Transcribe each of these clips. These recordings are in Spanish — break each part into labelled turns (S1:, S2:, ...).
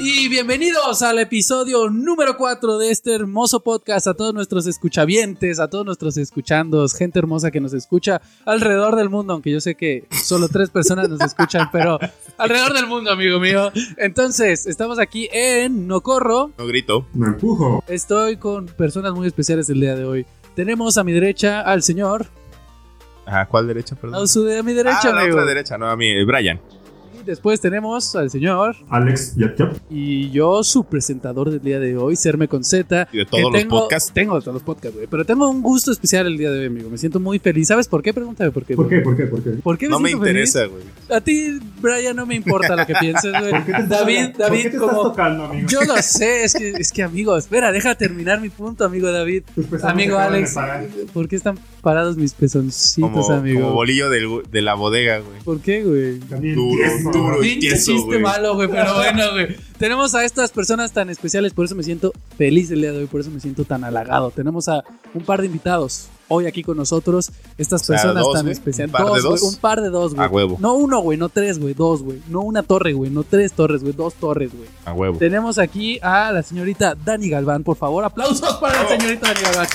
S1: Y bienvenidos al episodio número 4 de este hermoso podcast. A todos nuestros escuchavientes, a todos nuestros escuchandos, gente hermosa que nos escucha alrededor del mundo, aunque yo sé que solo tres personas nos escuchan, pero alrededor del mundo, amigo mío. Entonces, estamos aquí en No Corro.
S2: No grito.
S3: No empujo.
S1: Estoy con personas muy especiales el día de hoy. Tenemos a mi derecha al señor,
S2: Ajá, ¿cuál derecha,
S1: a
S2: perdón?
S1: su de a mi derecha,
S2: ah, la
S1: amigo.
S2: otra derecha, no, a mí, eh, Brian.
S1: Y después tenemos al señor
S3: Alex, yap, yap.
S1: y yo, su presentador del día de hoy, Serme con Z.
S2: Y de todos
S1: que
S2: los
S1: tengo-
S2: podcasts.
S1: Tengo todos los podcasts, güey. Pero tengo un gusto especial el día de hoy, amigo. Me siento muy feliz. ¿Sabes por qué? Pregúntame por qué.
S3: ¿Por
S1: güey.
S3: qué? ¿Por qué? ¿Por qué?
S1: ¿Por qué me
S2: No me
S1: siento feliz?
S2: interesa, güey.
S1: A ti, Brian, no me importa lo que pienses, güey.
S3: ¿Por qué te estás-
S1: David,
S3: ¿por qué
S1: David,
S3: te estás
S1: como.
S3: tocando, amigo?
S1: Yo lo sé, es que, es que, amigo, espera, deja terminar mi punto, amigo David.
S3: Tus pezones
S1: amigo
S3: acaban de
S1: Alex.
S3: parar.
S1: ¿Por qué están parados mis pezoncitos,
S2: Como,
S1: amigo?
S2: como bolillo del- de la bodega, güey.
S1: ¿Por qué, güey?
S3: También
S2: Duro,
S3: tieso.
S2: duro. y
S1: Pinche
S2: tieso,
S1: chiste
S2: güey.
S1: malo, güey, pero bueno, güey. Tenemos a estas personas tan especiales, por eso me siento feliz el día de hoy, por eso me siento tan halagado. Tenemos a un par de invitados hoy aquí con nosotros, estas
S2: O sea,
S1: personas
S2: dos,
S1: tan
S2: güey.
S1: especiales.
S2: ¿Un par de
S1: Dos, güey,
S2: dos?
S1: un par de dos, güey.
S2: A huevo,
S1: No uno, güey, no tres, güey, dos, güey. No una torre, güey, no tres torres, güey, dos torres, güey.
S2: a huevo.
S1: Tenemos aquí a la señorita Dani Galván, por favor, aplausos para
S2: Oh.
S1: la señorita Dani Galván.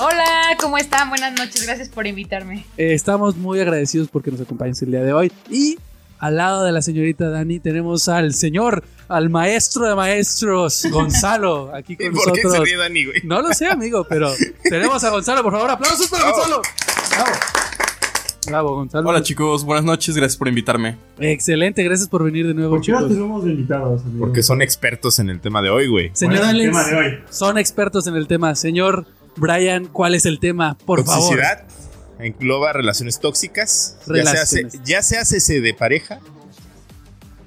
S4: Hola, ¿cómo están? Buenas noches, gracias por invitarme.
S1: Eh, estamos muy agradecidos porque nos acompañes el día de hoy. Y al lado de la señorita Dani tenemos al señor, al maestro de maestros, Gonzalo, aquí
S2: ¿Y
S1: con
S2: ¿Por qué se
S1: nosotros.
S2: ríe Dani, güey?
S1: No lo sé, amigo, pero tenemos a Gonzalo, por favor, aplausos para
S2: Bravo.
S1: Gonzalo. Bravo. Bravo, Gonzalo.
S5: Hola chicos, buenas noches, gracias por invitarme.
S1: Excelente, gracias por venir de nuevo,
S3: ¿Por qué no
S1: chicos.
S3: tenemos de invitados, amigo?
S2: Porque son expertos en el tema de hoy, güey.
S1: Señor
S3: ¿Cuál es el
S1: Alex,
S3: tema de hoy?
S1: son expertos en el tema. Señor Brian, ¿cuál es el tema? Por favor.
S2: Toxicidad engloba relaciones tóxicas. Ya, se hace,
S1: Relaciones.
S2: ya se hace ese de pareja.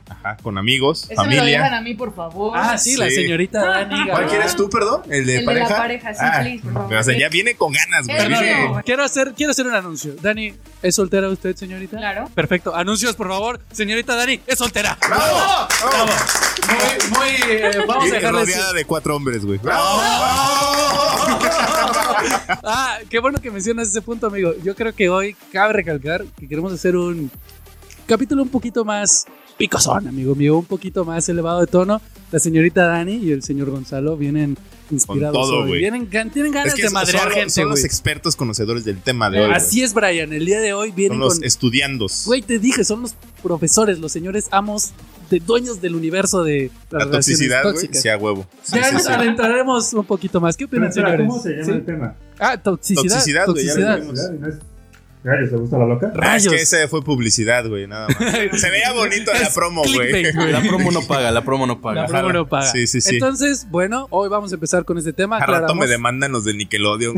S2: Ajá, con amigos,
S4: Eso me lo dejan
S2: familia.
S4: a mí, por favor.
S1: Ah, sí, la
S2: Sí.
S1: señorita Dani.
S2: ¿Cuál
S1: Galván.
S2: quieres tú, perdón? ¿El
S4: El
S2: de
S4: de la
S2: pareja?
S4: pareja, sí, please, por favor.
S2: O sea, ya viene con ganas, güey.
S4: Eso
S1: No, no,
S2: Viene-
S1: no. eh, Quiero hacer, quiero hacer un anuncio. Dani, ¿es soltera usted, señorita?
S4: Claro.
S1: Perfecto. Anuncios, por favor. Señorita Dani, es soltera.
S2: ¡Bravo! ¡Bravo!
S1: Muy, muy. eh, vamos a
S2: Y
S1: dejarles.
S2: rodeada de cuatro hombres, güey.
S1: Ah, qué bueno que mencionas ese punto, amigo. Yo creo que hoy cabe recalcar que queremos hacer un capítulo un poquito más picosón, amigo mío, un poquito más elevado de tono. La señorita Dani y el señor Gonzalo vienen inspirados.
S2: todo,
S1: hoy.
S2: güey.
S1: Vienen gan- tienen ganas
S2: Es que
S1: de
S2: son-
S1: madrear
S2: son,
S1: gente,
S2: son los
S1: güey.
S2: expertos conocedores del tema de hoy. güey.
S1: Así es, Brian. El día de hoy
S2: son
S1: vienen
S2: los
S1: con
S2: estudiandos.
S1: Güey, te dije, son los profesores, los señores amos, de dueños del universo de las
S2: la
S1: relaciones
S2: toxicidad, güey.
S1: tóxicas.
S2: Sí, a huevo. Sí,
S1: ya
S2: sí,
S1: nos
S2: sí.
S1: adentraremos un poquito más. ¿Qué
S3: Pero
S1: opinan,
S3: espera,
S1: señores?
S3: ¿cómo se llama
S1: ¿Sí?
S3: el tema?
S1: Ah, toxicidad. Toxicidad.
S2: Toxicidad, güey, ya lo vimos.
S3: Rayos. Rayos, ¿te gusta la loca?
S2: Ah, Es
S1: Rayos.
S2: que esa fue publicidad, güey, nada más. Se veía bonito en la
S1: Es
S2: promo, güey.
S1: clickbait,
S5: La promo no paga, la promo no
S1: La
S5: paga.
S1: promo no paga.
S2: Sí, sí, sí.
S1: Entonces, bueno, hoy vamos a empezar con este tema.
S2: A rato me
S1: aclaramos.
S2: demandan los de Nickelodeon,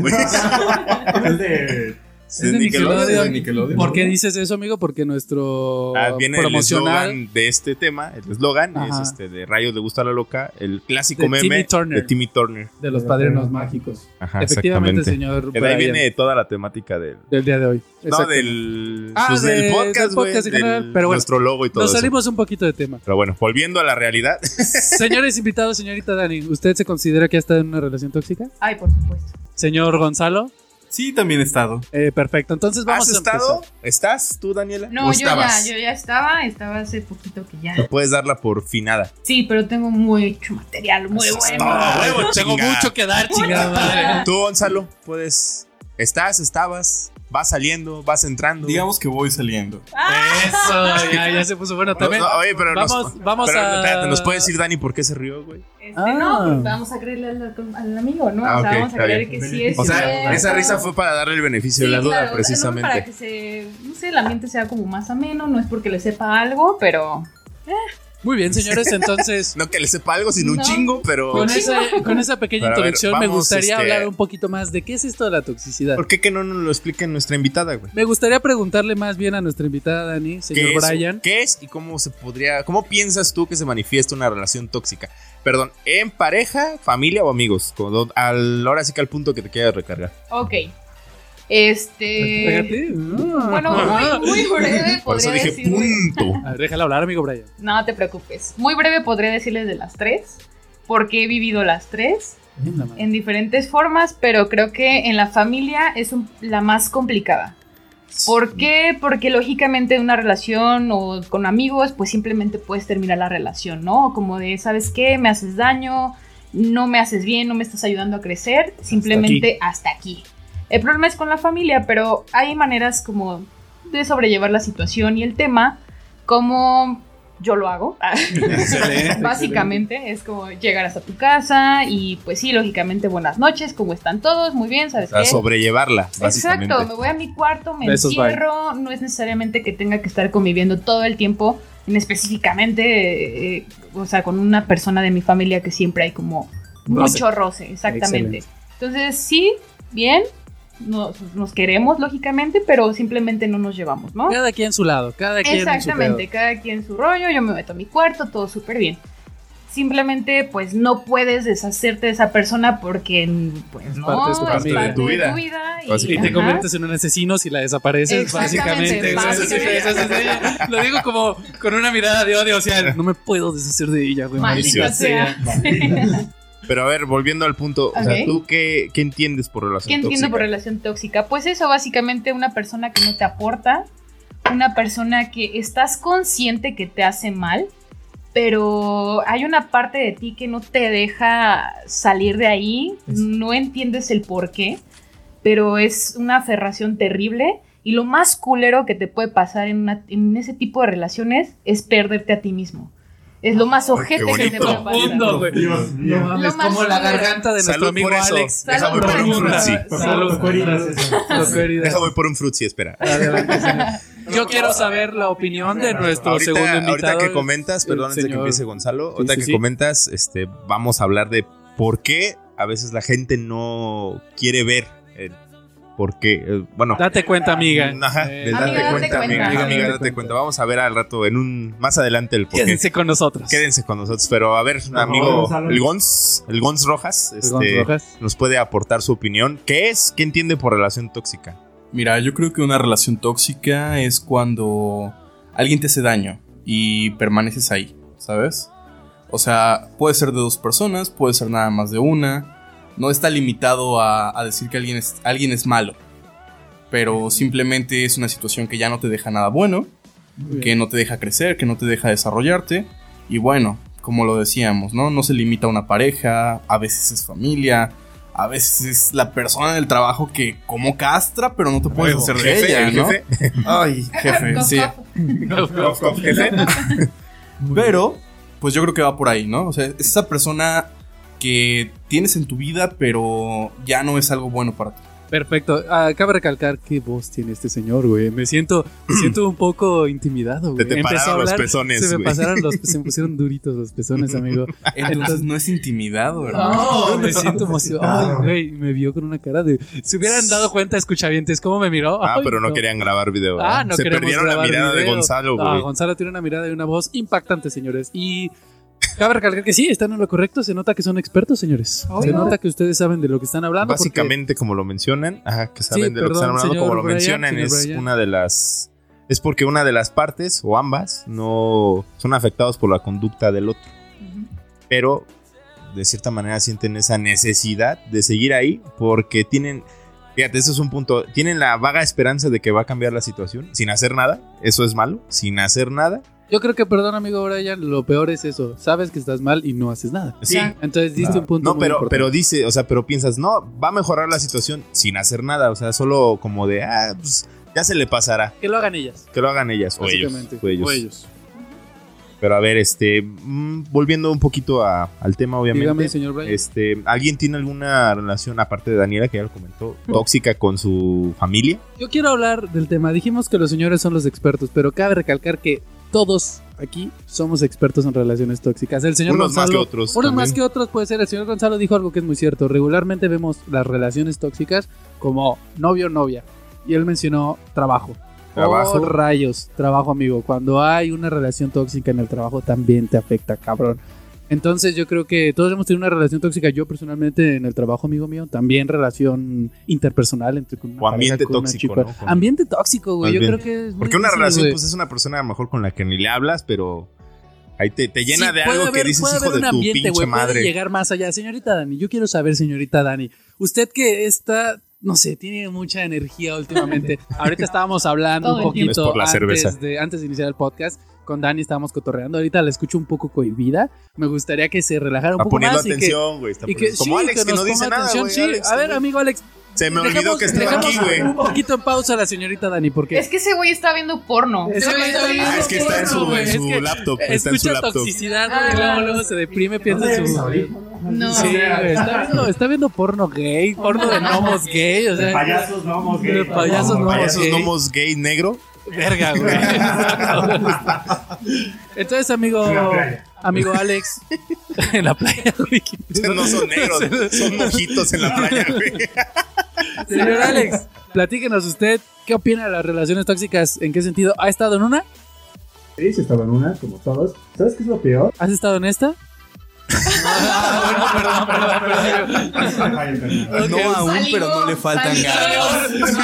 S2: güey. Ah,
S3: Pues Es de...
S2: Sí,
S1: Es de Nickelodeon.
S5: Nickelodeon.
S1: ¿Por qué dices eso, amigo? Porque nuestro
S2: Ah, viene el
S1: promocional
S2: eslogan de este tema, el eslogan es
S1: Ajá.
S2: este de Rayos le gusta la loca, el clásico
S1: De
S2: meme
S1: Timmy Turner.
S2: de Timmy Turner.
S1: de los padrinos mágicos.
S2: Ajá,
S1: Efectivamente,
S2: Ah, exactamente.
S1: señor.
S2: Que de ahí
S1: Brian,
S2: viene toda la temática del
S1: Del día de hoy.
S2: no
S1: Exactamente.
S2: del,
S1: Ah,
S2: pues,
S1: de-
S2: del podcast,
S1: del
S2: güey,
S1: podcast en
S2: del-
S1: general, pero bueno,
S2: nuestro logo y todo
S1: Nos
S2: eso.
S1: salimos Pues un poquito de tema.
S2: Pero bueno, volviendo a la realidad,
S1: Señores invitados, señorita Dani, ¿usted se considera que ha estado en una relación tóxica?
S4: Ay, por supuesto.
S1: Señor Gonzalo,
S5: Sí, también he estado.
S1: eh, perfecto. Entonces vamos
S2: ¿has
S1: a empezar.
S2: estado? ¿Estás tú, Daniela?
S4: No,
S2: ¿O
S4: yo ya,
S2: estabas?
S4: yo ya estaba, estaba hace poquito que ya.
S2: Te Puedes darla por finada.
S4: Sí, pero tengo mucho material, muy
S2: Eso es
S4: bueno.
S2: todo, huevo,
S1: Tengo
S2: Pues, chinga.
S1: mucho que dar, chingada madre.
S2: Tú, Gonzalo, puedes. ¿Estás? ¿Estabas? ¿Vas saliendo? ¿Vas entrando?
S5: Digamos que voy saliendo.
S1: Eso, ya, ya se puso bueno
S2: No,
S1: también.
S2: no, oye, pero nos-
S1: Vamos, vamos
S2: pero,
S1: a.
S2: espérate, ¿nos puede decir Dani por qué se rió, güey?
S4: Este,
S1: Ah.
S4: No, pues vamos a creerle al, al amigo, ¿no?
S2: Ah,
S4: o sea,
S2: ok,
S4: vamos a
S2: está
S4: creer
S3: bien.
S4: que sí es.
S2: O sea,
S4: cierto.
S2: esa risa fue para darle el beneficio de
S4: Sí,
S2: la duda,
S4: claro,
S2: precisamente.
S4: Para que se, no sé, el ambiente sea como más ameno, no es porque le sepa algo, pero
S1: Muy bien, señores, entonces.
S2: No que le sepa algo, sino un
S4: No.
S2: chingo, pero.
S1: Con esa, con esa pequeña
S2: Pero a ver,
S1: introducción me
S2: vamos,
S1: gustaría
S2: este-
S1: hablar un poquito más de qué es esto de la toxicidad.
S2: ¿Por qué que no nos lo explique nuestra invitada, güey?
S1: Me gustaría preguntarle más bien a nuestra invitada Dani, señor
S2: ¿Qué es,
S1: Brian.
S2: ¿Qué es y cómo se podría, cómo piensas tú que se manifiesta una relación tóxica? Perdón, ¿en pareja, familia o amigos? Con do- al, ahora sí que al punto que te quieras recargar.
S4: ok.
S1: Eh,
S4: Este...
S1: Fíjate, no.
S4: Bueno,
S1: Ah.
S4: muy, muy breve
S2: Por
S4: podría
S2: eso dije
S4: decirle.
S2: punto.
S1: A ver, déjala hablar, amigo Brian.
S4: No te preocupes. Muy breve podría decirles de las tres.
S6: porque he vivido las tres
S1: En la madre.
S6: en diferentes formas, pero creo que en la familia es un- la más complicada. ¿Por qué? Porque lógicamente una relación o con amigos, pues simplemente puedes terminar la relación, ¿no? Como de, ¿sabes qué? Me haces daño, no me haces bien, no me estás ayudando a crecer, simplemente hasta aquí. El problema es con la familia, pero hay maneras como de sobrellevar la situación y el tema, como yo lo hago.
S5: Excelente.
S6: Básicamente es como llegar hasta tu casa y pues sí, lógicamente buenas noches, ¿cómo están todos? Muy bien,
S2: O
S6: ¿sabes
S2: sea,
S6: qué?
S2: sobrellevarla, básicamente.
S6: Exacto, me voy a mi cuarto, me
S1: Besos, bye.
S6: encierro, no es necesariamente que tenga que estar conviviendo todo el tiempo, en específicamente, eh, eh, o sea, con una persona de mi familia que siempre hay como
S1: Roce.
S6: mucho roce, exactamente. Entonces, sí, bien, nos, nos queremos, lógicamente, pero simplemente no nos llevamos, ¿no?
S1: Cada quien su lado, cada quien
S6: Exactamente, cada quien su rollo, yo me meto a mi cuarto, todo súper bien. Simplemente, pues no puedes deshacerte de esa persona porque, pues
S1: Es
S6: no,
S1: parte de su
S6: es
S1: familia.
S6: parte de tu vida.
S1: su pedo. Y te
S6: ajá.
S1: conviertes en un asesino si la desapareces, básicamente.
S6: Exactamente, básicamente.
S1: Eso sí, eso sí, eso sí. Lo digo como con una mirada de odio, o sea, no me puedo deshacer de ella, güey.
S6: Maldita
S2: Maldita
S6: sea.
S2: Pero a ver, volviendo al punto, o sea,
S6: Ok.
S2: ¿tú qué, qué entiendes por relación
S6: ¿Qué entiendo por
S2: tóxica?
S6: relación tóxica? Pues eso, básicamente una persona que no te aporta, una persona que estás consciente que te hace mal, pero hay una parte de ti que no te deja salir de ahí, no entiendes el por qué, pero es una aferración terrible. Y lo más culero que te puede pasar en, una- en ese tipo de relaciones es perderte a ti mismo. Es lo más ojete que te
S2: Ah, bonito.
S6: puede pasar.
S1: Profundo, güey.
S3: Dios mío.
S1: No mames,
S6: Lo más
S1: como la
S6: culero.
S1: garganta de nuestro
S2: Salud
S1: amigo
S2: por eso.
S1: Alex.
S2: Déjame
S6: Salud
S2: por un
S6: por
S2: frutzi.
S6: eso.
S1: Salud, Tocó herida.
S2: Déjame por un frutzi, espera.
S1: Adelante, señor. Yo quiero saber la opinión de nuestro
S2: ahorita,
S1: segundo invitado.
S2: ahorita que comentas,
S1: el
S2: perdón, antes de que
S1: señor.
S2: empiece Gonzalo, ahorita
S1: sí,
S2: que
S1: sí.
S2: comentas, este, vamos a hablar de por qué a veces la gente no quiere ver el por qué. eh, bueno,
S1: Date cuenta, amiga.
S2: Mm, ajá,
S1: Eh,
S2: de date,
S6: Amiga, date
S2: cuenta, amiga,
S6: cuenta.
S2: amiga, date cuenta. Vamos a ver al rato, en un más adelante el por qué.
S1: Quédense con nosotros.
S2: Quédense con nosotros, pero a ver,
S3: favor,
S2: amigo,
S3: Gonzalo.
S2: el Gonz, el Gonz Rojas,
S1: Pues, Gonz
S2: este,
S1: Rojas.
S2: nos puede aportar su opinión. ¿Qué es? ¿Qué entiende por relación tóxica?
S5: Mira, yo creo que una relación tóxica es cuando alguien te hace daño y permaneces ahí, ¿sabes? O sea, puede ser de dos personas, puede ser nada más de una. No está limitado a, a decir que alguien es, alguien es malo. Pero simplemente es una situación que ya no te deja nada bueno, que no te deja crecer, que no te deja desarrollarte. Y bueno, como lo decíamos, ¿no? No se limita a una pareja, a veces es familia, a veces es la persona del trabajo que como castra, pero no te puedes hacer de
S2: Jefe,
S5: ella,
S2: el
S5: ¿no?
S2: jefe.
S5: Ay, jefe,
S6: Cof,
S5: sí.
S6: cof.
S2: Cof, cof, jefe.
S5: Pero, pues yo creo que va por ahí, ¿no? O sea, es esa persona que tienes en tu vida, pero ya no es algo bueno para ti.
S1: Perfecto. Ah, cabe recalcar qué voz tiene este señor, güey. Me siento, me siento un poco intimidado,
S2: Te
S1: güey.
S2: te pararon los pezones,
S1: se me
S2: güey.
S1: pasaron los, se me pusieron duritos los pezones, amigo.
S5: Entonces no es intimidado, ¿verdad?
S1: No, me siento emocionado. Ay, güey, me vio con una cara de. Si hubieran dado cuenta, escuchavientes, cómo me miró.
S2: Ah,
S1: Ay,
S2: pero no querían grabar video.
S1: Ah,
S2: ¿verdad?
S1: no
S2: Se
S1: queremos
S2: perdieron la
S1: grabar
S2: mirada de
S1: video.
S2: Gonzalo,
S1: Ah,
S2: güey.
S1: Gonzalo tiene una mirada y una voz impactante, señores. Y cabe recalcar que sí, están en lo correcto. Se nota que son expertos, señores. se
S6: no.
S1: nota que ustedes saben de lo que están hablando. porque-
S2: Básicamente, como lo mencionan, ajá, que saben
S1: Sí,
S2: de lo que están
S1: perdón,
S2: hablando, como
S1: señor
S2: lo
S1: Brian,
S2: mencionan,
S1: señor
S2: es
S1: Brian.
S2: una de las. Es porque una de las partes, o ambas, no son afectados por la conducta del otro.
S6: Ujú.
S2: Pero de cierta manera sienten esa necesidad de seguir ahí porque tienen. Fíjate, ese es un punto. Tienen la vaga esperanza de que va a cambiar la situación sin hacer nada. Eso es malo. Sin hacer nada.
S1: Yo creo que, perdón, amigo Brian, lo peor es eso. Sabes que estás mal y no haces nada.
S2: Sí.
S1: Entonces diste
S2: Ah,
S1: un punto.
S2: No,
S1: muy
S2: pero,
S1: importante.
S2: pero dice, o sea, pero piensas, no, va a mejorar la situación sin hacer nada. O sea, solo como de, ah, pues ya se le pasará.
S1: Que lo hagan ellas.
S2: Que lo hagan ellas o ellos,
S1: Básicamente.
S2: o ellos.
S1: O ellos.
S2: Pero a ver, este, mm, volviendo un poquito a- al tema,
S1: Dígame,
S2: obviamente.
S1: señor Brian.
S2: Este, ¿alguien tiene alguna relación, aparte de Daniela, que ya lo comentó, tóxica con su familia?
S1: Yo quiero hablar del tema. Dijimos que los señores son los expertos, pero cabe recalcar que todos aquí somos expertos en relaciones tóxicas. El señor
S2: Unos
S1: Gonzalo,
S2: más que otros.
S1: Unos
S2: también.
S1: más que otros puede ser. El señor Gonzalo dijo algo que es muy cierto. Regularmente vemos las relaciones tóxicas como novio-novia. Y él mencionó trabajo.
S2: Trabajo.
S1: Oh, rayos, trabajo, amigo. Cuando hay una relación tóxica en el trabajo también te afecta, cabrón. Entonces yo creo que todos hemos tenido una relación tóxica. Yo personalmente en el trabajo, amigo mío, también relación interpersonal entre con una
S2: O ambiente
S1: pareja, con una
S2: tóxico,
S1: chica.
S2: ¿no? Con-
S1: Ambiente tóxico, güey.
S2: Más
S1: Yo
S2: bien.
S1: creo que es muy
S2: Porque una
S1: difícil,
S2: relación,
S1: güey.
S2: pues es una persona a lo mejor con la que ni le hablas, pero Ahí te, te llena
S1: Sí,
S2: de
S1: puede
S2: algo
S1: haber-
S2: que dices,
S1: puede
S2: hijo
S1: haber
S2: de
S1: un
S2: tu
S1: ambiente,
S2: pinche
S1: güey,
S2: madre.
S1: Puede llegar más allá. Señorita Dani, yo quiero saber, señorita Dani, usted que está, no sé, tiene mucha energía últimamente. Ahorita estábamos hablando
S4: Todo
S1: un
S4: el tiempo.
S1: poquito
S2: Es por la cerveza.
S1: antes, de, antes de iniciar el podcast. Con Dani estábamos cotorreando. Ahorita la escucho un poco cohibida. Me gustaría que se relajara un
S2: Está
S1: poco
S2: poniendo
S1: más. y que-
S2: atención, güey. está
S1: y que,
S2: poniendo- Como
S1: sí,
S2: Alex, que no
S1: nos
S2: dice
S1: ponga
S2: nada,
S1: atención,
S2: güey.
S1: sí.
S2: Alex
S1: a ver,
S2: también.
S1: amigo Alex.
S2: Se me olvidó
S1: dejemos-
S2: que estaba
S1: dejemos
S2: aquí, güey.
S1: Un poquito en pausa a la señorita Dani, porque.
S4: Es que ese güey está viendo porno.
S1: Ese
S4: Ese
S1: güey está viendo
S2: Ah, es que está en
S1: porno,
S2: su,
S1: güey,
S2: en
S1: es
S2: su
S1: que
S2: laptop. Está en su
S1: Escucha
S2: laptop.
S1: toxicidad, güey. Luego, luego se deprime, piensa en su.
S4: No.
S1: Sí, güey, está viendo, está viendo porno gay, porno de gnomos gay, o sea,
S3: Payasos, no, mos, gay.
S1: De payasos, no,
S2: Payasos
S1: gay.
S2: gnomos gay negro.
S1: verga, güey. Entonces, amigo,
S3: En la playa.
S1: amigo Alex, en la playa, güey. qué pedo.
S2: No son negros, son mojitos en la playa, güey.
S1: Señor Alex, platíquenos usted, ¿qué opina de las relaciones tóxicas? ¿En qué sentido? ¿Ha estado en una?
S3: Sí, sí, estaba en una, como todos. ¿Sabes qué es lo peor?
S1: ¿Has estado en esta? Ah, bueno, perdón, perdón, perdón.
S5: No aún, pero no le faltan ganas.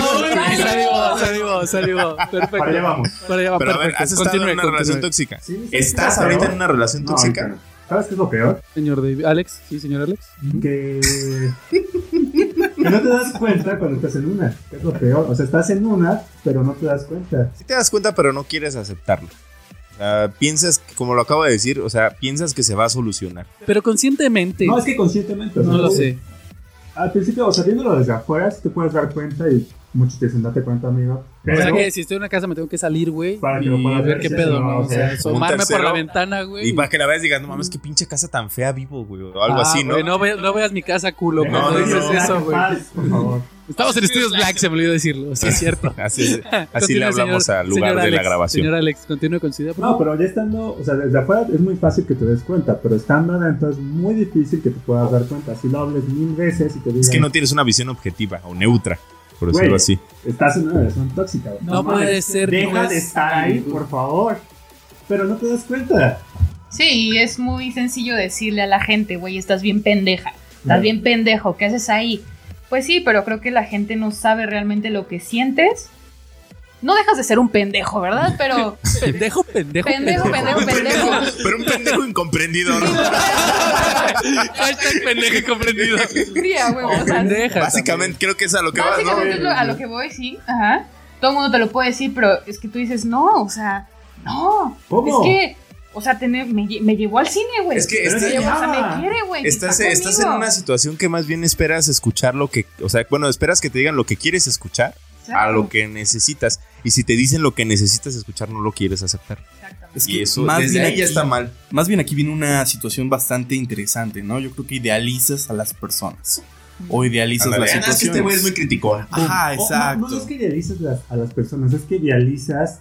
S1: Salimos, salimos, salimos. Perfecto.
S3: Para allá vamos.
S1: Para allá va,
S2: Pero a ver,
S1: perfecto.
S2: ¿has estado
S1: Continúe,
S2: en una
S1: continúe.
S2: relación tóxica?
S3: Sí, sí, sí,
S2: ¿Estás
S3: está
S2: ahorita
S3: peor.
S2: en una relación
S3: No, ahorita
S2: tóxica?
S3: no. ¿Sabes qué es lo peor?
S1: Señor David, Alex, sí, señor Alex.
S3: Que... que no te das cuenta cuando estás en una. que es lo peor? O sea, estás en una, pero no te das cuenta.
S2: Sí te das cuenta, pero no quieres aceptarlo. O sea, piensas, como lo acabo de decir, o sea, piensas que se va a solucionar.
S1: Pero conscientemente.
S3: No, es que conscientemente. o sea,
S1: No lo sé.
S3: Al principio, o sea, viéndolo desde afuera, sí te puedes dar cuenta y muchos te dicen, date cuenta, amigo.
S1: O sea
S3: Pero-
S1: que si estoy en una casa me tengo que salir, güey.
S3: Para que
S1: y
S3: lo puedas
S1: ver
S3: ver,
S1: qué
S3: sí,
S1: pedo,
S3: sí,
S1: ¿no?
S3: no,
S1: O sea,
S3: sí.
S1: asomarme
S2: Un
S1: por la
S2: tercero,
S1: ventana, güey.
S2: Y para que la veas digas, no mames, qué pinche casa tan fea vivo, güey. O algo
S1: Ah,
S2: así, ¿no?
S1: güey, ve- no veas mi casa, culo.
S3: No,
S1: cuando
S2: no,
S1: dices
S2: no.
S1: eso, güey.
S3: Por favor.
S1: Estamos en Estudios Black, se me olvidó decirlo. Sí, es cierto.
S2: Así, así
S1: Continúe,
S2: le hablamos
S1: señor-
S2: al lugar
S1: señor
S2: de la
S1: Alex,
S2: grabación.
S1: Señor Alex, continúe con su idea. por
S3: No,
S1: favor.
S3: pero ya estando, o sea, desde afuera es muy fácil que te des cuenta, pero estando adentro es muy difícil que te puedas dar cuenta. Si lo hables mil veces y te digan,
S2: Es que no tienes una visión objetiva o neutra, por
S3: Güey.
S2: decirlo así.
S3: estás en una relación tóxica. güey".
S1: No puede
S3: mames,
S1: ser, pues.
S3: Deja
S1: no
S3: de
S1: es-
S3: estar ahí, por favor. Pero no te das cuenta.
S4: Sí, es muy sencillo decirle a la gente, güey, estás bien pendeja,
S1: Mm.
S4: estás bien pendejo, ¿qué haces ahí? Pues sí, pero creo que la gente no sabe realmente lo que sientes. No dejas de ser un pendejo, ¿verdad? Pero
S1: Pendejo, pendejo,
S4: pendejo, pendejo, pendejo.
S2: Pero un pendejo incomprendido, ¿no?
S1: Hashtag pendejo incomprendido.
S4: Sí, a huevo, o sea,
S1: Pendeja.
S2: Básicamente, creo que es a lo que vas, ¿no?
S4: Básicamente es lo- a lo que voy, sí. Ajá. Todo el mundo te lo puede decir, pero es que tú dices, no, o sea, no.
S3: ¿Cómo?
S4: Es que, o sea, tener- me, lle- me llevó al cine, güey.
S2: Es que
S4: Me
S2: estás-
S4: llevó, o sea,
S3: Ah.
S4: me quiere, güey.
S2: Estás,
S4: está
S2: estás en
S4: conmigo.
S2: una situación que más bien esperas escuchar lo que, o sea, bueno, esperas que te digan lo que quieres escuchar a
S4: Claro,
S2: lo que necesitas. Y si te dicen lo que necesitas escuchar, no lo quieres aceptar.
S4: exactamente.
S5: Es
S2: y
S5: que
S2: eso,
S5: más
S2: desde
S5: bien
S2: ahí
S5: aquí-
S2: ya está mal.
S5: Más bien aquí viene una situación bastante interesante, ¿no? Yo creo que idealizas a las personas. O idealizas
S2: Ándale,
S5: las
S2: "Ah, es que
S5: situaciones.
S2: este güey es muy Oh, criticón.
S5: Ajá,
S3: O- no-
S5: exacto.
S3: No, no es que idealizas las- a las personas, es que idealizas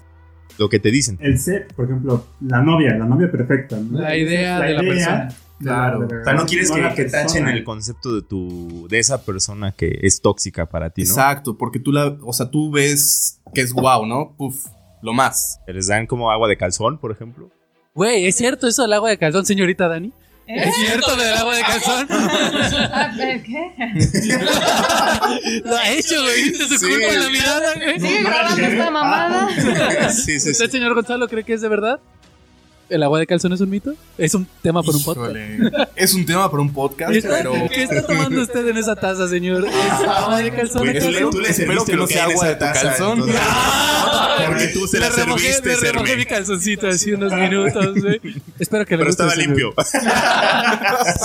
S2: Lo que te dicen.
S3: el ser, por ejemplo, la novia, la novia perfecta. ¿no?
S1: La idea de la persona.
S3: de la-
S5: Claro.
S3: de la
S2: O sea, no
S3: relación,
S2: quieres
S3: la
S2: que, que
S3: persona.
S2: tachen el concepto de tu de esa persona que es tóxica para ti, ¿no?
S5: Exacto, porque tú la, o sea, tú ves que es guau, ¿no? Puf, lo más.
S2: Que Les dan como agua de calzón, por ejemplo.
S1: Güey, ¿es cierto eso del agua de calzón, señorita Dani?
S4: ¿Eh?
S1: ¿Es cierto del agua de calzón?
S4: Ah, pero ¿Qué?
S1: Lo ha hecho, güey. ¿Viste su
S2: Sí.
S1: culpa en la mirada, güey?
S4: ¿Sigue grabando esta mamada?
S2: sí, sí, sí.
S1: ¿Usted, señor Gonzalo, cree que es de verdad? ¿El agua de calzón es un mito? Es un tema para un podcast. Este,
S5: Híjole, Es un tema para un podcast,
S1: ¿Qué está,
S5: pero.
S1: qué está tomando usted en esa taza, señor? ¿Es agua de calzón?
S2: Güey,
S5: Bueno,
S1: acaso?
S2: tú Pues, le- tú le
S5: Espero
S2: serviste
S5: que no
S2: lo
S5: sea
S2: hay en
S5: agua de
S2: esa
S5: tu
S2: taza,
S5: calzón.
S2: entonces-
S1: ¡Ah!
S2: Porque tú se la
S1: le remojé,
S2: serviste,
S1: le remojé
S2: Sermen.
S1: mi calzoncito hace unos minutos, güey. Espero que le
S2: Pero
S1: guste,
S2: estaba
S1: señor.
S2: limpio.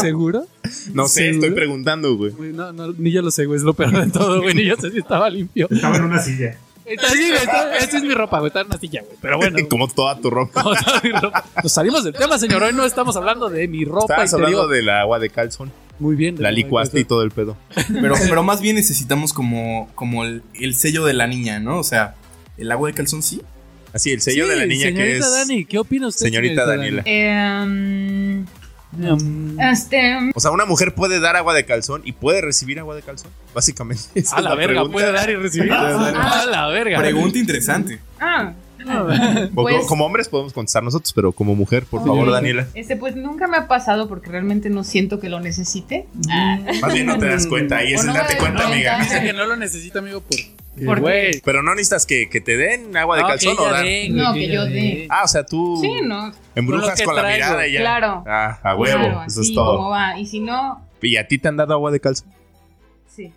S1: ¿Seguro?
S2: No sé,
S1: ¿Seguro?
S2: estoy preguntando, güey.
S1: Güey, No, no, ni yo lo sé, güey. Es lo peor de todo, güey. Ni yo sé si estaba limpio.
S3: Estaba en una silla.
S1: Está así, güey. está- Esa es mi ropa, güey. Está en una silla, güey. Pero bueno.
S2: Como toda tu ropa.
S1: como toda mi ropa. Nos salimos del tema, señor. Hoy no estamos hablando de mi ropa
S2: Estabas
S1: interior.
S2: hablando del agua de calzón.
S1: Muy bien. de
S2: La
S1: ropa
S2: licuaste y
S1: interior.
S2: todo el pedo.
S5: Pero, pero más bien necesitamos como, como el, el sello de la niña, ¿no? O sea, el agua de calzón sí.
S2: Así, el sello de la
S1: Sí,
S2: niña que es.
S1: Señorita Dani, ¿qué opina usted?
S2: Señorita Daniela.
S4: Em,
S1: Dani? Um,
S6: Ah,
S4: este,
S2: O sea, una mujer puede dar agua de calzón y puede recibir agua de calzón, básicamente. Esa
S1: a
S2: es
S1: la verga,
S2: pregunta.
S1: puede dar y recibir.
S2: Ah,
S1: a Ah, la verga.
S5: Pregunta interesante.
S4: ah,
S2: O
S4: Pues-
S2: co- como hombres podemos contestar nosotros, pero como mujer, por favor,
S4: Ay.
S2: Daniela.
S4: este, pues nunca me ha pasado porque realmente no siento que lo necesite.
S2: Más bien no te das cuenta, ahí
S4: O
S2: es el
S4: no
S2: date
S4: me-
S2: cuenta,
S4: no,
S2: amiga.
S4: entonces-
S1: Dice que no lo necesita, amigo, por
S6: Porque-
S1: Güey.
S2: Pero no necesitas que, que te den agua de
S1: Ah,
S2: calzón
S1: que
S2: o
S1: ella
S2: dar.
S1: dé,
S6: No,
S1: güey,
S6: que
S1: ella
S6: yo
S1: dé.
S6: dé.
S2: Ah, o sea, tú
S6: Sí, ¿no?
S1: Con lo
S2: embrujas
S1: que
S2: con, la
S1: traigo,
S2: mirada y ya.
S6: Claro.
S2: Ah, a huevo.
S6: Claro,
S2: Eso
S6: así
S2: es todo.
S6: como va. Y si no,
S2: ¿Y a ti te han dado agua de calzón?
S6: sí.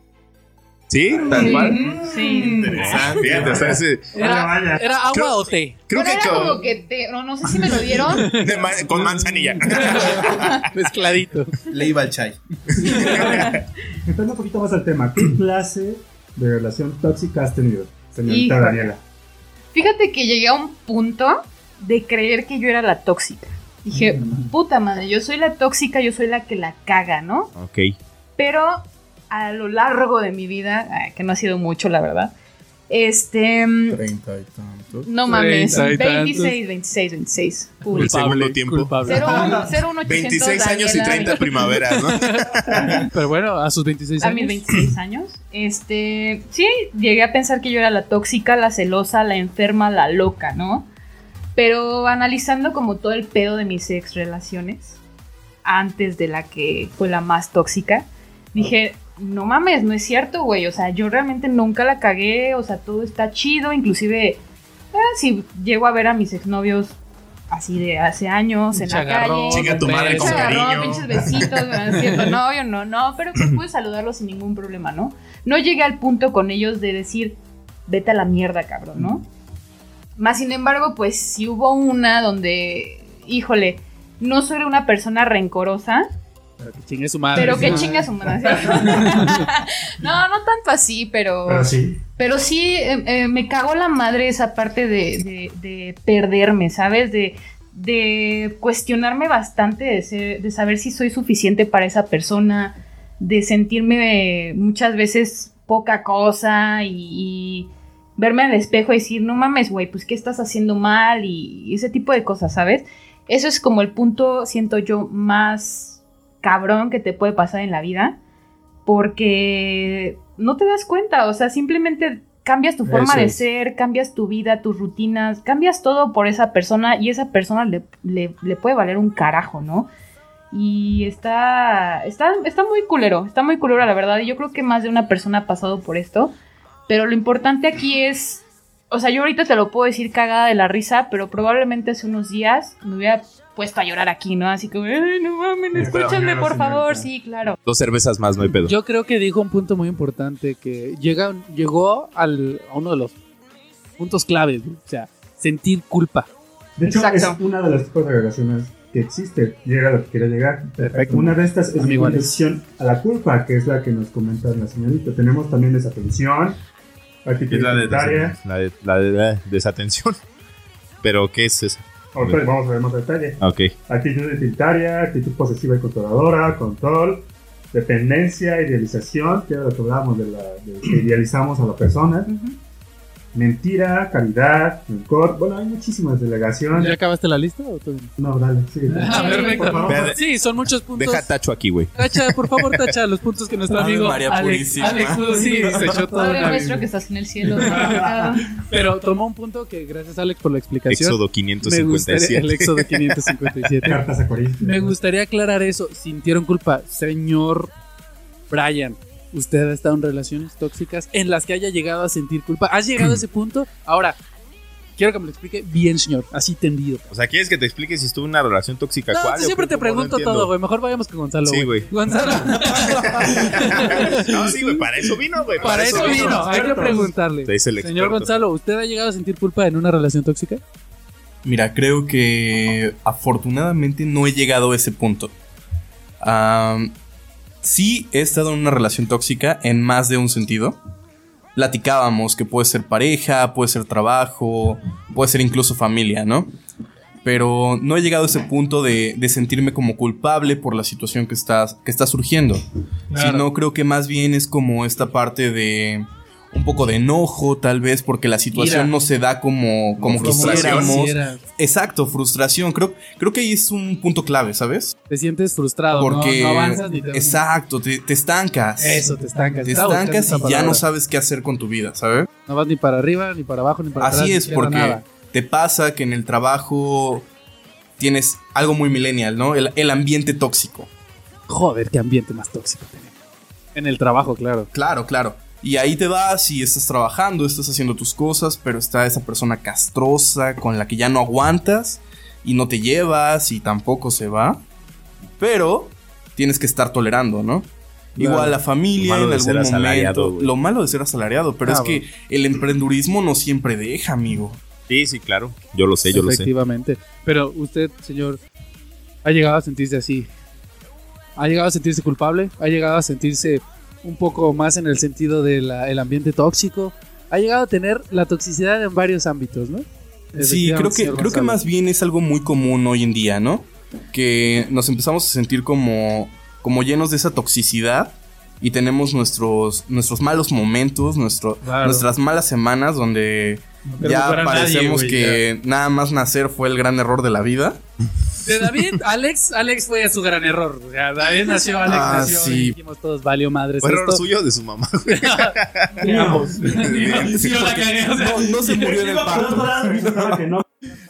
S2: Sí, tal cual.
S6: Sí.
S2: Ah, Fíjate, o sea, ese-
S1: Era,
S3: vaya.
S1: Ah, era agua
S2: Creo-
S1: o té.
S2: creo
S6: Pero
S2: que
S6: era
S2: con,
S6: como que te, no, no sé si me lo dieron.
S2: de ma- con manzanilla.
S1: Mezcladito.
S5: Le iba al chai.
S3: Entrando un poquito más al tema, ¿qué clase de relación tóxica has tenido, señorita
S6: Híjole.
S3: Daniela?
S6: Fíjate que llegué a un punto de creer que yo era la tóxica. Dije,
S5: Mm.
S6: puta madre, yo soy la tóxica, yo soy la que la caga, ¿no?
S2: ok.
S6: Pero a lo largo de mi vida, ah, que no ha sido mucho, la verdad, este... mm,
S5: 30 y tantos.
S6: No mames,
S1: Treinta y tantos.
S6: 26, 26, 26.
S2: El
S6: Público.
S2: segundo tiempo.
S1: culpable.
S2: 26 años y 30 primaveras, ¿no?
S1: Pero bueno, a sus 26
S6: A
S1: años.
S6: mis 26 años. Este, sí, llegué a pensar que yo era la tóxica, la celosa, la enferma, la loca, ¿no? Pero analizando como todo el pedo de mis ex relaciones, antes de la que fue la más tóxica, dije, no mames, no es cierto, güey. O sea, yo realmente nunca la cagué, o sea, todo está chido, inclusive eh, si llego a ver a mis exnovios así de hace años en la calle.
S1: Chagarrón,
S2: Chinga tu madre con
S1: beso.
S6: Se agarró
S2: cariño.
S6: pinches besitos, no es cierto, no, yo no, no, pero pues pude saludarlos sin ningún problema, ¿no? No llegué al punto con ellos de decir, vete a la mierda, cabrón, ¿no? Más sin embargo, pues sí hubo una donde, híjole, no soy una persona rencorosa,
S1: Pero que chingue su
S2: Ah,
S1: madre.
S6: pero que
S1: ¿no?
S6: chinga su madre. no, no tanto así, pero...
S3: Pero sí,
S6: Pero sí, eh, eh, me cagó la madre esa parte de, de- de perderme, ¿sabes? De, de cuestionarme bastante, de, ser- de saber si soy suficiente para esa persona, de sentirme eh, muchas veces poca cosa y, y verme al espejo y decir, no mames, güey, pues qué estás haciendo mal y, y ese tipo de cosas, ¿sabes? Eso es como el punto, siento yo, más cabrón que te puede pasar en la vida porque no te das cuenta, o sea, simplemente cambias tu forma
S5: Eso
S6: de
S5: es.
S6: ser, cambias tu vida, tus rutinas, cambias todo por esa persona y esa persona le, le- le puede valer un carajo, ¿no? Y está, está, está muy culero, está muy culero la verdad, y yo creo que más de una persona ha pasado por esto, pero lo importante aquí es, o sea, yo ahorita te lo puedo decir cagada de la risa, pero probablemente hace unos días me hubiera puesto a llorar aquí, ¿no? Así que, "Ay, no mames,
S3: Perdón,
S6: escúchame,
S3: señora,
S6: por favor,
S3: señorita.
S6: sí, claro.
S2: Dos cervezas más, no hay pedo.
S1: Yo creo que dijo un punto muy importante que llega, llegó al, a uno de los puntos claves, güey. o sea, sentir culpa.
S3: De hecho,
S6: Exacto.
S3: es una de las tipos de relaciones que existe. Llega lo que quiere llegar.
S1: Perfecto.
S3: Una de estas es
S1: Amigo
S3: la
S1: Alex.
S3: adicción a la culpa, que es la que nos comenta la señorita. Tenemos también desatención, actitud
S2: Es la de,
S3: secundaria.
S2: la de- la de- la de desatención. Pero, ¿qué es eso?
S3: Ahorita les vamos a ver más detalle.
S2: Ok.
S3: Actitud utilitaria, actitud posesiva y controladora, control, dependencia, idealización, que era lo que hablábamos de, la, de que idealizamos a la persona. Mentira, calidad, rencor. Bueno, hay muchísimas delegaciones.
S1: ¿Ya acabaste la lista? o todavía no?
S3: No, dale, sí.
S6: Ah, perfecto.
S3: Por favor.
S2: Vea, de-
S1: Sí, son muchos puntos.
S2: Deja tacho aquí, güey.
S1: Tacha, por favor, tacha los puntos que nuestro
S5: Ave
S1: amigo
S5: María
S1: Alex,
S5: Purísima.
S1: Alex sí, se echó toda
S6: Padre
S1: una
S6: nuestro
S1: biblia.
S6: que estás en el cielo.
S1: Pero tomó un punto que gracias Alex por la explicación.
S2: Éxodo
S1: Me gustaría el
S2: 557.
S1: Éxodo 557.
S3: Cartas a Corintios.
S1: Me gustaría aclarar eso. Sintieron culpa, señor Brian. Usted ha estado en relaciones tóxicas en las que haya llegado a sentir culpa. ¿Has llegado a ese punto? Ahora, quiero que me lo explique bien, señor. Así tendido.
S2: O sea, ¿quieres que te explique si estuvo en una relación tóxica?
S1: No,
S2: ¿Cuál?
S1: tú
S2: ¿O
S1: siempre
S2: qué?
S1: te
S2: ¿Cómo? No
S1: pregunto
S2: entiendo.
S1: todo, güey. Mejor vayamos con Gonzalo.
S2: Sí,
S1: güey.
S2: güey.
S1: Gonzalo.
S2: no, sí, güey, para eso vino, güey.
S1: Para eso vino. Hay que
S3: experto.
S1: preguntarle.
S2: Te dice el
S1: Señor
S2: experto.
S1: Gonzalo, ¿usted ha llegado a sentir culpa en una relación tóxica?
S5: Mira, creo que afortunadamente no he llegado a ese punto. Am, sí he estado en una relación tóxica en más de un sentido. Platicábamos que puede ser pareja, puede ser trabajo, puede ser incluso familia, ¿no? Pero no he llegado a ese punto de, de sentirme como culpable por la situación que está, que está surgiendo. Sino creo que más bien es como esta parte de un poco de enojo, tal vez, porque la situación
S1: Ira.
S5: no se da como, como
S2: Como
S5: quisiéramos.
S1: quisieras.
S5: Exacto, frustración. Creo, creo que ahí es un punto clave, ¿sabes?
S1: Te sientes frustrado. ¿no?
S5: Porque.
S1: no, avanzas ni te
S5: exacto, te, te estancas.
S1: Eso, te estancas.
S5: Te
S1: Estaba buscando
S5: estancas
S1: esa
S5: y ya no
S1: palabra.
S5: sabes qué hacer con tu vida, ¿sabes?
S1: No vas ni para arriba, ni para abajo, ni para atrás.
S5: Así
S1: ni
S5: es,
S1: izquierda,
S5: porque
S1: nada.
S5: te pasa que en el trabajo tienes algo muy millennial, ¿no? El, el ambiente tóxico.
S1: Joder, qué ambiente más tóxico tenemos. En el trabajo, claro.
S5: Claro, claro. Y ahí te vas y estás trabajando, estás haciendo tus cosas, pero está esa persona castrosa con la que ya no aguantas y no te llevas y tampoco se va. Pero tienes que estar tolerando, ¿no?
S2: Claro.
S5: Igual la familia
S2: Lo malo
S5: en
S2: de ser
S5: algún
S2: asalariado,
S5: momento.
S2: güey.
S5: Lo malo de ser asalariado, pero
S2: Ah,
S5: es que el emprendurismo no siempre deja, amigo.
S2: Sí, sí, claro. Yo lo sé, yo lo sé.
S1: Efectivamente. Pero usted, señor, ha llegado a sentirse así. Ha llegado a sentirse culpable. Ha llegado a sentirse un poco más en el sentido del ambiente tóxico. Ha llegado a tener la toxicidad en varios ámbitos, ¿no?
S5: Sí, creo
S1: Efectivamente,
S5: que,
S1: señor
S5: creo que
S1: Gonzalo.
S5: más bien es algo muy común hoy en día, ¿no? Que nos empezamos a sentir como, como llenos de esa toxicidad y tenemos nuestros, nuestros malos momentos, nuestro,
S1: Claro.
S5: nuestras malas semanas donde
S1: queremos ver
S5: ya
S1: a nadie,
S5: parecemos
S1: güey,
S5: que nada más nacer fue el gran error de la vida.
S1: De David, Alex, Alex fue su gran error. O sea, David nació, Alex
S5: Ah,
S1: nació.
S5: sí.
S1: Y dijimos todos, valió madre.
S2: Fue error suyo o de su mamá.
S3: Digamos.
S1: Sí, yo la cagué, o sea.
S5: no, no se murió en el parto.
S3: Claro que no.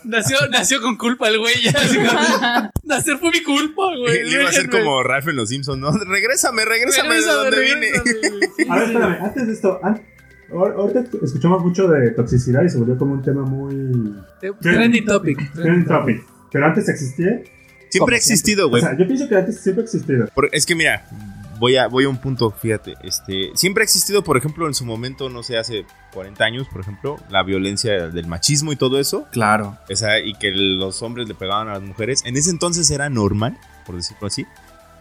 S1: Nació, nació con culpa el güey. ya, así como, Nacer fue mi culpa, güey.
S2: Le iba a ser
S1: déjenme.
S2: como Ralph en los Simpsons, ¿no? Regrésame, regrésame, de
S1: Regrésame,
S2: donde vine.
S1: regrésame. Sí,
S3: A ver,
S1: sí,
S3: espérame, antes de esto, an- ahor- ahorita escuchamos mucho de toxicidad y se volvió como un tema muy
S1: sí. Trending topic.
S3: trending topic. Pero antes existía.
S2: Siempre ha
S1: siempre.
S2: existido,
S3: O
S2: güey.
S3: sea, yo pienso que antes siempre existía.
S2: Por- es que mira, voy a, voy a un punto, fíjate. Este, siempre ha existido, por ejemplo, en su momento, no sé, hace 40 años, por ejemplo, la violencia del machismo y todo eso.
S5: Claro.
S2: O sea, y que los hombres le pegaban a las mujeres. En ese entonces era normal, por decirlo así.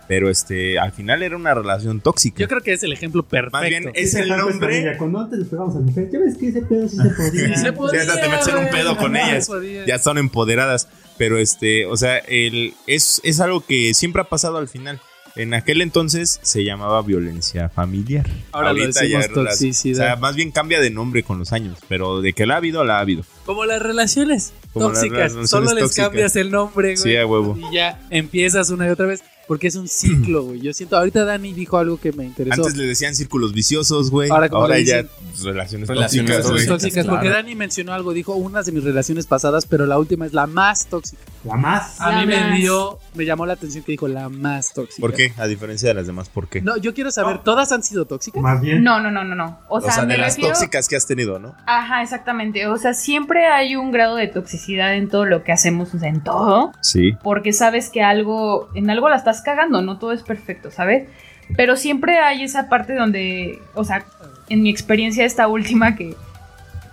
S2: Pero este, al final era una relación tóxica.
S1: Yo creo que es el ejemplo perfecto.
S2: Más bien, eh, es el
S3: Esa parte de
S2: nombre.
S3: ella, Cuando antes le pegábamos a las mujeres, ¿ya ves que ese pedo sí se podía?
S1: Sí se podía,
S2: hasta te metes en un
S1: güey,
S2: pedo con
S1: jamás
S2: ellas.
S1: podía.
S2: Ya son empoderadas. Pero este, o sea, el, es, es algo que siempre ha pasado al final. En aquel entonces se llamaba violencia familiar.
S1: Ahora lo
S2: Ahorita
S1: decimos
S2: ya las- O
S1: toxicidad.
S2: sea, más bien cambia de nombre con los años, pero de que la ha habido, la ha habido.
S1: como las relaciones
S2: Como las
S1: tóxicas.
S2: relaciones
S1: solo les
S2: tóxicas.
S1: cambias el nombre, güey.
S2: Sí, a huevo.
S1: Y ya empiezas una y otra vez. Porque es un ciclo, güey. Yo siento, ahorita Dani dijo algo que me interesó.
S2: Antes le decían círculos viciosos, güey.
S1: Ahora,
S2: Ahora,
S1: ¿cómo le
S2: ya
S1: dicen?
S2: pues, relaciones,
S5: Relaciones
S2: tóxicas, güey.
S1: Relaciones tóxicas, porque
S5: claro.
S1: Dani mencionó algo, dijo unas de mis relaciones pasadas, pero la última es la más tóxica.
S3: La más.
S1: A
S6: La
S1: mí me
S6: más.
S1: dio, me llamó la atención que dijo la más tóxica.
S2: ¿Por qué? A diferencia de las demás, ¿por qué?
S1: No, yo quiero saber, ¿todas han sido tóxicas?
S3: Más bien.
S6: No, no, no, no, no. O
S2: o
S6: sea,
S2: sea,
S6: me
S2: de las
S6: refiero-
S2: tóxicas que has tenido, ¿no?
S6: Ajá, exactamente. O sea, siempre hay un grado de toxicidad en todo lo que hacemos, o sea, en todo,
S2: Sí.
S6: porque sabes que algo, en algo la estás cagando, no todo es perfecto, ¿sabes? Pero siempre hay esa parte donde, o sea, en mi experiencia esta última que,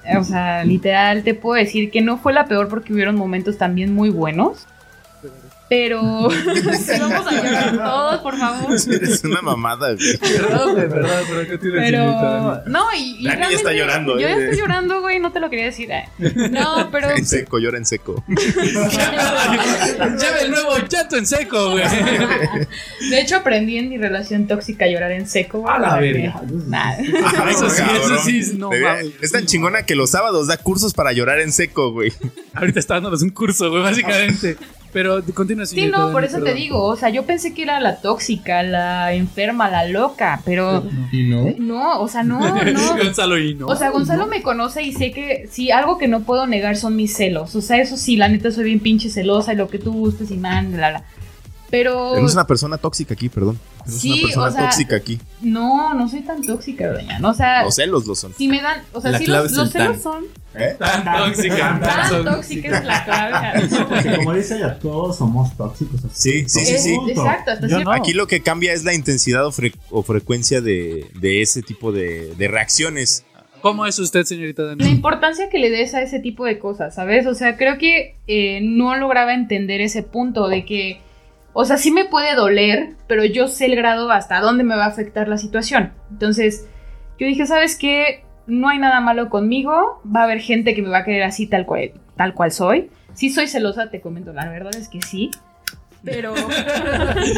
S6: eh, o sea, literal te puedo decir que no fue la peor porque hubieron momentos también muy buenos. Pero Sí, vamos a llorar todos, por favor.
S2: Eres una mamada, güey.
S1: Perdón, güey, perdón, pero ¿qué tienes
S6: Pero no, y,
S2: Dani
S6: y
S2: ya
S6: realmente
S2: está llorando,
S6: Yo
S2: ¿eh?
S6: ya estoy llorando, güey, no te lo quería decir. eh. No, pero
S2: En seco, llora en seco.
S1: Lleva el nuevo llanto en seco, güey.
S6: De hecho, aprendí en mi relación tóxica a llorar en seco. güey,
S1: A la
S6: porque-
S1: verga.
S6: Nah.
S1: Ah, eso sí, eso sí, es- no
S2: Debería-
S1: mames.
S2: Es tan chingona que los sábados da cursos para llorar en seco, güey.
S1: Ahorita está dándonos un curso, güey, básicamente. Pero continúa,
S6: Sí,
S1: señorita
S6: no,
S1: Dani,
S6: por eso te
S1: perdón.
S6: digo. O sea, yo pensé que era la tóxica, la enferma, la loca, pero
S5: ¿Y no?
S6: no, o sea, no, no.
S1: Gonzalo y no.
S6: O sea, Gonzalo me conoce y sé que sí, algo que no puedo negar son mis celos. O sea, eso sí, la neta soy bien pinche celosa y lo que tú gustes y man, bla, bla. Pero
S2: Eres una persona tóxica aquí, perdón. Eres
S6: Sí,
S2: una persona
S6: o sea-
S2: tóxica aquí.
S6: no, no soy tan tóxica, doña. ¿no? O sea,
S2: Los celos lo son.
S6: si me dan, o sea,
S5: La
S6: sí,
S5: clave
S6: los,
S5: es
S6: los
S5: el tan.
S6: celos son
S2: ¿Eh?
S1: tan tóxica,
S6: tan
S1: son-
S6: tóxicas es la clave. ¿no?
S3: Porque como dice ella, todos somos tóxicos.
S2: Sí, sí, sí,
S6: Es-
S2: sí.
S3: Punto.
S6: Exacto, hasta
S1: Yo
S6: cierto
S1: no.
S2: Aquí lo que cambia es la intensidad o, fre- o frecuencia de, de ese tipo de, de reacciones.
S1: ¿Cómo es usted, señorita Dani?
S6: La importancia que le des a ese tipo de cosas, ¿sabes? O sea, creo que eh, no lograba entender ese punto de que, o sea, sí me puede doler, pero yo sé el grado hasta dónde me va a afectar la situación. Entonces, yo dije, ¿sabes qué? No hay nada malo conmigo, va a haber gente que me va a querer así tal cual, tal cual soy. Sí soy celosa, te comento, la verdad es que sí. Pero...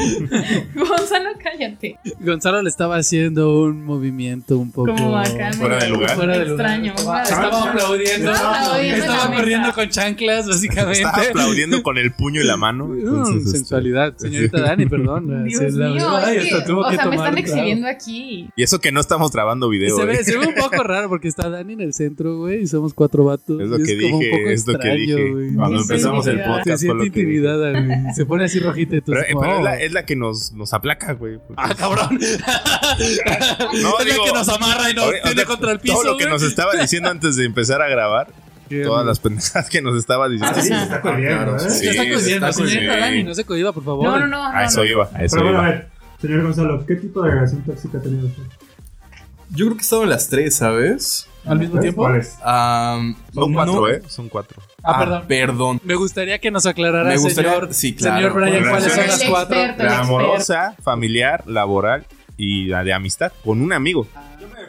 S6: Gonzalo, cállate.
S1: Gonzalo le estaba haciendo un movimiento un poco
S6: Como acá.
S2: fuera de lugar.
S1: fuera de lugar.
S6: Extraño.
S1: Estaba,
S6: madre.
S1: estaba aplaudiendo.
S6: Estaba aplaudiendo en la
S1: Estaba
S6: mesa.
S1: corriendo con chanclas,
S2: Estaba
S1: básicamente.
S2: aplaudiendo con el puño y la mano.
S1: Mm,
S2: entonces, este,
S1: sensualidad, señorita Dani, perdón.
S6: Dios
S1: Sí, es la
S6: mío,
S1: verdad.
S6: es
S1: Ay,
S6: que,
S1: hasta tuvo
S6: o
S1: que
S6: sea, me
S1: tomar
S6: están
S1: un
S6: exhibiendo aquí.
S2: Y eso que no estamos grabando video.
S1: Se ve,
S2: ¿eh?
S1: se ve un poco raro porque está Dani en el centro, güey, y somos cuatro vatos.
S2: Es lo
S1: y
S2: que
S1: como un
S2: dije,
S1: poco
S2: es lo que
S1: extraño,
S2: dije.
S1: güey.
S2: Cuando
S6: Sí,
S2: empezamos el
S6: intimidada.
S1: Se
S2: podcast. fue
S1: siente
S2: lo que dije.
S1: intimidada, güey. Se pone así rojita y tú
S2: Pero,
S1: así,
S2: eh, pero es,
S1: "Oh".
S2: la, es la que nos, nos aplaca, güey. porque-
S1: Ah, cabrón.
S2: No,
S1: "Oh". es
S2: digo,
S1: la que nos amarra y nos
S2: ahorita-
S1: tiene contra el piso.
S2: Todo lo que
S1: güey.
S2: nos estaba diciendo antes de empezar a grabar,
S1: Qué
S2: todas
S1: hermoso.
S2: las pendejadas que nos estaba diciendo.
S3: Ah, sí, se está colgando,
S5: Ah,
S3: ¿eh?
S5: claro,
S1: Se está
S2: Sí,
S1: cohibiendo, señorita
S5: está cohibiendo.
S1: Dani, no se cohiba, por favor.
S4: No, no, no.
S2: A
S4: no,
S2: eso
S4: no.
S2: iba, a eso
S3: Pero bueno, a
S2: iba.
S3: ver, señor Gonzalo, ¿qué tipo de relación tóxica ha tenido usted?
S5: Yo creo que estaban las tres, ¿sabes?
S1: Al mismo
S3: ¿Sabes
S1: tiempo.
S3: cuál es?
S5: Am,
S2: Son
S5: no-
S2: cuatro, ¿eh? Son cuatro.
S1: Ah, perdón.
S5: Perdón.
S1: Me gustaría que nos aclarara,
S5: Me gustaría-
S1: señor,
S5: sí, claro.
S1: señor Brian,
S2: Bueno,
S1: cuáles son
S2: el
S1: las
S4: experto.
S1: cuatro.
S4: Pero
S2: La
S4: el
S2: amorosa, familiar, laboral y la de amistad con un amigo.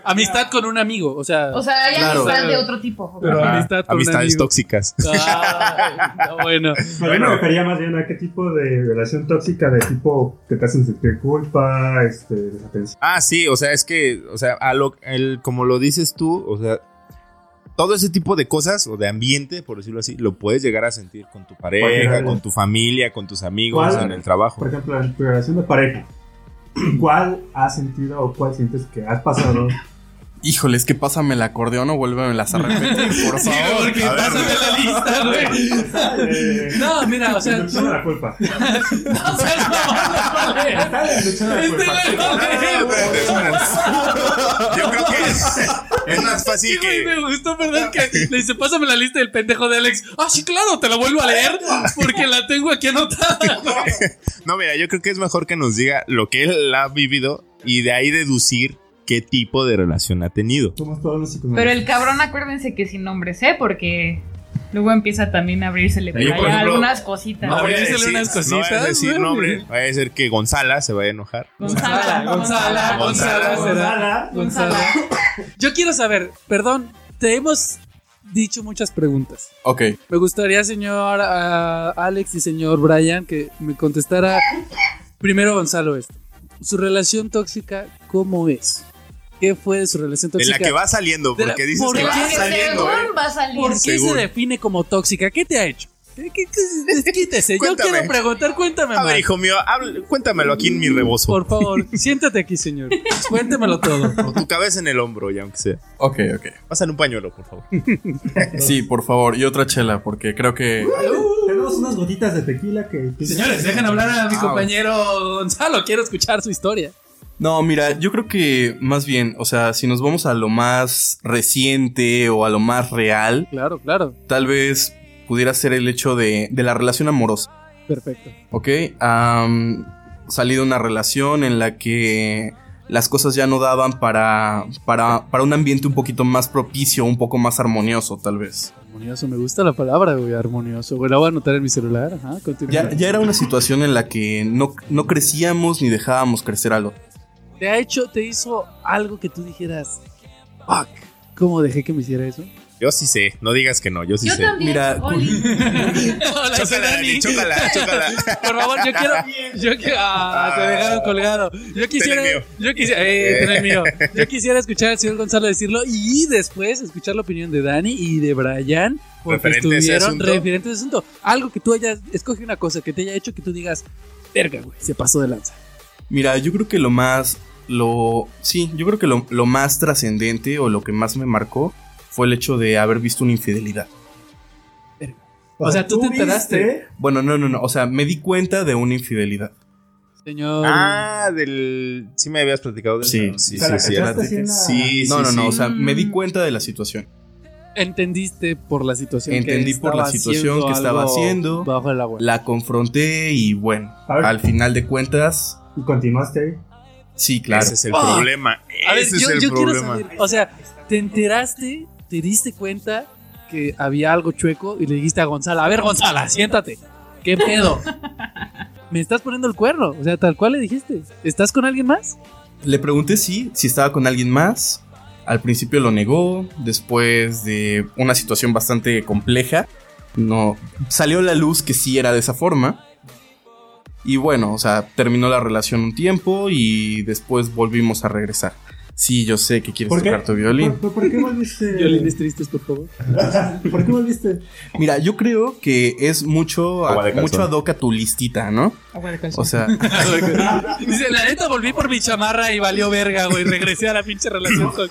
S1: Amistad con un amigo, o sea.
S4: O sea, hay
S5: Claro.
S4: amistad de otro tipo.
S1: Pero
S2: Ajá,
S1: amistad con un
S2: Amistades
S1: amigo.
S2: tóxicas.
S1: Ah, está bueno.
S3: A mí me refería más bien a qué tipo de relación tóxica de tipo que te hacen sentir culpa, este, desatención.
S2: Ah, sí, o sea, es que, o sea, a lo, el, como lo dices tú, o sea, todo ese tipo de cosas o de ambiente, por decirlo así, lo puedes llegar a sentir con tu pareja,
S3: Cualquiera.
S2: con tu familia, con tus amigos,
S3: ¿Cuál?
S2: en el trabajo.
S3: Por ejemplo, en tu relación de pareja, ¿cuál has sentido o cuál sientes que has pasado?
S5: Híjole, es que pásame el acordeón o vuélvemelas a repetir, por
S1: Sí,
S5: favor.
S1: porque pásame la lista, güey.
S3: Eh,
S1: No, mira, o sea.
S3: Inducción a la culpa.
S1: No seas mamón, no, güey.
S3: Dale, inducción a Pues la
S1: Este
S3: culpa.
S1: güey no lee, güey.
S2: Yo creo que es, es más fácil
S1: Güey,
S2: que.
S1: me gustó, ¿verdad? Que le dice, pásame la lista del pendejo de Alex. Ah, sí, claro, te la vuelvo a leer porque la tengo aquí anotada.
S2: No, mira, yo creo que es mejor que nos diga lo que él ha vivido y de ahí deducir qué tipo de relación ha tenido.
S3: Somos todos los psicólogos.
S4: Pero el cabrón, acuérdense que sin nombres, ¿eh? Porque luego empieza también a abrírsele por
S2: Yo, por
S4: allá
S2: ejemplo,
S4: algunas cositas.
S1: no,
S2: voy a
S1: dísele
S2: decir-
S1: unas
S2: No voy a
S1: cositas,
S2: decir
S1: güey.
S2: nombre. Va a ser que Gonzala se vaya a enojar.
S4: Gonzala,
S1: Gonzala,
S4: Gonzala,
S1: Gonzala, será.
S3: Gonzala,
S1: Gonzala. Yo quiero saber, perdón, te hemos dicho muchas preguntas.
S5: Ok,
S1: Me gustaría, señor ah, Alex y señor Brian, que me contestara primero Gonzalo esto. Su relación tóxica, ¿cómo es? ¿Qué fue de su relación
S2: De
S1: tóxica?
S2: la que va saliendo,
S1: De la-
S2: porque dices
S1: ¿por
S2: que
S1: qué?
S2: va
S1: De la que
S2: saliendo, ¿eh?
S4: según va a salir.
S1: ¿Por qué
S2: Según.
S1: se define como tóxica? ¿Qué te ha hecho? ¿Qué, qué- qué- desquítese. Yo
S2: Cuéntame.
S1: quiero preguntar, cuéntame
S2: A
S1: más.
S2: ver, hijo mío, habla- cuéntamelo aquí en mi rebozo.
S1: Mm, Por favor, siéntate aquí, señor. Cuéntemelo todo.
S2: Con tu cabeza en el hombro, ya aunque sea.
S5: ok, ok.
S2: Pásale un pañuelo, por favor.
S5: Sí, por favor, y otra chela, porque creo que.
S3: Tenemos unas gotitas de tequila que. que-
S1: Uh. Señores, dejen hablar a mi
S5: Ah,
S1: compañero Gonzalo. Quiero escuchar su historia.
S5: No, mira, yo creo que más bien, o sea, si nos vamos a lo más reciente o a lo más real,
S1: Claro, claro.
S5: tal vez pudiera ser el hecho de, de la relación amorosa.
S1: Perfecto.
S5: Ok, am, salí de una relación en la que las cosas ya no daban para, para, para un ambiente un poquito más propicio, un poco más armonioso, tal vez.
S1: Armonioso, me gusta la palabra, güey, armonioso. Güey, la voy a anotar en mi celular. Ajá, continúa.
S5: Ya, ya era una situación en la que no, no crecíamos ni dejábamos crecer al otro.
S1: ¿Te ha hecho, te hizo algo que tú dijeras, fuck, ¿cómo dejé que me hiciera eso?
S2: Yo sí sé, no digas que no, yo sí
S4: Yo
S2: sé.
S4: también.
S5: Mira,
S4: Oli.
S1: Hola, soy
S2: Chócala,
S1: Dani.
S2: Dani, chócala, chócala.
S1: Por favor, yo quiero. Yo qui- ah, te dejaron colgado. Yo quisiera.
S2: Ten el mío.
S1: Yo quisiera. eh, ten el mío. Yo quisiera escuchar al señor Gonzalo decirlo y después escuchar la opinión de Dani y de Brian. Porque
S2: Referente a ese
S1: estuvieron
S2: asunto.
S1: referentes al asunto. Algo que tú hayas. Escoge una cosa que te haya hecho que tú digas. Verga, güey, se pasó de lanza.
S5: Mira, yo creo que lo más. Lo. Sí, yo creo que lo, lo más trascendente o lo que más me marcó fue el hecho de haber visto una infidelidad.
S1: O sea, tú te
S3: viste-
S1: enteraste.
S5: Bueno, no, no, no. O sea, me di cuenta de una infidelidad.
S1: Señor.
S2: Ah, del. Sí, me habías platicado de
S5: Sí,
S2: eso.
S5: sí,
S3: O sea, la
S5: sí,
S3: cachaste
S5: era-
S3: así en la-
S2: Sí,
S5: No,
S2: sí,
S5: no, no.
S2: sí.
S5: O sea, me di
S4: Mm.
S5: cuenta de la situación.
S1: Entendiste por la situación.
S5: Entendí
S1: que
S5: por la
S1: estaba
S5: situación
S1: haciendo
S5: que estaba
S1: algo
S5: haciendo.
S1: Bajo el agua.
S5: La confronté y bueno,
S3: A ver.
S5: al final de cuentas,
S3: Y continuaste.
S5: sí, claro.
S2: Ese es el
S1: Ah.
S2: problema.
S1: A ver,
S2: Ese
S1: yo,
S2: es el
S1: yo quiero
S2: problema.
S1: saber, o sea, te enteraste, te diste cuenta que había algo chueco y le dijiste a Gonzala, a ver Gonzala, siéntate, ¿qué pedo? Me estás poniendo el cuerno, o sea, tal cual le dijiste, ¿estás con alguien más?
S5: Le pregunté si, si estaba con alguien más. Al principio lo negó, después de una situación bastante compleja, no salió a la luz que sí era de esa forma. Y bueno, o sea, terminó la relación un tiempo y después volvimos a regresar. Sí, yo sé que quieres
S3: ¿Por qué?
S5: tocar tu violín.
S3: ¿Por, por, por qué volviste?
S1: Violines tristes, por favor.
S3: ¿Por qué volviste?
S5: Mira, yo creo que es mucho,
S2: Agua de calzón.
S5: mucho adoca tu listita, ¿no? O sea,
S1: Dice, la neta volví por mi chamarra y valió verga, güey. Regresé a la pinche relación con.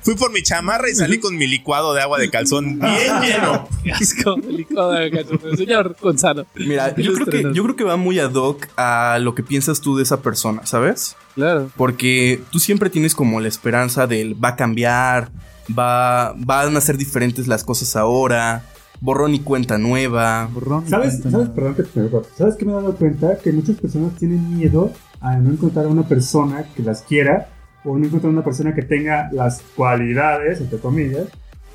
S2: Fui por mi chamarra y salí con mi licuado de agua de calzón
S1: Ah,
S2: bien lleno.
S1: Qué asco, licuado de calzón. Señor Gonzalo.
S5: mira, yo creo, que,
S1: Ilústranos.
S5: yo creo que va muy ad hoc a lo que piensas tú de esa persona, ¿sabes?
S1: Claro.
S5: Porque tú siempre tienes como la esperanza del va a cambiar, va, van a ser diferentes las cosas ahora, borrón y cuenta nueva.
S3: ¿Sabes, ¿sabes, perdón que te interrumpa, ¿Sabes que me he dado cuenta? Que muchas personas tienen miedo a no encontrar a una persona que las quiera o no encontrar una persona que tenga las cualidades, entre comillas,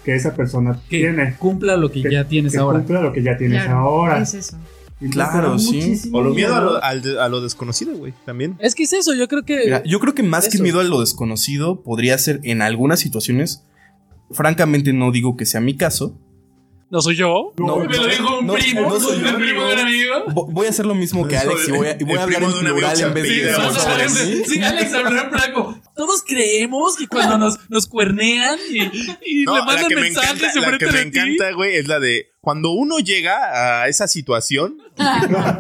S3: que esa persona
S1: Que
S3: tiene.
S1: cumpla lo que
S3: Que-
S1: ya tienes
S3: que
S1: ahora.
S3: cumpla lo que ya tienes
S4: Claro,
S3: ahora.
S4: Es eso.
S3: Entonces,
S5: Claro,
S3: da
S5: sí.
S3: muchísimo
S2: O lo miedo a
S3: miedo.
S2: lo, al- a lo desconocido, güey, también.
S1: Es que es eso, yo creo que.
S5: Mira, yo creo que más que
S1: eso.
S5: miedo a lo desconocido podría ser en algunas situaciones. Francamente no digo que sea mi caso.
S1: ¿No soy yo?
S5: No,
S1: ¿Me lo
S5: no,
S1: dijo un
S5: no,
S1: primo?
S5: no soy yo.
S1: ¿Un primo de un amigo?
S5: Vo- Voy a hacer lo mismo que Alex y voy a, y voy
S2: El
S5: a hablar
S2: primo
S5: en
S2: de un amigo
S5: plural en vez
S2: Sí,
S5: de
S2: chapido.
S5: vamos a ver, ¿sí?
S1: Sí, Alex Abraham Franco. Todos creemos que cuando nos, nos cuernean y, y
S2: No,
S1: le
S2: la
S1: mandan
S2: que me
S1: mensajes
S2: encanta, la
S1: enfrente
S2: que me
S1: de ti.
S2: encanta, güey, es la de cuando uno llega a esa situación,
S3: No,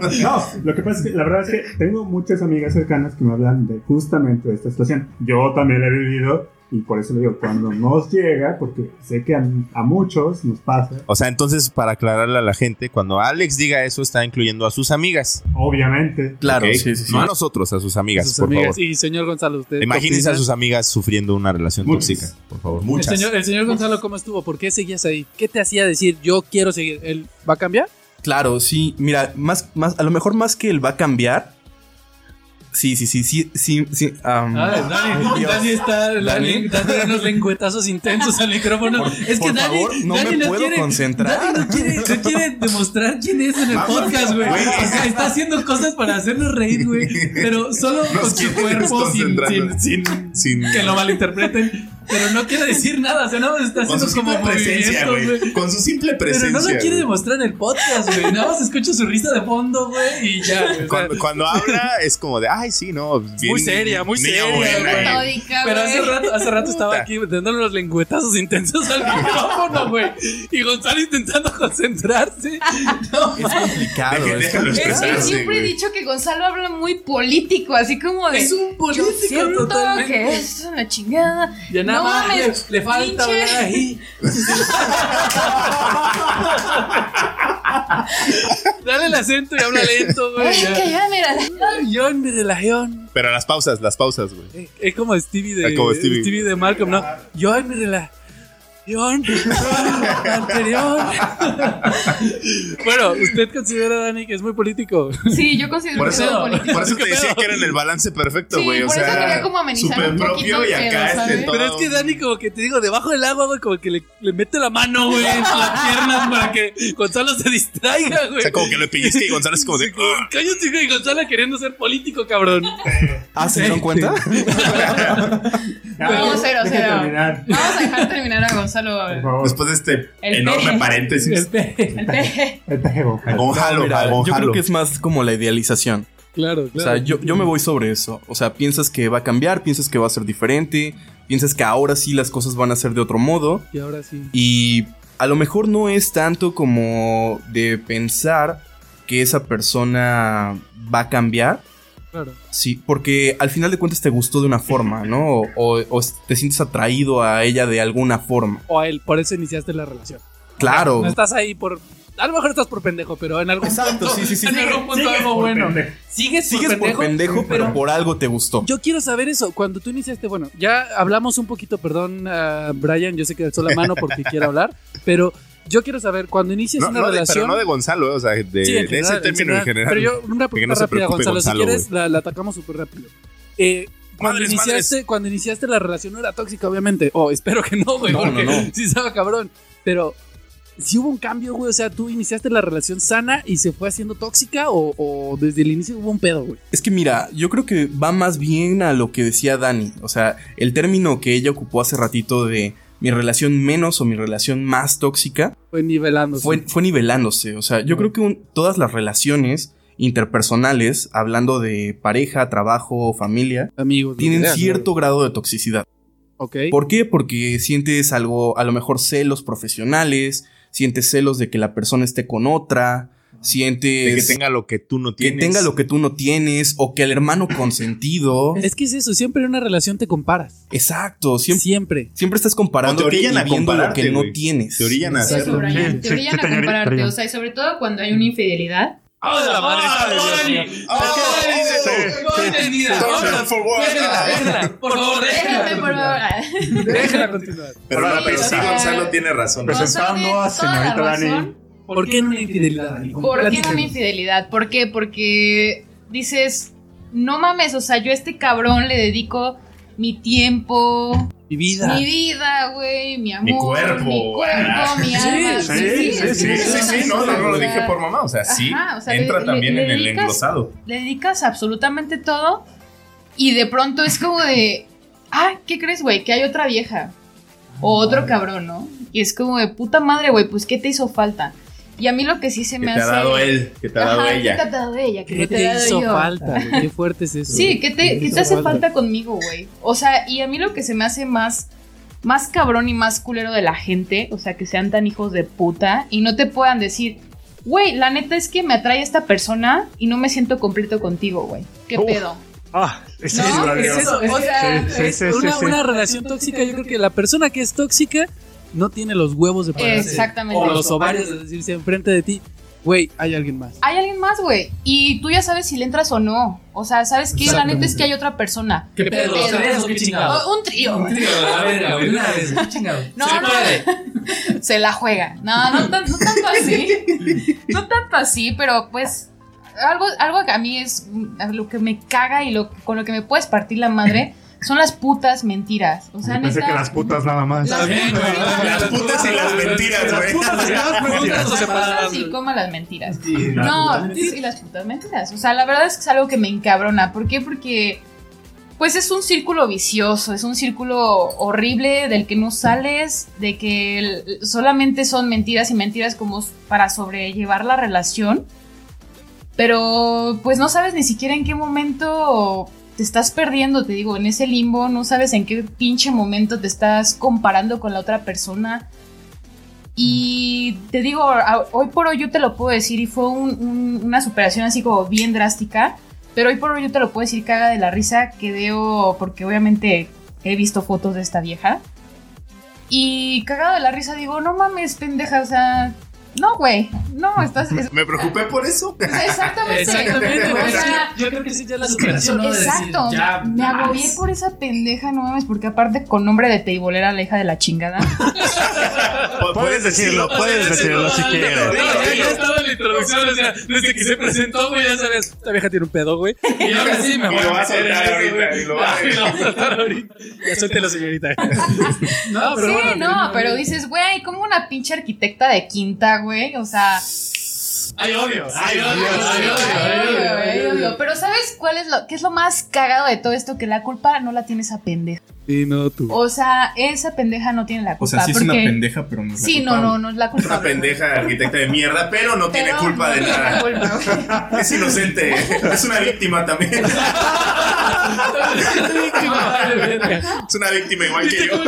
S3: lo que pasa es que la verdad es que tengo muchas amigas cercanas que me hablan de justamente de esta situación. Yo también la he vivido y por eso le digo, cuando nos llega, porque sé que a, a muchos nos pasa,
S2: o sea, entonces para aclararle a la gente, cuando Alex diga eso está incluyendo a sus amigas,
S3: obviamente.
S5: Claro,
S2: ¿ok?
S5: sí, sí, sí.
S2: no a nosotros, a sus amigas,
S1: Sus
S2: por
S1: amigas.
S2: favor.
S1: Y señor Gonzalo, usted.
S2: Imagínense a
S1: opina?
S2: sus amigas sufriendo una relación
S3: Muchas.
S2: tóxica, por favor,
S1: El
S2: muchas.
S1: señor, el señor Gonzalo, ¿cómo estuvo? ¿Por qué seguías ahí? ¿Qué te hacía decir yo quiero seguir? ¿Él va a cambiar?
S5: Claro, sí. Mira, más, más, a lo mejor más que él va a cambiar. Sí, sí, sí, sí, sí, sí. am,
S1: Ah,
S2: Ah,
S1: Dani,
S5: Dios.
S1: Dani está Dani
S5: Dani.
S1: está dando unos lengüetazos intensos al micrófono. es que
S5: por
S1: Dani,
S5: favor, no
S1: Dani
S5: me puedo
S1: quiere,
S5: concentrar.
S1: Dani no quiere, no quiere demostrar quién es en el
S2: Vamos,
S1: podcast, güey.
S2: güey.
S1: O sea, está haciendo cosas para hacernos reír, güey. Pero solo
S2: Nos
S1: con su
S2: quiere
S1: cuerpo sin,
S2: desconcentrar.
S1: sin, sin
S2: Sin-
S1: que lo malinterpreten. Pero no quiere decir nada. O sea, no está
S2: con su
S1: haciendo como
S2: simple presencia,
S1: movimientos, güey.
S2: güey. Con su simple presencia.
S1: Pero no lo quiere
S2: güey.
S1: demostrar en el podcast, güey. Nada más escucho su risa de fondo, güey, y ya. güey. O sea,
S2: Cuando, cuando habla es como de, ay, sí, no. bien-
S1: seria, muy
S2: niña
S1: seria,
S2: buena, eh".
S1: güey.
S2: güey".
S4: Metódica,
S1: pero hace
S4: güey.
S1: rato, hace rato estaba aquí dándole unos lengüetazos intensos al micrófono, güey. Y Gonzalo intentando concentrarse. No,
S5: es complicado.
S2: Deje- déjalo
S5: es complicado.
S4: Es que
S2: expresarse,
S4: siempre he
S2: güey.
S4: dicho que Gonzalo habla muy político, así como de.
S1: es un
S4: Yo
S1: político
S4: siento que
S1: totalmente.
S4: es una chingada.
S1: Ya nada
S4: No
S1: más
S4: mames,
S1: le, le falta
S4: pinche.
S1: hablar ahí. Dale el acento y habla lento, güey.
S4: Ay, que ya,
S1: ya.
S4: mira.
S1: Yo me relajé.
S2: Pero las pausas, las pausas, güey.
S1: Eh, Es como Stevie de,
S2: Ah, como Stevie.
S1: Stevie de Malcolm, ¿no? Yo en mi relación anterior. bueno, ¿usted considera, Dani, que es muy político?
S4: Sí, yo considero
S2: Por
S4: que
S2: eso,
S4: es muy político.
S2: por eso
S1: ¿Qué
S2: te decía
S1: pedo?
S2: que era en el balance perfecto,
S4: Sí,
S2: güey. o
S4: por eso
S2: sea,
S4: quería como amenizar
S2: súper
S4: un poquito
S2: propio y
S4: el pedo,
S2: acá este
S4: ¿sabes?
S2: todo.
S1: Pero es que Dani, como que te digo, debajo del agua, güey, como que le, le mete la mano, güey, en las piernas para que Gonzalo se distraiga,
S2: O
S1: güey.
S2: sea, como que lo pellizca y González es como de. "Ah".
S1: Cállate, güey, Gonzalo queriendo ser político, cabrón.
S5: Ah, ¿se dieron cuenta?
S4: No, cero,
S3: déjame
S4: cero.
S3: terminar.
S4: Vamos a dejar terminar a Gonzalo. a
S3: Por
S4: ver.
S3: favor,
S2: Después de este
S4: El
S2: enorme
S4: peje.
S1: El
S2: paréntesis.
S1: pe-
S4: El peje.
S3: el pejebo.
S2: Con jalo,
S5: Mira,
S2: con
S5: yo
S2: jalo.
S5: creo que es más como la idealización.
S1: Claro, claro.
S5: O sea, yo, yo me voy sobre eso. O sea, piensas que va a cambiar, piensas que va a ser diferente, piensas que ahora sí las cosas van a ser de otro modo.
S1: Y ahora sí.
S5: Y a lo mejor no es tanto como de pensar que esa persona va a cambiar.
S1: Claro.
S5: Sí, porque al final de cuentas te gustó de una forma, ¿no? O, o- o te sientes atraído a ella de alguna forma.
S1: O a él, por eso iniciaste la relación.
S5: Claro.
S2: Oh.
S1: No estás ahí por. A lo mejor estás por pendejo, pero en algún
S5: Exacto,
S1: punto.
S5: sí, sí, sí.
S1: En algún punto
S3: Sigue
S1: algo
S3: por
S1: bueno.
S3: pendejo.
S1: Sigues por
S5: Sigues por
S1: pendejo.
S5: pendejo, pero
S1: pero-
S5: por algo te gustó.
S1: Yo quiero saber eso. Cuando tú iniciaste, bueno, ya hablamos un poquito, perdón, ah, Brian, yo sé que alzó la mano porque quiero hablar, pero yo quiero saber, cuando inicias
S2: No,
S1: una
S2: no de-
S1: relación.
S2: pero no de Gonzalo, eh, o sea, de,
S1: Sí, en
S2: de
S1: general,
S2: ese término en general.
S1: Pero yo, una
S2: que
S1: pregunta
S2: no se
S1: rápida,
S2: preocupe,
S1: Gonzalo,
S2: Gonzalo,
S1: si quieres, la, la atacamos súper rápido. Eh, cuando,
S2: Madres,
S1: iniciaste, cuando iniciaste la relación no era tóxica, obviamente. O espero que no, güey,
S5: No, no,
S1: porque
S5: no.
S1: sí estaba cabrón. Pero si hubo un cambio, güey, o sea, tú iniciaste la relación sana y se fue haciendo tóxica o, o desde el inicio hubo un pedo, güey.
S5: Es que mira, yo creo que va más bien a lo que decía Dani. O sea, el término que ella ocupó hace ratito de mi relación menos o mi relación más tóxica
S1: Fue nivelando.
S5: fue, fue nivelándose. O sea, yo creo que un- todas las relaciones interpersonales, hablando de pareja, trabajo, familia,
S1: amigos. lo que
S5: tienen
S1: sea, ¿no?
S5: cierto grado de toxicidad.
S1: Ok.
S5: ¿Por qué? Porque sientes algo, a lo mejor celos profesionales, sientes celos de que la persona esté con otra,
S2: De
S5: sientes
S2: que tenga lo que tú no
S5: que
S2: tienes.
S5: tenga lo que tú no tienes o que el hermano consentido.
S1: Es que es eso, siempre en una relación te comparas.
S5: Exacto, siempre,
S1: Siempre.
S5: siempre estás comparando
S2: O te orillan a
S5: lo que
S2: compararte,
S5: no
S2: güey.
S5: tienes.
S2: Te orillan a
S1: Exacto.
S2: hacerlo.
S1: Brian,
S3: Sí,
S6: te
S3: sí,
S6: obligan
S3: sí,
S6: a
S3: señorita,
S6: compararte,
S3: oigan.
S6: o sea, y sobre todo cuando hay una infidelidad.
S1: ¡Ah, la madre! Por favor,
S6: Déjenme, por favor.
S1: Déjala continuar.
S2: Pero,
S3: Ahora,
S2: pero
S6: o
S2: sí,
S6: sea,
S2: Gonzalo tiene razón.
S3: pues, Presentando
S6: Gonzalo
S3: a
S6: tiene toda la
S3: señorita Dani.
S6: razón.
S1: ¿Por qué en una infidelidad, Dani?
S6: ¿Por qué no
S1: Platícanos.
S6: una infidelidad? ¿Por qué? Porque dices, no mames, o sea, yo a este cabrón le dedico mi tiempo,
S1: Mi vida.
S6: mi vida, güey, mi amor,
S2: Mi cuerpo.
S6: mi, cuerpo, mi
S1: Sí,
S6: alma.
S1: sí,
S3: sí,
S6: es que
S3: sí,
S6: no
S3: sí,
S6: es
S3: sí,
S6: una
S3: no, no, no lo
S6: cosa.
S2: mamá. O sea,
S6: Ajá, o sea, le- le- le dedicas- Le dedicas absolutamente todo y de pronto es como de, ah, ¿qué crees, güey? Que hay otra vieja o
S2: Ah,
S6: otro cabrón, ¿no? Y es como de, puta madre, güey, pues ¿qué te hizo falta? Y a mí lo que sí se
S2: Que
S6: me
S2: te
S6: hace...
S2: ha dado él, que te ha dado
S6: Ajá, ¿qué
S2: ella.
S6: te ha dado ella? que
S1: ¿Qué
S6: no
S1: te,
S6: he dado
S1: hizo
S6: yo?
S1: falta? güey? Qué fuerte es eso.
S6: Sí, ¿qué te, qué
S1: hizo
S6: te hace
S1: falta?
S6: falta conmigo, güey? O sea, y a mí lo que se me hace más, más cabrón y más culero de la gente, o sea, que sean tan hijos de puta y no te puedan decir, güey, la neta es que me atrae esta persona y no me siento completo contigo, güey. ¿Qué
S3: Uf.
S6: pedo?
S3: Ah, ese
S6: No,
S3: es valioso.
S1: es eso, es-
S6: O sea,
S3: Sí, sí, sí,
S1: una,
S3: sí, sí.
S1: una relación tóxica, yo creo que la persona que es tóxica no tiene los huevos de pararse.
S6: Exactamente.
S1: O los ovarios de decirse enfrente de ti, güey, hay alguien más.
S6: hay alguien más, güey, y tú ya sabes si le entras o no. O sea, ¿sabes qué? La neta es que hay otra persona.
S7: ¿Qué pedo? ¿Los
S6: pedo?
S7: tres o qué chingados?
S6: O- un trío,
S7: Un
S6: güey.
S7: trío, la verga, güey, una vez, qué chingados.
S6: No,
S7: Se
S6: no.
S7: puede.
S6: se la juega. No, no, tan- no tanto así. No tanto así, pero pues algo, algo que a mí es mm, a lo que me caga y lo, con lo que me puedes partir la madre son las putas mentiras. O sea,
S3: Yo pensé
S6: neta,
S3: que las putas nada más.
S6: Las-
S7: También, güey,
S2: Las putas y las mentiras,
S1: Las
S2: güey.
S1: putas y las preguntas o
S6: las
S1: separadas,
S6: cosas y
S1: güey.
S6: coma las mentiras.
S3: Sí, las
S6: No,
S3: putas.
S6: sí, las putas mentiras. O sea, la verdad es que es algo que me encabrona. ¿Por qué? Porque pues es un círculo vicioso, es un círculo horrible del que no sales, de que el- solamente son mentiras y mentiras como s- para sobrellevar la relación. Pero pues no sabes ni siquiera en qué momento te estás perdiendo, te digo, en ese limbo, no sabes en qué pinche momento te estás comparando con la otra persona. Y te digo, a- hoy por hoy yo te lo puedo decir y fue un- un- una superación así como bien drástica, pero hoy por hoy yo te lo puedo decir caga de la risa que veo, porque obviamente he visto fotos de esta vieja. Y cagado de la risa digo, no mames, pendeja, o sea, no, güey, no, estás... es-
S2: Me preocupé por eso.
S6: o sea, exactamente.
S7: Exactamente, güey.
S6: o
S7: es
S6: sea,
S7: que Yo creo que sí, ya la superación, ¿no? De decir,
S6: Exacto,
S7: ya,
S6: me
S7: más.
S6: agobié por esa pendeja, no mames, porque aparte con nombre de teibolera la hija de la chingada.
S3: Puedes decirlo, puedes decirlo si
S1: No,
S3: quieres.
S1: yo ya estaba en la introducción, o sea, desde que se presentó, güey, ya sabes, esta vieja tiene un pedo, güey. Y ahora sí me
S2: Y
S1: voy
S2: lo
S1: a
S2: va a
S1: meter en
S2: soltar
S1: eso,
S2: ahorita,
S1: güey.
S2: y lo va a-
S1: Ah, y lo va a soltar ahorita. Ya suéltelo, señorita. No,
S6: sí,
S1: bueno,
S6: no, pero dices, güey, como una pinche arquitecta de quinta, güey, o sea,
S7: Ay, obvio. Ay,
S6: ay,
S7: obvio. Ay,
S6: obvio,
S7: obvio. ay,
S6: ay,
S7: obvio.
S6: obvio. pero ¿sabes cuál es lo qué es lo más cagado de todo esto? Que la culpa no la tiene esa pendeja.
S1: Sí, no, tú.
S6: O sea, esa pendeja no tiene la
S5: O
S6: culpa
S5: sea, sí es una
S6: porque-
S5: pendeja, pero no es la
S6: Ah, Sí, no,
S5: culpable.
S6: no, no es la
S2: Es
S6: culpa.
S2: una pendeja arquitecta de mierda, pero no tiene culpa de nada. Es inocente. Es una víctima también. Es una víctima igual que yo.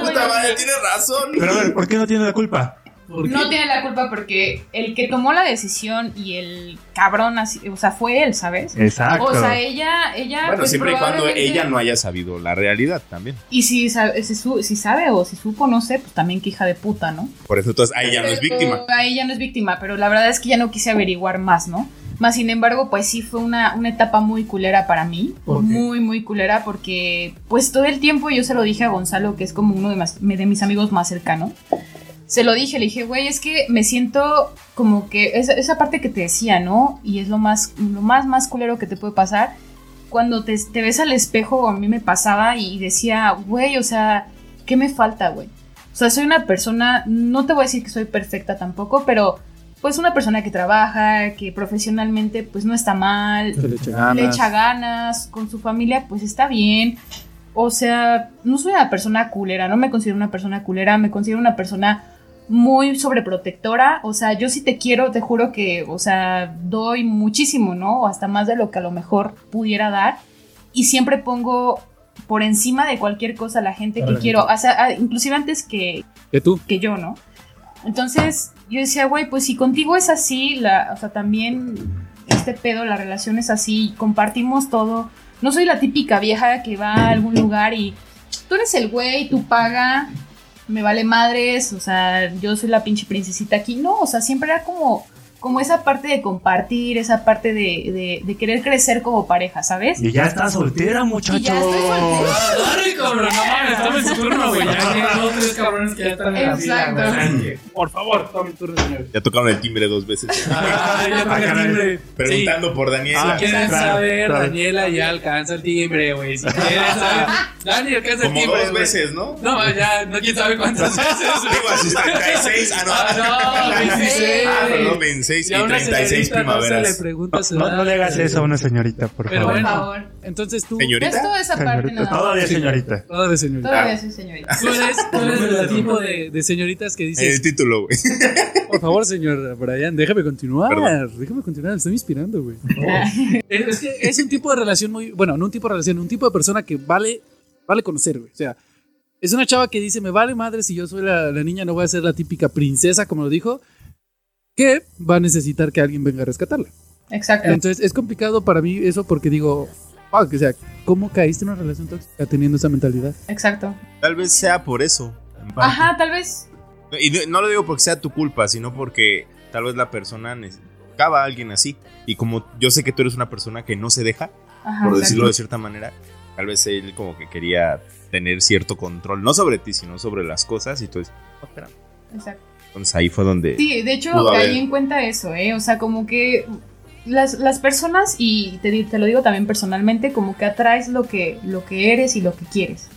S2: Puta madre, tienes razón.
S3: Pero a ver, ¿por qué no tiene la culpa?
S6: No tiene la culpa porque el que tomó la decisión y el cabrón así, o sea, fue él, ¿sabes?
S5: Ah,
S3: Exacto.
S6: O sea, ella, ella.
S2: Bueno,
S6: pues,
S2: siempre y cuando
S6: probablemente-
S2: ella no haya sabido la realidad también.
S6: Y si sabe, si, su- si sabe o si supo, no sé, pues también que hija de puta, ¿no?
S2: Por eso entonces ahí ya no es
S6: Pero
S2: víctima.
S6: Ahí ya no es víctima, pero la verdad es que ya no quise averiguar más, ¿no? Más sin embargo, pues sí fue una, una etapa muy culera para mí.
S1: ¿Por qué?
S6: Muy, muy culera, porque pues todo el tiempo yo se lo dije a Gonzalo, que es como uno de, más- de mis amigos más cercanos. Se lo dije, le dije, güey, es que me siento como que esa, esa parte que te decía, ¿no? Y es lo más, lo más, más culero que te puede pasar. Cuando te, te ves al espejo, a mí me pasaba y decía, güey, o sea, ¿qué me falta, güey? O sea, soy una persona, no te voy a decir que soy perfecta tampoco, pero pues una persona que trabaja, que profesionalmente pues no está mal, le echa ganas, con su familia pues está bien. O sea, no soy una persona culera, no me considero una persona culera, me considero una persona muy sobreprotectora. O sea, yo si te quiero, te juro que, o sea, doy muchísimo, ¿no? O hasta más de lo que a lo mejor pudiera dar. Y siempre pongo por encima de cualquier cosa a la gente
S3: A
S6: que
S3: la
S6: quiero. O sea, a- inclusive antes que,
S1: Que tú.
S6: que yo, ¿no? Entonces yo decía, güey, pues si contigo es así, la, o sea, también este pedo, la relación es así, compartimos todo. No soy la típica vieja que va a algún lugar y tú eres el güey, tú paga, me vale madres, o sea, yo soy la pinche princesita aquí. No, o sea, siempre era como, como esa parte de compartir, esa parte de, de- de querer crecer como pareja, ¿sabes?
S8: Y ya está soltera,
S6: Y ya estoy soltera.
S7: Sorry, cabrón, no mames, estaba en su turno, güey. Ya tengo tres cabrones que ya están en la fila,
S6: Exacto.
S7: güey.
S1: Por favor, tome turno, señor.
S2: Ya tocaron el timbre dos veces.
S7: Ah, ya toca el timbre.
S2: Preguntando por Daniela.
S7: Si quieren
S8: claro,
S7: saber,
S8: claro.
S7: Daniela ya alcanza el timbre, güey. Si quieren saber, Dani alcanza el
S2: Como
S7: timbre.
S2: dos
S7: güey.
S2: veces, ¿no?
S7: No, ya, no quién sabe cuántas veces. güey.
S2: Digo, así 36. Ah,
S7: Ah,
S2: no.
S7: no, 26.
S2: Ah, perdón, 26 y
S7: Y a una
S2: 36
S7: señorita no se le
S2: primaveras.
S1: pregunta su
S8: No,
S1: edad.
S8: no le hagas eso a una señorita, por
S1: Pero
S8: favor.
S6: Por
S1: bueno,
S6: favor.
S1: Entonces tú.
S2: Señorita.
S6: Esto esa parte
S8: Señorita,
S6: nada más.
S8: Todavía señorita.
S7: Ah,
S1: Todavía
S8: Ah.
S1: señorita.
S6: Todavía soy señorita.
S7: Tú eres,
S1: Tú eres el tipo de, de señoritas que
S2: El
S1: dices,
S2: título, güey.
S1: por favor, señor Brian, déjame continuar.
S2: Perdón.
S1: Déjame continuar, me estoy inspirando, güey. Es es que es un tipo de relación muy. Bueno, no un tipo de relación, un tipo de persona que vale, vale conocer, güey. O sea, es una chava que dice: Me vale madre si yo soy la, la niña, no voy a ser la típica princesa, como lo dijo, que va a necesitar que alguien venga a rescatarla.
S6: Exacto.
S1: Entonces, es complicado para mí eso porque digo, fuck, o sea, ¿cómo caíste en una relación tóxica teniendo esa mentalidad?
S6: Exacto.
S2: Tal vez sea por eso. en parte.
S6: Ajá, tal vez.
S2: Y no- no lo digo porque sea tu culpa, sino porque tal vez la persona necesitaba a alguien así. Y como yo sé que tú eres una persona que no se deja,
S6: Ajá,
S2: por
S6: exacto.
S2: decirlo de cierta manera, tal vez él como que quería tener cierto control, no sobre ti, sino sobre las cosas. Y tú dices, "Oh, espera".
S6: Exacto.
S2: entonces ahí fue donde...
S6: Sí, de hecho
S2: Pudo haber.
S6: caí en cuenta eso, ¿eh? O sea, como que las, las personas, y te, di- te lo digo también personalmente, como que atraes lo que, lo que eres y lo que quieres.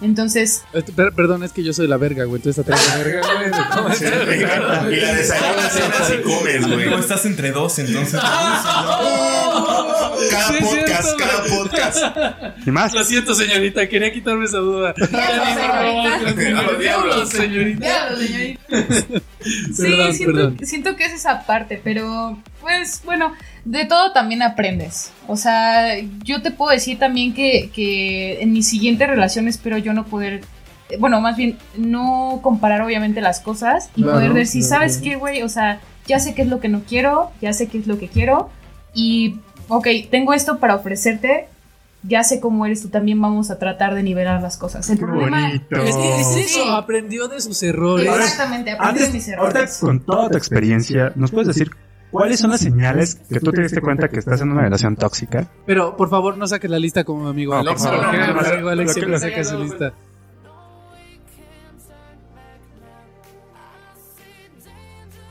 S6: Entonces,
S1: Eh, per- perdón, es que yo soy la verga, güey, entonces atrás de la verga, güey. de cómo es.
S2: Y la desayunas, cenas y
S5: Pues,
S2: comes, güey.
S5: No estás entre dos, entonces.
S6: Ah.
S1: Sí,
S2: Cada
S1: es
S2: podcast,
S1: cierto,
S2: cada podcast.
S8: Y más.
S7: Lo siento, señorita, quería quitarme esa duda.
S2: Diablos, diablos.
S7: señorita.
S6: sí,
S1: Perdón,
S6: siento,
S1: perdón.
S6: siento que es esa parte, pero pues bueno, de todo también aprendes. O sea, yo te puedo decir también que, que en mi siguiente relación espero yo no poder, eh, bueno, más bien no comparar obviamente las cosas y
S1: Claro,
S6: poder decir,
S1: claro,
S6: ¿sabes
S1: claro.
S6: qué, güey? O sea, ya sé qué es lo que no quiero, ya sé qué es lo que quiero y, ok, tengo esto para ofrecerte. Ya sé cómo eres tú también, vamos a tratar de nivelar las cosas. El
S8: Qué
S6: problema
S8: bonito.
S1: Es que es
S6: Sí.
S1: eso, aprendió de sus errores.
S6: Exactamente, aprendí de mis
S8: Antes,
S6: errores.
S8: ahorita con toda tu experiencia, ¿nos puedes decir cuáles son las señales que tú te diste cuenta que estás en una relación tóxica?
S1: Pero por favor, no saques la lista como mi amigo
S8: No,
S1: Alex.
S8: por favor,
S1: porque
S8: no,
S1: mi
S8: no,
S1: amigo
S8: no,
S1: Alex
S8: no,
S1: siempre
S8: no,
S1: saca su lista.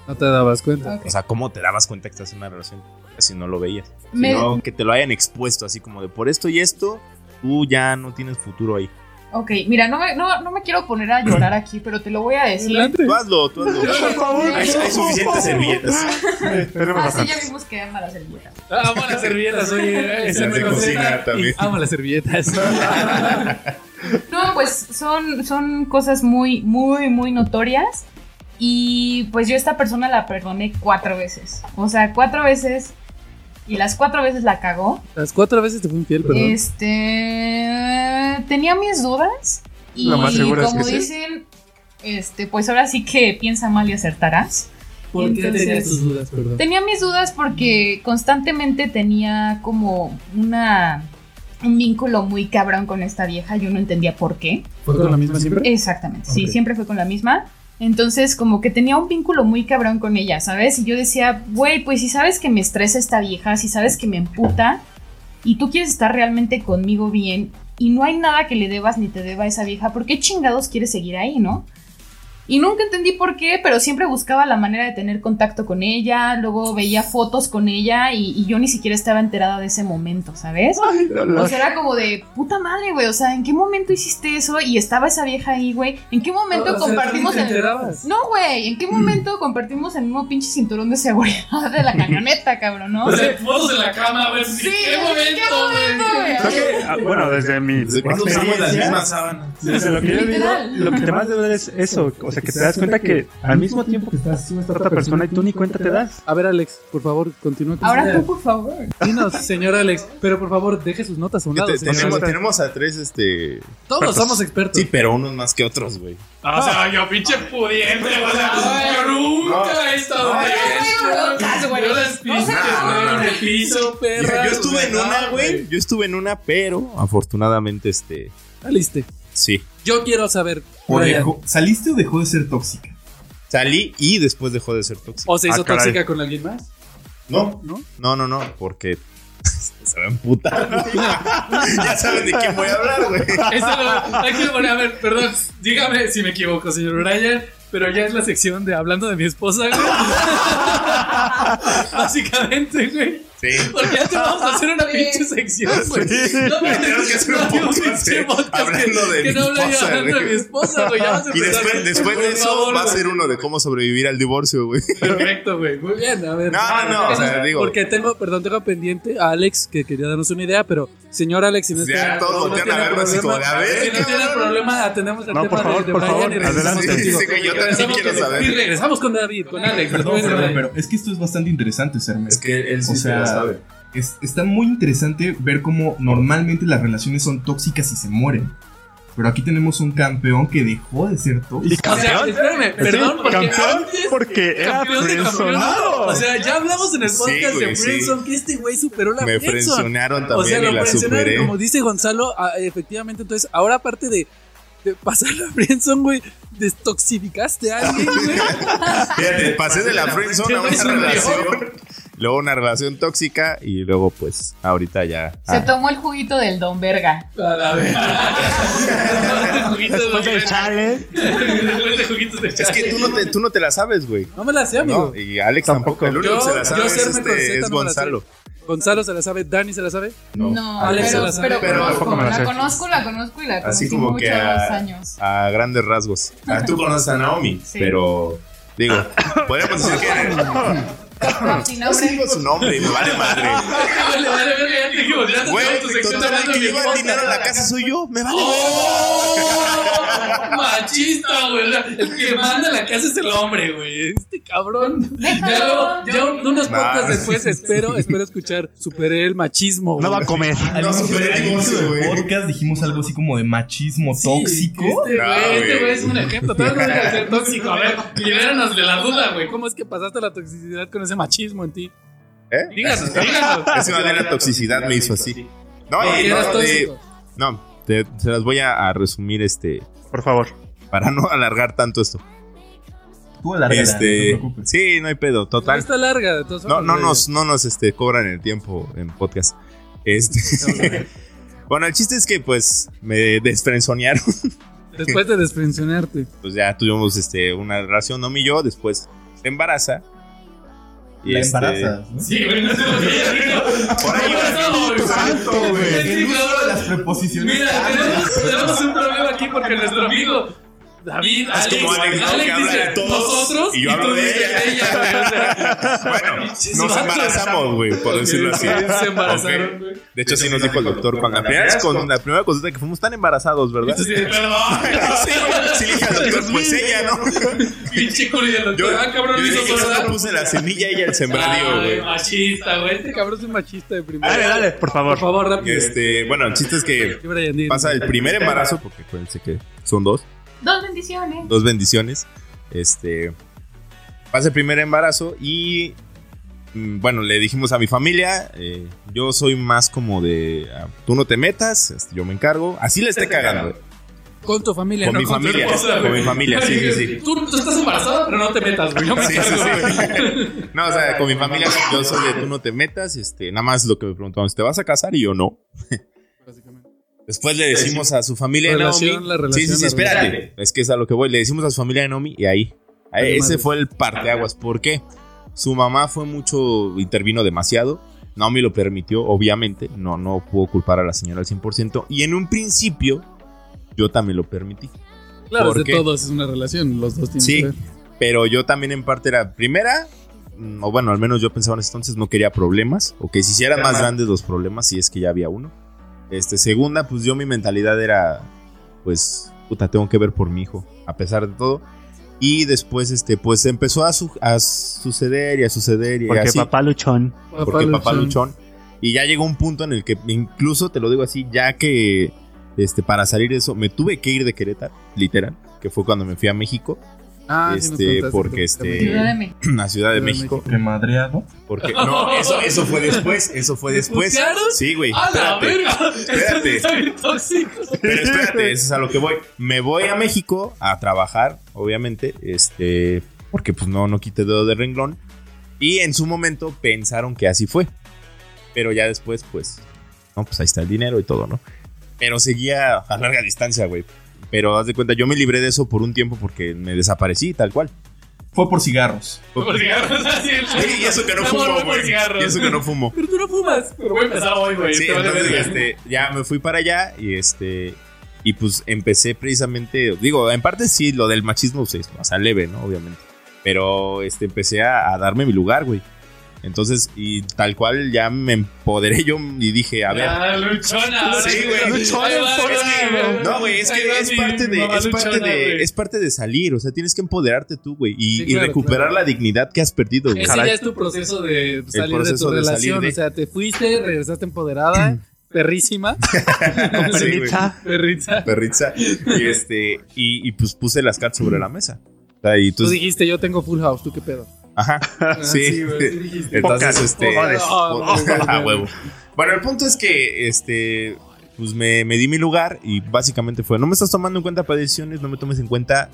S1: No te dabas cuenta.
S6: Ok.
S2: O sea, ¿cómo te dabas cuenta que estás en una relación si no lo veías? Si
S6: Me-
S2: no, que te lo hayan expuesto así como de por esto y esto, tú ya no tienes futuro ahí.
S6: Ok, mira, no me, no, no me quiero poner a llorar aquí, pero te lo voy a decir.
S1: Adelante.
S2: Tú hazlo, tú hazlo.
S8: Por favor.
S2: Hay, hay suficientes servilletas.
S8: Tenemos
S6: Ah, sí,
S8: bastante.
S6: ya vimos que ama las servilletas.
S7: Ah, Amo las servilletas, oye. eh, esa
S2: Las de
S7: me
S2: cocina también.
S1: Amo las servilletas.
S6: No, pues son, son cosas muy, muy, muy notorias. Y pues yo a esta persona la perdoné cuatro veces. O sea, cuatro veces. Y las cuatro veces la cagó.
S1: Las cuatro veces te fui infiel, perdón.
S6: Este. Tenía mis dudas. Y
S8: Lo más seguro es
S6: como
S8: que sí.
S6: dicen, este, pues ahora sí que piensa mal y acertarás.
S1: ¿Por qué
S6: entonces-
S1: tenías tus dudas, perdón?
S6: Tenía mis dudas porque constantemente tenía como una un vínculo muy cabrón con esta vieja, yo no entendía por qué.
S1: ¿Fue con la misma siempre?
S6: Exactamente,
S1: Ok.
S6: sí, siempre fue con la misma. Entonces, como que tenía un vínculo muy cabrón con ella, ¿sabes? Y yo decía, güey, pues si sabes que me estresa esta vieja, si sabes que me emputa, y tú quieres estar realmente conmigo bien, y no hay nada que le debas ni te deba a esa vieja, ¿por qué chingados quieres seguir ahí, no? Y nunca entendí por qué, pero siempre buscaba la manera de tener contacto con ella, luego veía fotos con ella y, y yo ni siquiera estaba enterada de ese momento, ¿sabes?
S8: Ay, dolor.
S6: O sea, era como de puta madre, güey. O sea, ¿en qué momento hiciste eso? Y estaba esa vieja ahí, güey. ¿En qué momento
S7: O sea,
S6: compartimos
S7: ¿tú ni te
S6: el.
S7: enterabas?
S6: No, güey. ¿En qué momento compartimos el mismo pinche cinturón de seguridad de la camioneta, cabrón, no?
S7: O sea, fotos en la cama, güey.
S6: Sí,
S7: ¿Qué momento,
S6: ¿en qué momento,
S7: güey?
S6: güey?
S8: Creo que, ah, Bueno, desde mi
S2: ¿Desde cuándo usamos las
S8: experiencia,
S2: mismas sábanas?
S8: desde lo que yo digo,
S6: Literal.
S8: lo que te más debe doler es eso. O sea, que te das cuenta que al mismo tiempo que estás haciendo esta otra persona y tú ni cuenta te das.
S1: A ver, Alex, por favor, continúa. con
S6: Ahora
S1: su idea.
S6: tú, por favor.
S1: Dinos, señor Alex, pero por favor, deje sus notas a un
S2: Que
S1: lado.
S2: te-
S1: señor
S2: tenemos,
S1: Alex.
S2: tenemos a tres, este...
S1: Todos somos expertos.
S2: Sí, pero unos más que otros, güey.
S7: O sea, yo pinche pudiente, o sea, yo nunca he estado
S2: No,
S7: de
S6: no, no,
S1: Ah.
S7: esto.
S6: no, no,
S7: Yo las
S6: no,
S7: pinches,
S2: no,
S7: güey,
S2: no,
S7: me piso,
S2: Yo,
S7: perra.
S2: yo estuve en
S7: o sea,
S2: una,
S7: no,
S2: güey. Yo estuve en una, pero afortunadamente, este...
S1: Saliste.
S2: Sí.
S1: Yo quiero saber.
S5: O
S1: Brian,
S5: dejó- ¿Saliste o dejó de ser tóxica?
S2: Salí y después dejó de ser tóxico.
S1: ¿O se hizo
S8: Ah, caray.
S1: tóxica con alguien más?
S2: No,
S1: ¿No?
S2: no, no, no, porque... Se va a emputar. ya saben de quién voy a hablar, güey.
S7: Eso lo, hay que lo poner, a ver, perdón, dígame si me equivoco, señor Brian, pero ya es la sección de hablando de mi esposa, güey. Básicamente, güey.
S2: Sí.
S7: Porque ya te vamos a hacer una
S6: Sí.
S7: pinche sección, güey. No,
S2: Ya tenemos que hacer un
S7: no, un
S2: podcast,
S7: pinche
S2: eh,
S7: podcast que-
S2: hablando de
S7: que
S2: mi
S7: no habla yo
S2: esposa,
S7: hablando de
S2: güey.
S7: mi esposa, güey. Ya vas a
S2: Y
S7: empezar.
S2: después, después de
S7: Por
S2: eso
S7: favor,
S2: va a
S7: güey.
S2: ser uno de cómo sobrevivir al divorcio, güey.
S7: Perfecto, güey. Muy bien, a ver.
S2: No, no, o sea, digo-
S1: Porque tengo, perdón, tengo pendiente a Alex que quería darnos una idea, pero señor Alex, si no
S2: Ya
S1: está-
S2: todos
S1: no
S2: voltean a
S1: tiene
S2: vernos así como de,
S1: problema,
S2: a ver,
S1: Si no tiene
S2: cabrón.
S1: problema, atendemos el
S8: No,
S1: tema
S8: por favor,
S1: de, de
S8: por
S1: Brian
S8: favor,
S1: y regresamos
S8: adelante.
S1: contigo.
S2: Sí, sí, güey,
S1: Y
S2: yo también
S1: regresamos
S2: quiero
S1: con-
S2: saber.
S1: Y regresamos con David, con Alex.
S5: Perdón,
S1: después de
S5: perdón,
S1: Brian.
S5: pero es que esto es bastante interesante, Sermer.
S2: que él
S5: sí se la sabe. Es, está muy interesante ver cómo normalmente las relaciones son tóxicas y se mueren. Pero aquí tenemos un campeón que dejó de ser tóxico.
S8: Y
S7: O sea,
S8: campeón.
S7: espérame, perdón,
S8: Sí,
S7: porque
S8: campeón
S7: antes-
S8: porque era
S7: campeón de campeonado.
S8: friendzonado.
S1: O sea, ya hablamos en el
S2: Sí,
S1: podcast
S2: güey,
S1: de
S2: sí.
S1: Friendson que este güey superó la
S2: Me
S1: friendzone.
S2: frencionaron
S1: O sea,
S2: también
S1: lo
S2: y la
S1: mencionaron,
S2: superé.
S1: como dice Gonzalo, a- efectivamente. Entonces, ahora aparte de, de pasar la friendzone, güey, destoxificaste a alguien, güey.
S2: Fíjate, pasé de la friendzone a una
S7: Es un
S2: relación. Luego una relación tóxica y luego pues ahorita ya.
S6: Se
S2: ah,
S6: tomó el juguito del Don Verga.
S7: A la verga.
S8: Después del challenge.
S7: Después de juguitos de
S2: es
S7: chale.
S2: que tú no te, tú no te la sabes, güey.
S1: No me la sé, amigo.
S2: No, y Alex tampoco. El único
S1: Yo-
S2: que se la sabe
S1: yo
S2: es,
S1: hacerme
S2: este-
S1: con Z
S2: es
S1: no me la sé.
S2: Gonzalo.
S1: Gonzalo se la sabe, Dani se la sabe.
S6: No,
S2: Ah,
S1: Alex se
S6: pero,
S1: la sabe,
S6: pero,
S2: pero
S6: conozco,
S8: tampoco me la sé.
S6: la conozco, la conozco y la conocí
S2: Así como que
S6: muchos
S2: a,
S6: años.
S2: a grandes rasgos. Ah, tú conoces a Naomi,
S6: Sí.
S2: pero digo, podríamos decir que
S6: No, sin
S2: no sé
S6: nombre.
S2: digo su nombre, me vale madre.
S7: Vale, vale, verga, ya te dije, voltea a tu-
S2: Güey,
S7: tu sección
S2: total,
S7: hablando
S2: el que
S7: de
S2: le iba a
S7: mi
S2: atinar a
S7: esposa.
S2: la casa soy yo, me vale
S7: ¡Oh! Machista, güey. El que manda a la casa es el hombre, güey.
S1: Este cabrón.
S7: Ya luego,
S1: Ya un- unos
S2: Nah.
S1: podcasts después espero, espero escuchar. Superé el machismo.
S8: No va
S1: güey.
S8: a comer.
S2: No, superé el
S5: al inicio
S2: divorcio,
S5: del
S2: güey.
S5: podcast dijimos algo así como de machismo
S1: Sí,
S5: tóxico.
S1: Este
S2: Nah,
S1: güey, este
S2: güey.
S1: güey es un ejemplo. Tal vez no deja de ser
S7: tóxico. A ver, libéranos de la duda, güey.
S1: ¿Cómo es que pasaste la toxicidad con ese machismo en ti?
S2: ¿Eh?
S1: Díganos, díganos.
S2: Ese más bien la toxicidad me hizo así. No,
S1: Porque
S2: y no,
S1: eras
S2: de-
S1: tóxico.
S2: No, te- se las voy a, a resumir este
S8: Por favor.
S2: para no alargar tanto esto.
S5: Tú alárgala,
S2: este,
S5: no te preocupes.
S2: sí, no hay pedo,
S1: No
S2: total.
S1: está larga, de todas
S2: No,
S1: formas,
S2: no
S1: güey.
S2: nos, no nos este, cobran el tiempo en podcast. Este, bueno, el chiste es que pues me desfrenzonearon.
S1: Después de desprensionarte.
S2: Pues ya tuvimos este, una relación, no mi yo, después se embaraza. Y
S5: La
S2: este,
S5: embarazas, ¿no?
S7: Sí, güey, no sé lo que digo.
S2: Por ahí
S7: No,
S2: va,
S7: no, güey.
S5: Santo, güey.
S7: Sí,
S5: El uso
S7: cabrón.
S5: de las preposiciones.
S1: Ah,
S7: Mira, tenemos, tenemos un problema aquí porque nuestro amigo David
S2: Es como Alex, ¿no? que habla de
S7: dice
S2: todos
S7: nosotros
S2: y yo hablo
S7: tú
S2: de
S7: dices
S2: ella.
S7: güey, o sea,
S2: Bueno,
S7: pinches
S2: nos
S7: vatos.
S2: embarazamos, güey, por decirlo así.
S7: Se embarazaron, güey.
S2: De hecho, sí nos dijo el doctor cuando la primera, vez con, la primera consulta que fuimos tan embarazados, ¿verdad?
S7: Entonces, sí, perdón.
S2: Sí, sí, le dije al doctor, pues ella, ¿no?
S7: Pinche culi del
S2: Yo,
S7: doctor. Ah, cabrón,
S2: yo
S7: hizo
S2: dije, yo
S7: sorda.
S2: le puse la semilla y ella el sembradío,
S7: Ay,
S2: güey.
S7: Machista, güey.
S1: Este cabrón es un machista de primera.
S8: Dale, dale, por favor.
S1: Por favor, rápido.
S2: Este, bueno, el chiste es que
S1: Sí, Brian, dinos.
S2: pasa el primer embarazo, porque acuérdense que son dos,
S6: Dos bendiciones.
S2: dos bendiciones. Este, pasa el primer embarazo y, mm, bueno, le dijimos a mi familia, eh, yo soy más como de, ah, tú no te metas, este, yo me encargo. Así le esté cagando,
S1: Con tu familia,
S2: con
S1: no
S2: mi
S1: con tu
S2: familia,
S1: esposa.
S2: con mi familia, sí, sí, sí.
S7: Tú, tú estás embarazada, pero no te metas, güey. Yo me
S2: Sí, sí,
S7: encargo, güey.
S2: sí. No, o sea, con mi familia yo soy de tú no te metas, este, nada más lo que me preguntaban, ¿te vas a casar? Y yo no.
S1: Básicamente.
S2: Después le decimos a su familia de
S1: Relación,
S2: Naomi.
S1: la relación,
S2: sí, sí, sí,
S1: la
S2: espérate. Es que es a lo que voy. Le decimos a su familia de Naomi y ahí. ahí,
S1: Vale,
S2: ese
S1: madre.
S2: fue el parteaguas. ¿Por qué? Su mamá fue mucho, intervino demasiado. Naomi lo permitió, obviamente. No, no puedo culpar a la señora al 100%. Y en un principio, yo también lo permití.
S1: Claro,
S2: ¿Por
S1: es de
S2: qué?
S1: todos es una relación, los dos tienen
S2: Sí.
S1: que ver.
S2: Pero yo también en parte era, primera, mm, o bueno, al menos yo pensaba en ese entonces, no quería problemas, o que se hicieran más grandes los problemas si es que ya había uno. Este, segunda, pues yo mi mentalidad era, pues, puta, tengo que ver por mi hijo, a pesar de todo. Y después, este, pues empezó a, su- a suceder y a suceder y
S8: Porque
S2: así.
S8: papá luchón.
S2: porque papá luchón. Y ya llegó un punto en el que incluso te lo digo así, ya que este para salir de eso me tuve que ir de Querétaro, literal, que fue cuando me fui a México,
S1: Ah, sí nos
S2: este
S1: contaste
S2: porque
S1: que
S2: este
S1: también.
S6: Ciudad de México.
S2: a Ciudad de
S1: Ciudad de
S2: México,
S5: ¿Me madreado?
S2: porque no, eso eso fue después, eso fue después.
S7: putearon?
S2: Pues, Sí, güey,
S7: ¡A la
S2: espérate.
S7: verga! Esto
S2: espérate.
S7: sí está bien tóxico.
S2: Pero espérate, eso es a lo que voy. Me voy a México a trabajar, obviamente, este, porque pues no, no quité dedo de renglón. Y en su momento pensaron que así fue. Pero ya después, pues, no, pues ahí está el dinero y todo, ¿no? Pero seguía a larga distancia, güey. Pero haz de cuenta, yo me libré de eso por un tiempo porque me desaparecí, tal cual.
S5: Fue por cigarros.
S7: Por cigarros, así el-
S2: Y eso que no
S7: Me
S2: fumo,
S7: morro por
S2: güey.
S7: cigarros.
S2: Y eso que no fumo.
S7: Pero tú no fumas. Pero voy a empezar hoy, güey.
S2: Sí,
S7: te vale
S2: entonces,
S7: verga.
S2: este, ya me fui para allá y este y pues empecé precisamente, digo, en parte sí, lo del machismo pues, es más leve, ¿no? Obviamente. Pero este empecé a, a darme mi lugar, güey. Entonces, y tal cual ya me empoderé yo y dije, a ver,
S7: Ah, luchona. ahora
S2: Sí, güey, luchona,
S7: Ahí va,
S2: por-
S7: ahí
S2: es
S7: va,
S2: que- No, güey, es
S7: ahí va
S2: que es
S7: mi
S2: parte de,
S7: mamá
S2: es parte
S7: luchona,
S2: de,
S7: güey.
S2: es parte de salir, o sea, tienes que empoderarte tú, güey, y,
S1: Sí,
S2: y
S1: claro,
S2: recuperar
S1: claro.
S2: la dignidad que has perdido, güey.
S7: Ese
S2: Caray.
S7: ya es tu proceso de salir
S2: proceso
S1: de tu
S2: de salir
S1: relación,
S2: de-
S1: o sea, te fuiste, regresaste empoderada, perrísima,
S2: Sí, güey.
S8: Permita.
S1: perrita.
S2: Perritza. Y este, y, y, pues puse las cartas sobre la mesa. O sea, y tú,
S1: Tú dijiste, yo tengo full house, ¿tú qué pedo?
S2: ajá, Ah, sí.
S7: güey, sí dijiste.
S2: Entonces,
S8: Pocas.
S2: este.
S8: Joder.
S2: po- a huevo. Bueno, el punto es que, este, pues me, me di mi lugar y básicamente fue, no me estás tomando en cuenta para decisiones, no me tomes en cuenta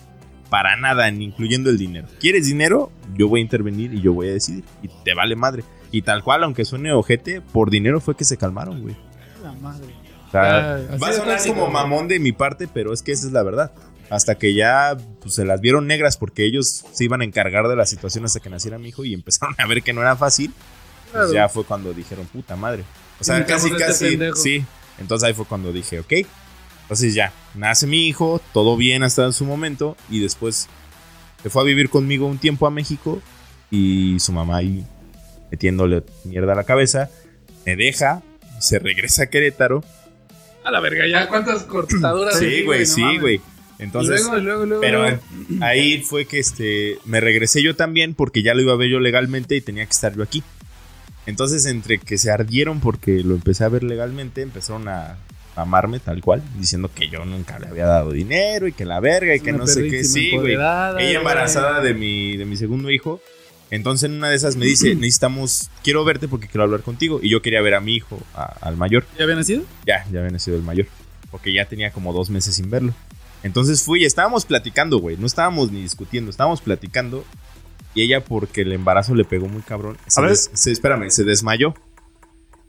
S2: para nada, ni incluyendo el dinero. ¿Quieres dinero? Yo voy a intervenir y yo voy a decidir. Y te vale madre. Y tal cual, aunque suene ojete, por dinero fue que se calmaron, güey.
S1: La madre.
S2: O sea,
S1: Ay, así
S2: Va a
S1: de
S2: sonar
S1: tóxico,
S2: como
S1: güey.
S2: mamón de mi parte, pero es que esa es la verdad. Hasta que ya pues, se las vieron negras porque ellos se iban a encargar de la situación hasta que naciera mi hijo y empezaron a ver que no era fácil. Pues
S1: Claro.
S2: ya fue cuando dijeron, puta madre. O sea,
S1: Brincamos
S2: casi,
S1: de este
S2: casi.
S1: pendejo.
S2: sí. Entonces ahí fue cuando dije, ok. Entonces ya, nace mi hijo, todo bien hasta su momento y después se fue a vivir conmigo un tiempo a México y su mamá ahí metiéndole mierda a la cabeza, me deja, se regresa a Querétaro
S7: A la verga, ya cuántas cortaduras.
S2: Sí, güey,
S7: no
S2: sí,
S7: mames.
S2: güey.
S7: Y
S2: Entonces,
S7: luego, y luego, y luego.
S2: pero eh, ahí fue que este me regresé yo también porque ya lo iba a ver yo legalmente y tenía que estar yo aquí. Entonces, entre que se ardieron porque lo empecé a ver legalmente, empezaron a amarme tal cual, diciendo que yo nunca le había dado dinero y que la verga y que
S1: Una
S2: no sé qué,
S1: perrísima
S2: sí, güey.
S1: empoderada,
S2: Ella embarazada
S1: güey.
S2: de mi, de mi segundo hijo. Entonces en una de esas me dice, necesitamos, quiero verte porque quiero hablar contigo. Y yo quería ver a mi hijo, a- al mayor.
S1: ¿Ya había nacido?
S2: Ya, ya había sido el mayor. Porque ya tenía como dos meses sin verlo. Entonces fui y estábamos platicando, güey. No estábamos ni discutiendo, estábamos platicando. Y ella, porque el embarazo le pegó muy cabrón. Se
S8: A ver.
S2: des- se- espérame, se desmayó.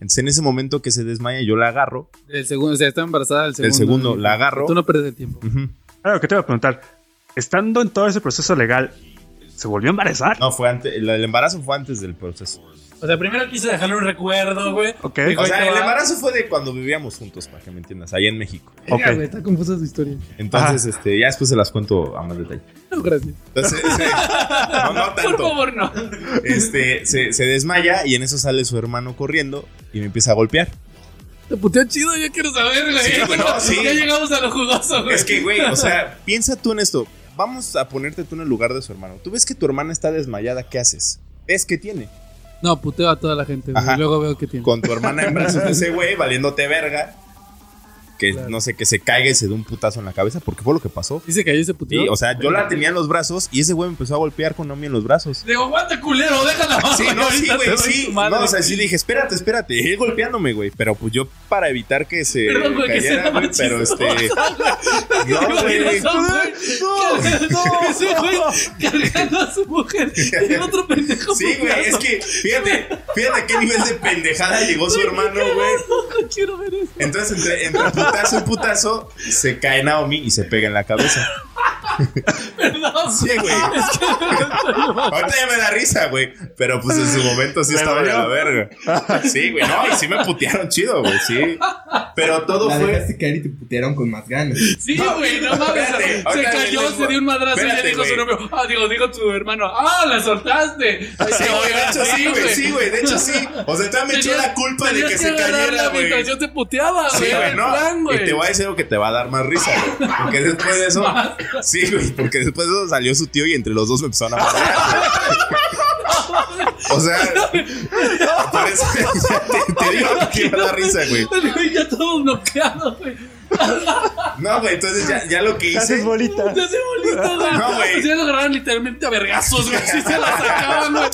S2: Entonces en ese momento que se desmaya, yo la agarro.
S1: Del segundo, o sea, estaba embarazada del segundo.
S2: El segundo, la agarro.
S1: Tú no pierdes el tiempo.
S2: Ujú.
S8: Claro, que te voy a preguntar. Estando en todo ese proceso legal, ¿se volvió a embarazar?
S2: No, fue antes. El, el embarazo fue antes del proceso.
S7: O sea, primero quise dejarle un recuerdo, güey.
S8: Ok.
S7: Dijo,
S2: O sea,
S7: ahí te
S2: el
S7: va.
S2: embarazo fue de cuando vivíamos juntos, para que me entiendas, ahí en México.
S8: Ok.
S1: Venga, güey, está confusa su historia.
S2: Entonces, este, ya después se las cuento a más detalle.
S1: No, gracias.
S2: Entonces, no, no
S7: Por
S2: tanto.
S7: favor, no.
S2: este, se, se desmaya y en eso sale su hermano corriendo y me empieza a golpear.
S1: Te puteó chido.
S7: Yo quiero saber, güey.
S2: Sí, güey, no, sí.
S7: Ya llegamos a lo jugoso, güey.
S2: Es que, güey, o sea, piensa tú en esto. Vamos a ponerte tú en el lugar de su hermano. Tú ves que tu hermana está desmayada, ¿qué haces? ¿Ves que tiene?
S1: No, puteo a toda la gente, güey,
S2: Ajá.
S1: y luego veo que tiene.
S2: Con tu hermana en brazos de ese güey, valiéndote verga. Que
S1: Claro.
S2: no sé, que se caiga y se dé un putazo en la cabeza, porque fue lo que pasó.
S1: Dice que ahí se
S2: Sí,
S1: puteó.
S2: o sea, yo la tenía en los brazos y ese güey me empezó a golpear con Naomi en los brazos.
S7: Digo, aguanta, culero, déjala.
S2: Sí, no, sí,
S7: ahorita te
S2: güey,
S7: doy
S2: sí.
S7: tu madre.
S2: No, o sea, sí dije, espérate, espérate. Él golpeándome, güey. Pero pues yo para evitar que se
S7: Perdón, güey, que
S2: cayera,
S7: sea
S2: güey, pero este. No, güey.
S7: no, ese güey cargando a su mujer y el otro pendejo.
S2: Sí, güey, es
S7: putazo.
S2: que fíjate, fíjate a qué nivel de pendejada llegó su hermano, güey.
S7: No quiero ver eso.
S2: Entonces, entre, entre putazo y putazo, se cae Naomi y se pega en la cabeza.
S7: Perdón.
S2: Sí, güey.
S7: Es que me estoy-
S2: Ahorita ya me da risa, güey. Pero pues en su momento sí
S8: ¿Le
S2: estaba de
S8: dolió?
S2: la verga. Sí, güey. No, y sí me putearon chido, güey. Sí. Pero todo
S3: la
S2: fue.
S3: dejaste caer y te putearon con más ganas.
S1: Sí, güey, no, mames.
S2: espérate,
S1: se- se
S2: ahorita
S1: cayó,
S2: le-
S1: se dio un madrazo y
S2: espérate,
S1: le dijo su
S2: güey.
S1: novio. Ah, digo, dijo tu hermano. ¡Ah, la soltaste!
S2: Sí, güey, de hecho sí, güey, sí, güey, de hecho sí. O sea, todavía me echó
S1: Tenías-
S2: la culpa de
S1: tenías
S2: que se
S1: agarrarla
S2: cayera, güey.
S1: mientras Yo te puteaba,
S2: Sí,
S1: güey. era
S2: güey,
S1: el
S2: no.
S1: plan, güey.
S2: y te voy a decir algo que te va a dar más risa, güey. Porque después de eso.
S1: Más.
S2: Sí, güey, porque después de eso salió su tío y entre los dos me empezaron a matar. O sea, por eso te, te digo que te va a dar risa, güey.
S1: Güey, Ya todo bloqueado, güey.
S2: No, güey, entonces ya, ya lo que hice.
S8: Haces bolita.
S1: Ya se molestó, güey.
S2: No, güey.
S1: O sea, lo agarraban literalmente a vergazos, güey. Sí se la sacaban, güey.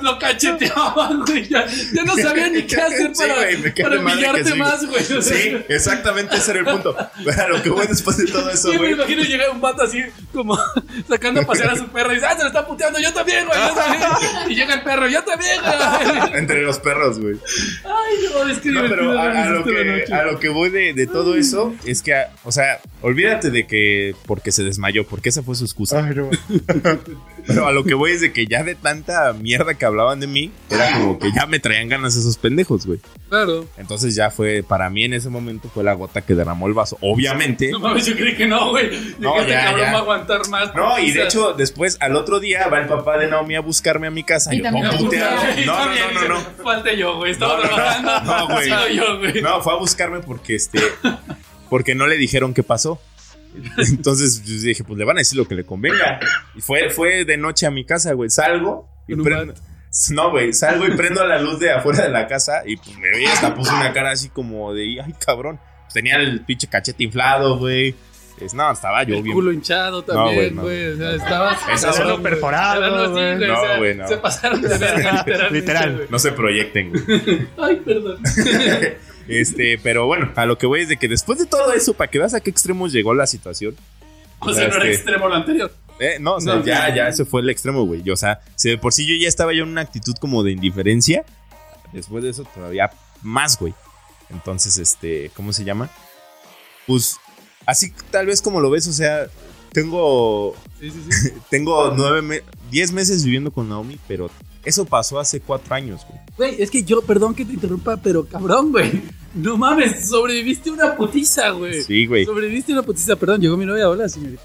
S1: Lo cacheteaban, güey. Ya, ya no sabían ni qué hacer
S2: Sí,
S1: para,
S2: güey, me cae
S1: para
S2: de madre que
S1: humillarte
S2: sí.
S1: más, güey. O sea,
S2: Sí, exactamente ese era el punto. Pero lo que fue después de todo eso,
S1: Sí, me
S2: güey.
S1: imagino llegar un vato así, como sacando a pasear a su perro y dice, ah, se lo está puteando, yo también, güey, yo también. Y llega el perro, yo también, güey.
S2: Entre los perros, güey.
S1: Ay, no, es que
S2: No,
S1: divertido
S2: pero
S1: ver
S2: a, a
S1: esto
S2: lo
S1: de
S2: que,
S1: noche.
S2: a lo que voy de, de todo eso es que, a- o sea, olvídate de que porque se desmayó, porque esa fue su excusa.
S8: Ay, no.
S2: Pero a lo que voy es de que ya de tanta mierda que hablaban de mí, era como que ya me traían ganas esos pendejos, güey.
S1: Claro.
S2: Entonces ya fue, para mí en ese momento fue la gota que derramó el vaso. Obviamente.
S1: No mames, yo creí que no, güey. Dije,
S2: No,
S1: este
S2: ya,
S1: cabrón
S2: ya.
S1: va a aguantar más.
S2: No, y
S1: O
S2: de
S1: sea,
S2: hecho, después, al otro día, va el papá de Naomi a buscarme a mi casa.
S6: Y
S2: yo,
S6: también
S2: no,
S6: a
S2: puteado.
S6: buscar.
S2: no,
S1: Está bien,
S2: no, no, no.
S1: dice, Falta yo, güey. Estaba
S2: No, no, no.
S1: trabajando.
S2: No, güey.
S1: sigo yo, güey.
S2: No, fue a buscarme porque este. Porque no le dijeron qué pasó. Entonces yo dije, pues le van a decir lo que le convenga. Y fue, fue de noche a mi casa, güey. Salgo y
S1: Con un
S2: prendo. No, güey, salgo y prendo la luz de afuera de la casa y pues me vi hasta puse una cara así como de, ay, cabrón. Pues, Tenía el pinche cachete inflado, güey. Es- No, estaba yo
S1: El
S2: bien.
S1: culo hinchado
S2: güey,
S1: también,
S2: no.
S1: güey. O sea, estabas.
S2: Esas son-
S1: cabrón, güey.
S8: perforado,
S1: Cabrón, sí,
S8: güey.
S1: o sea,
S2: No, güey, no.
S1: Se pasaron de verga, literalmente.
S8: Literal.
S1: güey.
S2: No se proyecten, güey.
S1: Ay, perdón.
S2: Este, pero bueno, a lo que voy es de que después de todo eso, para que veas a qué extremos llegó la situación.
S1: O sea, no era
S2: Este-
S1: extremo lo anterior.
S2: Eh, no, o sea,
S1: No,
S2: ya,
S1: no.
S2: ya, ese fue el extremo, güey. O sea, si de por sí yo ya estaba yo en una actitud como de indiferencia, después de eso todavía más, güey. Entonces, este, ¿cómo se llama? Pues, así tal vez como lo ves, o sea, tengo,
S1: Sí, sí, sí.
S2: tengo nueve, me- diez meses viviendo con Naomi, pero eso pasó hace cuatro años, güey.
S1: Güey, es que yo, perdón que te interrumpa, pero cabrón, güey. No mames, sobreviviste una putiza, güey.
S2: Sí, güey.
S1: Sobreviviste una putiza, perdón, llegó mi novia, hola señorita.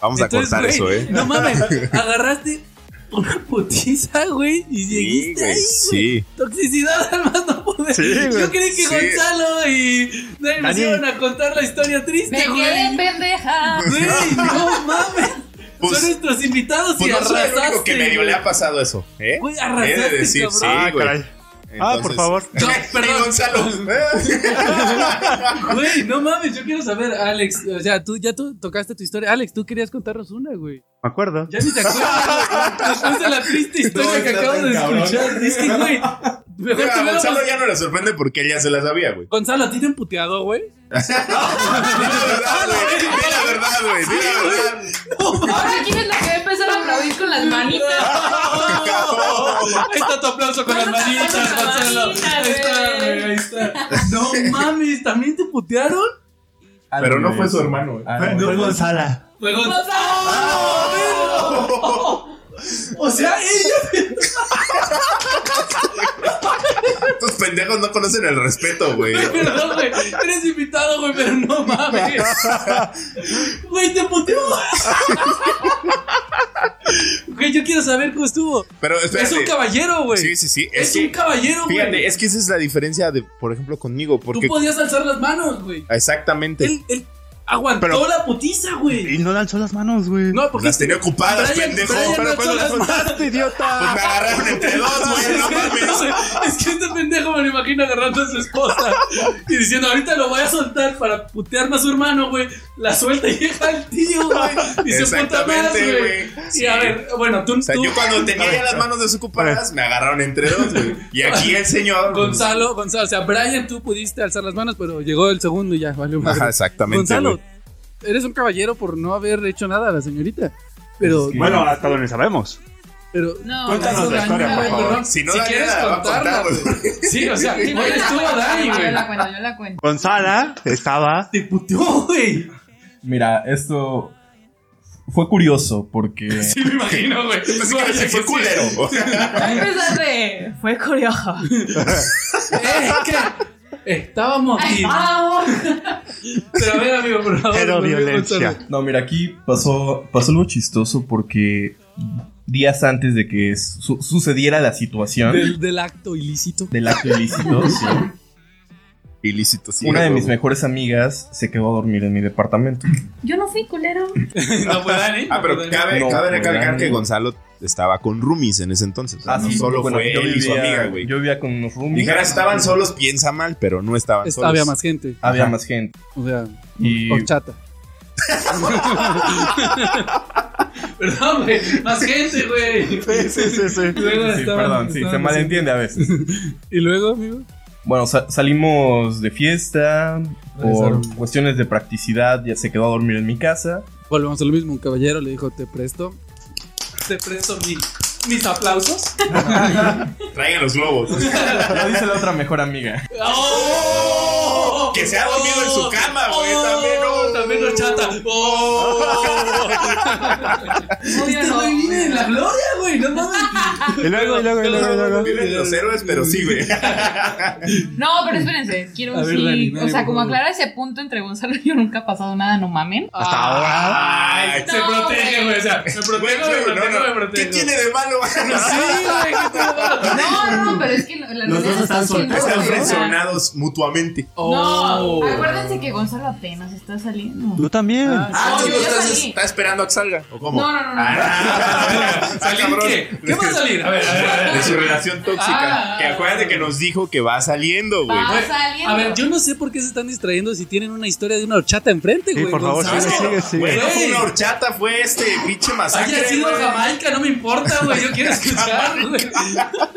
S2: Vamos
S1: Entonces,
S2: a cortar
S1: güey,
S2: eso, eh.
S1: No mames, agarraste una putiza, güey, y
S2: Sí,
S1: llegaste
S2: güey,
S1: ahí, güey.
S2: sí.
S1: Toxicidad al más no poder.
S8: Sí, güey.
S1: Yo creí que
S2: Sí.
S1: Gonzalo y Dani nos
S8: Dani.
S1: iban a contar la historia
S6: Me
S1: triste,
S6: quedé
S1: Este güey.
S6: pendeja.
S1: Güey, no mames.
S2: Pues-
S1: Son nuestros invitados
S2: Pues
S1: y
S2: no soy el
S1: arrasaste.
S2: único que medio le ha pasado eso, ¿eh?
S1: Güey,
S2: He de
S1: arrasaste,
S2: decir,
S1: cabrón.
S2: sí,
S8: Ah,
S2: güey.
S8: caray. Ah, por
S2: Entonces-
S8: favor.
S1: No,
S2: Perdón, Gonzalo.
S1: Güey, no mames, yo quiero saber, Alex. O sea, tú ya tú tocaste tu historia. Alex, tú querías contarnos una, güey.
S8: Me acuerdo.
S1: Ya ni te acuerdas. güey. Después de la triste historia
S3: No,
S1: que
S3: está
S1: acabo
S3: tan
S1: de
S3: cabrón.
S1: escuchar. Es que, güey, mejor
S2: Mira,
S1: te
S2: a
S1: hubiéramos-
S2: Gonzalo ya no le sorprende porque él ya se la sabía, güey.
S1: Gonzalo, ¿a ti te han puteado, güey?
S2: Di la verdad, güey. Di la verdad, güey. Di la verdad.
S6: Ahora quién es la que va a empezar a aplaudir con las manitas.
S1: Ahí está tu aplauso con las manitas,
S6: Con las
S1: Gonzalo.
S6: manitas,
S1: Ahí está,
S6: güey.
S1: güey, ahí está. No mames, ¿también te putearon?
S2: Pero no fue su hermano, güey.
S3: Ah, no,
S8: Fue
S3: güey.
S8: Gonzala.
S1: Fue Gonzalo. O sea, ella.
S2: Estos pendejos no conocen el respeto, güey.
S1: Perdón, güey. Eres invitado, güey, pero no mames. Güey, te puteó. Güey, yo quiero saber cómo estuvo.
S2: Pero
S1: Es un
S2: espérate.
S1: caballero, güey.
S2: Sí, sí, sí.
S1: Es
S2: Es
S1: un
S2: que,
S1: caballero,
S2: fíjate,
S1: güey.
S2: es que esa es la diferencia de, por ejemplo, conmigo.
S1: Tú
S2: Porque
S1: podías alzar las manos, güey.
S2: exactamente.
S1: Él, él aguantó
S8: Pero-
S1: la putiza, güey.
S8: Y no lanzó las manos, güey.
S1: No, porque
S2: Las tenía ocupadas,
S1: Brian-
S2: pendejo.
S1: Brian
S2: Pero
S1: no
S2: cuando
S1: alzó
S2: las
S1: las manos.
S8: ¡Hazte, idiota!
S2: Pues me agarraron entre dos, güey. No mames.
S1: Es que este pendejo me lo imagino agarrando a su esposa y diciendo, ahorita lo voy a soltar para putear más a su hermano, güey. La suelta y deja al tío, güey. Y se puta más,
S2: Exactamente,
S1: güey.
S2: güey.
S1: Y a ver, bueno, tú,
S2: O sea,
S1: tú-
S2: yo cuando tenía ya las manos desocupadas, me agarraron entre dos, güey. Y aquí el señor.
S1: Gonzalo, Gonzalo, o sea, Brian, tú pudiste alzar las manos, pero llegó el segundo y ya, vale madre.
S2: Ajá, exactamente.
S1: Gonzalo,
S2: güey.
S1: eres un caballero por no haber hecho nada a la señorita. Pero,
S8: Bueno, hasta donde sabemos.
S1: pero,
S6: No,
S8: Cuéntanos
S6: no,
S8: la
S6: no,
S8: historia,
S6: no,
S8: por
S2: favor.
S6: no, no.
S1: perdón,
S2: Si
S1: si,
S2: no, Daniela
S1: quieres
S2: la va a contar,
S1: contarla,
S2: güey.
S1: güey. Sí, o sea,
S6: Sí, no,
S1: güey, estuvo Dani,
S6: Yo
S1: güey.
S6: la cuento, yo la cuento.
S8: Gonzala estaba.
S1: Te puteó, güey.
S5: Mira, esto fue curioso porque...
S1: Sí, me imagino, güey.
S2: Así que se fue culero.
S6: eh, Va a empezar de- Fue curioso.
S1: Eh, ¿qué?
S7: Estaba
S6: Ah,
S7: motivado.
S6: oh.
S7: Pero a ver, amigo, por favor.
S8: Pero
S7: volví a
S8: violencia.
S5: No, mira, aquí pasó, pasó algo chistoso porque días antes de que su- sucediera la situación
S7: contarlo. Del, del acto ilícito.
S5: del acto ilícito, sí,
S2: Ilícito, sí.
S5: una de mis
S2: güey.
S5: mejores amigas se quedó a dormir en mi departamento.
S6: Yo no fui culero.
S7: no
S1: pues,
S7: fue Dani.
S2: Ah, pero
S7: no fue Dani.
S2: cabe,
S5: No, pues,
S2: cabe recalcar
S5: grande.
S2: que Gonzalo estaba con roomies en ese entonces. O sea, no
S5: Ah, sí,
S2: Ah, solo
S5: bueno,
S2: fue
S5: yo
S2: él y su
S5: vivía-
S2: amiga, güey.
S5: Yo vivía con unos roomies.
S2: Dijeras, estaban solos, piensa mal, pero no
S8: Ah,
S2: estaban
S1: Es-
S2: solos.
S1: había más gente.
S5: Había
S2: Ajá.
S5: más gente.
S1: O sea,
S5: Y
S1: horchata.
S7: Perdón, güey. Más gente, güey.
S8: Sí, sí, sí, sí.
S7: Luego
S5: Sí,
S7: estaban-
S5: perdón, sí, se
S1: estaban
S5: malentiende a veces.
S1: Y luego, amigo.
S5: Bueno, sa- salimos de fiesta por
S1: Regresaron.
S5: cuestiones de practicidad, ya se quedó a dormir en mi casa.
S1: Volvemos a lo mismo. Un caballero le dijo: Te presto.
S7: Te presto mi- mis aplausos.
S2: Traigan los globos.
S5: Ya dice la otra mejor amiga.
S7: ¡Oh!
S2: Que se ha dormido en su cama, güey, también, oh.
S7: También horchata. ¡Oh!
S6: Obvio
S7: Este
S6: no,
S7: güey vive
S6: obvio
S7: en la
S6: no.
S7: gloria, güey. No mames.
S8: Y luego, y luego, y luego, y luego.
S2: Viven los héroes, pero sí, güey.
S6: No, pero espérense, quiero
S1: A ver,
S6: decir,
S1: Dani, Dani,
S6: o sea,
S1: por
S6: como
S1: favor.
S6: aclarar ese punto entre Gonzalo y yo nunca ha pasado nada, no mamen.
S7: Hasta ahora. Ay, se
S6: No,
S7: protege,
S6: güey.
S7: güey. O sea, me
S2: Güey,
S7: protejo, me
S2: güey, no,
S7: protejo,
S2: no.
S7: me protejo.
S2: ¿Qué tiene de malo?
S7: Sí, güey, ¿qué tiene de malo?
S6: No, no, no, pero es que la la
S9: Los
S6: realidad
S9: dos están
S6: es que no,
S9: solteros.
S6: o
S2: Están
S6: sea,
S2: presionados mutuamente.
S6: No,
S7: Oh.
S6: acuérdense que Gonzalo apenas está saliendo.
S8: Tú también.
S2: Ah,
S6: No,
S2: chico,
S6: yo ya
S2: estás,
S6: salí.
S2: estás esperando a que salga. ¿O cómo?
S6: No, no, no, no.
S2: Ah,
S7: ¿Salir
S2: cabrón.
S7: qué? ¿Qué va a salir? A ver, a ver, a ver.
S2: De su relación tóxica.
S7: Ah.
S2: que acuérdate que nos dijo que va saliendo, güey.
S6: Va
S7: güey.
S6: saliendo.
S1: A ver, yo no sé por qué se están distrayendo si tienen una historia de una horchata enfrente,
S8: Sí,
S1: güey.
S8: por favor,
S1: Gonzalo.
S8: sigue, sigue,
S2: Güey,
S8: sigue.
S2: no fue
S7: Güey.
S2: una horchata, fue este pinche masacre.
S7: Haya sido
S2: güey.
S7: Jamaica, no me importa, güey. Yo quiero escuchar, güey.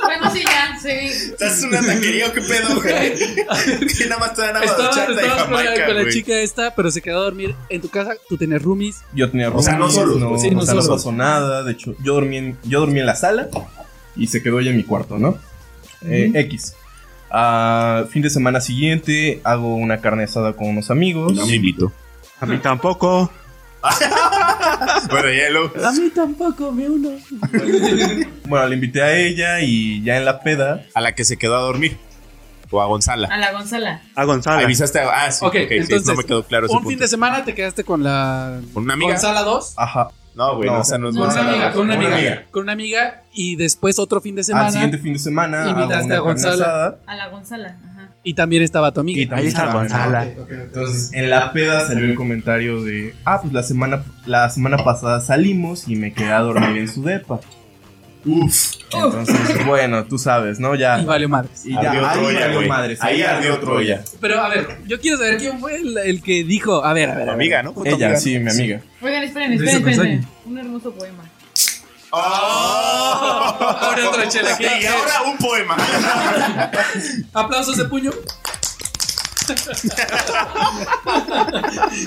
S6: Bueno, sí, ya, sí.
S2: ¿Estás en una taquería o qué pedo, güey? Que nada más te dan agua de
S7: Estabas,
S2: horchata de
S7: estabas con, la,
S2: Jamaica,
S7: con la
S2: güey.
S1: chica esta, pero se quedó a dormir en tu casa. Tú tenías roomies.
S5: Yo tenía
S2: O sea, no
S5: roomies,
S2: solos,
S5: no,
S2: pues,
S1: sí, no
S5: o sea, no
S1: solos.
S5: pasó nada. De hecho, yo dormí en, yo dormí en la sala y se quedó ella en mi cuarto, ¿no? Eh, X. Ah, fin de semana siguiente hago una carne asada con unos amigos.
S2: No me invito.
S8: A mí tampoco.
S2: Bueno, hielo.
S1: A mí tampoco, me uno.
S5: Bueno, le invité a ella y ya en la peda.
S2: A la que se quedó a dormir. O a Gonzala.
S6: A la Gonzala.
S8: A Gonzalo.
S2: Avisaste a. Ah, sí.
S7: Ok,
S2: Ok, sí,
S1: entonces,
S2: no me quedó claro ese
S1: Un fin
S2: punto.
S1: de semana te quedaste con la.
S2: ¿Con una amiga?
S7: Con sala 2.
S5: Ajá.
S2: No, güey,
S5: No.
S2: no, o sea, no es
S7: Con una
S2: Gonzala.
S7: amiga, con una
S5: Con una
S7: amiga.
S5: amiga.
S1: Con una amiga y después otro fin de
S5: Al
S1: semana.
S5: siguiente fin de semana hago
S1: Invitaste
S5: una
S1: a
S5: carne
S1: Gonzalo.
S5: asada.
S6: A la Gonzala. Ajá.
S1: Y también estaba tu
S5: Y
S1: amiga.
S5: también
S8: Ahí está
S5: estaba mi mamá.
S8: Gonzala.
S5: Entonces, en la peda salió el comentario de, ah, pues la semana, la semana pasada salimos y me quedé a dormir en su depa. Uf. Entonces, bueno, tú sabes, ¿no?
S1: Y
S5: Ya.
S1: valió madres.
S5: Y
S2: Ardió
S5: ahí
S2: Troya,
S5: valió
S2: güey.
S5: madres,
S2: Ahí ardió Troya.
S7: Pero a ver,
S1: Yo quiero saber quién fue el, el que dijo. A ver, a ver, a ver.
S2: Amiga, ¿no? Fue tu
S5: Ella,
S2: amiga.
S5: sí, mi amiga.
S6: Oigan, esperen,
S1: Dice
S6: esperen,
S1: Gonzalo.
S6: esperen. Un hermoso poema.
S2: ¡Oh!
S7: Ahora otra chela, ¿qué
S2: Y
S7: dice?
S2: ahora un poema.
S7: aplausos de puño.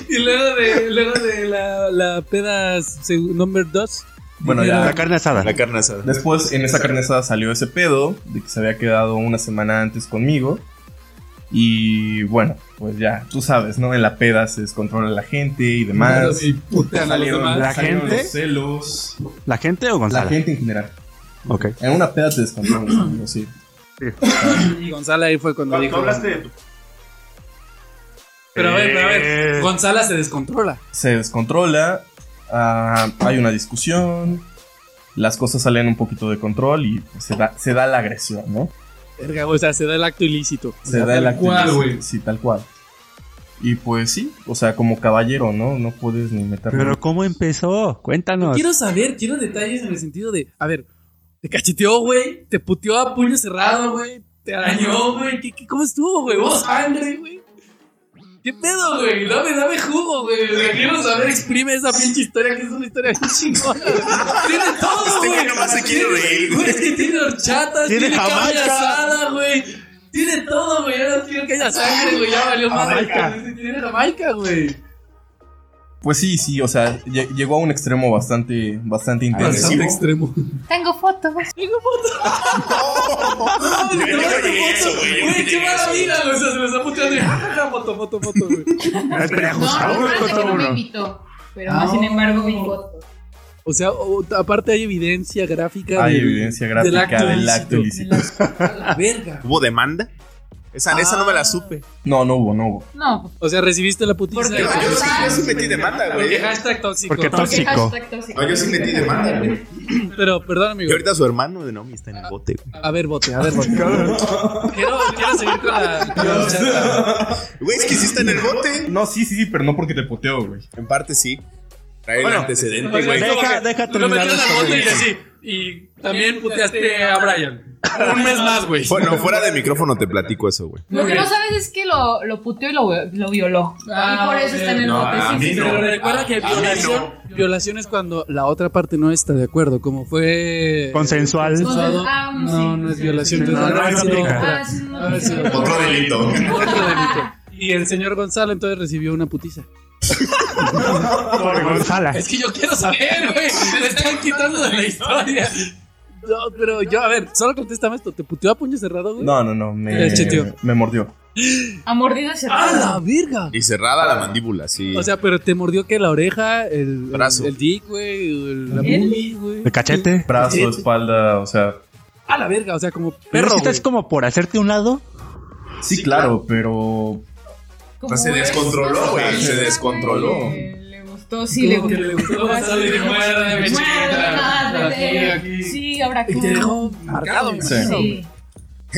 S7: y luego de, luego de la, la peda se- number 2.
S5: Bueno,
S8: La
S5: ya.
S8: carne asada.
S2: La carne asada.
S5: "Ah, Después, en esa carne asada salió ese pedo de que se había quedado una semana antes conmigo. Y bueno, pues ya, tú sabes, ¿no? En la peda se descontrola la gente y demás.
S7: Y putean a los
S5: Salieron-
S7: demás.
S8: la
S5: salieron
S8: gente.
S5: los celos.
S8: ¿La gente o
S5: La
S8: Gonzalo?
S5: gente en general.
S8: Ok.
S5: En una peda te descontrolas, amigo, sí.
S1: Y Gonzalo ahí fue cuando dijo.
S2: de tu
S7: Pero a ver, pero a ver.
S8: Eh.
S7: Gonzala se descontrola.
S5: Se descontrola, ah, hay una discusión, las cosas salen un poquito de control y pues, se, da, se da la agresión, ¿no?
S1: Verga, o sea, se da el acto ilícito.
S5: Se
S7: sea,
S5: da
S7: tal
S5: el acto
S7: cual,
S5: ilícito,
S7: güey.
S5: Sí, tal cual. Y pues sí, o sea, como caballero, ¿no? No puedes ni meter...
S8: Pero ¿cómo empezó? Cuéntanos.
S1: Quiero saber, quiero detalles en el sentido de. A ver, te cacheteó, güey. Te puteó a puño cerrado, güey. Te arañó, güey. ¿Qué- qué- ¿Cómo estuvo, güey?
S7: Hubo
S1: Vos,
S7: sangre, güey.
S1: ¿Qué pedo, güey?
S7: Güey, dame, dame jugo, güey. O sea, quiero saber.
S1: Exprime esa pinche historia que es una historia bien chingona.
S7: Tiene todo,
S2: Este
S7: güey.
S2: güey nomás se quiere
S7: Tiene-
S2: reír, güey.
S7: güey. Tiene horchata,
S8: Tiene
S7: tiene, carne
S8: Jamaica.
S7: asada, güey. Tiene todo, güey. Ahora quiero que haya sangre, güey. Ya valió madre. cabrón. Tiene Jamaica, güey.
S5: Pues sí, sí, o sea, lle- llegó a un extremo bastante, bastante intenso.
S2: Agresivo.
S7: extremo.
S6: Tengo fotos.
S7: No,
S2: Yo
S7: mames,
S2: no
S7: tomaste
S2: llegué a
S7: foto.
S2: eso, güey, yo
S7: Güey,
S2: no
S7: qué
S2: llegué a eso,
S7: maravilla, güey. O sea, se los está puteando. y, ja, ja, ja, Foto, foto, foto, güey.
S8: Espera,
S6: No,
S8: Gonzalo,
S6: no, no, que
S8: Gonzalo,
S6: no me
S8: Gonzalo.
S6: invitó. Pero más sin embargo vi fotos.
S1: O sea, o- aparte hay evidencia gráfica.
S5: Hay
S1: del-
S5: evidencia gráfica del acto
S1: ilícito.
S5: ilícito.
S1: A la verga.
S2: ¿Hubo demanda? Esa, Ah. esa no me la supe.
S5: No, no hubo, no hubo.
S6: No,
S1: O sea, recibiste la putiza.
S2: Yo, yo sí, yo sí metí demanda, güey.
S1: Porque hashtag tóxico.
S8: Porque
S6: porque
S8: tóxico.
S6: hashtag tóxico.
S2: No, yo sí metí demanda, güey.
S1: Pero, perdón, amigo.
S2: Y ahorita su hermano de Nomi está en el bote, güey.
S1: A ver, bote, a ver, bote. Quiero, quiero seguir con la. con la charla.
S2: Güey, es que sí está en el bote.
S5: No, sí, sí, sí, pero no porque te puteo, güey.
S2: En parte sí. Trae el
S8: Bueno,
S2: antecedente,
S7: Oye,
S2: güey.
S7: es como
S8: Deja-
S7: que
S8: deja
S7: Lo
S8: terminar
S7: metieron
S8: los
S7: al bote y
S8: comentarios.
S7: así. Y también puteaste a Brian. Este, Un mes más, güey.
S2: Bueno, fuera de micrófono te platico eso, güey.
S6: Lo
S7: Muy
S6: que no
S7: bien.
S6: sabes es que lo, lo puteó y lo, lo violó.
S7: Ah,
S6: y por eso
S7: ok.
S6: está en el
S7: No,
S6: bote.
S7: a
S6: sí,
S7: mí
S6: sí,
S7: no.
S6: sí.
S7: Pero recuerda que
S2: A- a mí
S7: violación-
S1: Violación es cuando la otra parte no está de acuerdo, como fue. eh,
S8: Consensual.
S1: consensuado.
S6: Ah, sí,
S1: No, no es
S6: sí,
S1: violación.
S8: sí,
S1: entonces
S8: no, no
S1: habrá
S8: es
S1: sido
S8: aplica.
S1: otra.
S6: Ah, sí, no,
S1: Habrá sido
S6: no.
S1: otra.
S2: Otro delito.
S1: Otro delito. Y el señor Gonzalo entonces recibió una putiza.
S8: Por Gonzala.
S7: Es que yo quiero saber, güey. Me están quitando de la historia.
S1: No, pero yo, a ver, solo contéstame esto. ¿Te puteó a puño cerrado, güey?
S5: No, no, no. Me,
S1: Te chiteó.
S5: me mordió.
S6: A mordida
S1: ¡A
S6: cerrada.
S1: la verga!
S2: Y cerrada la mandíbula, sí.
S1: O sea, pero te mordió que la oreja, el,
S2: Brazo.
S1: el, el dick, güey, el- la
S6: ¿El?
S1: boobie, güey.
S8: El cachete.
S5: Brazo, espalda, o sea.
S1: A la verga, o sea, como
S8: Pero
S1: perro.
S8: si estás
S1: güey.
S8: como por hacerte un lado.
S5: Sí, claro, pero.
S6: Como
S2: O sea, se
S6: es-
S2: descontroló, güey, se
S6: Ah,
S2: descontroló.
S6: Le, le gustó, sí, le
S7: Como que
S6: gustó.
S7: le gustó pasar y dijo, "Muérdeme, chiquita". Aquí,
S6: Muérdeme,
S7: aquí.
S6: Sí, ahora
S1: Y te
S6: cómo.
S1: dejó marcado, güey.
S5: Sí.
S6: Sí.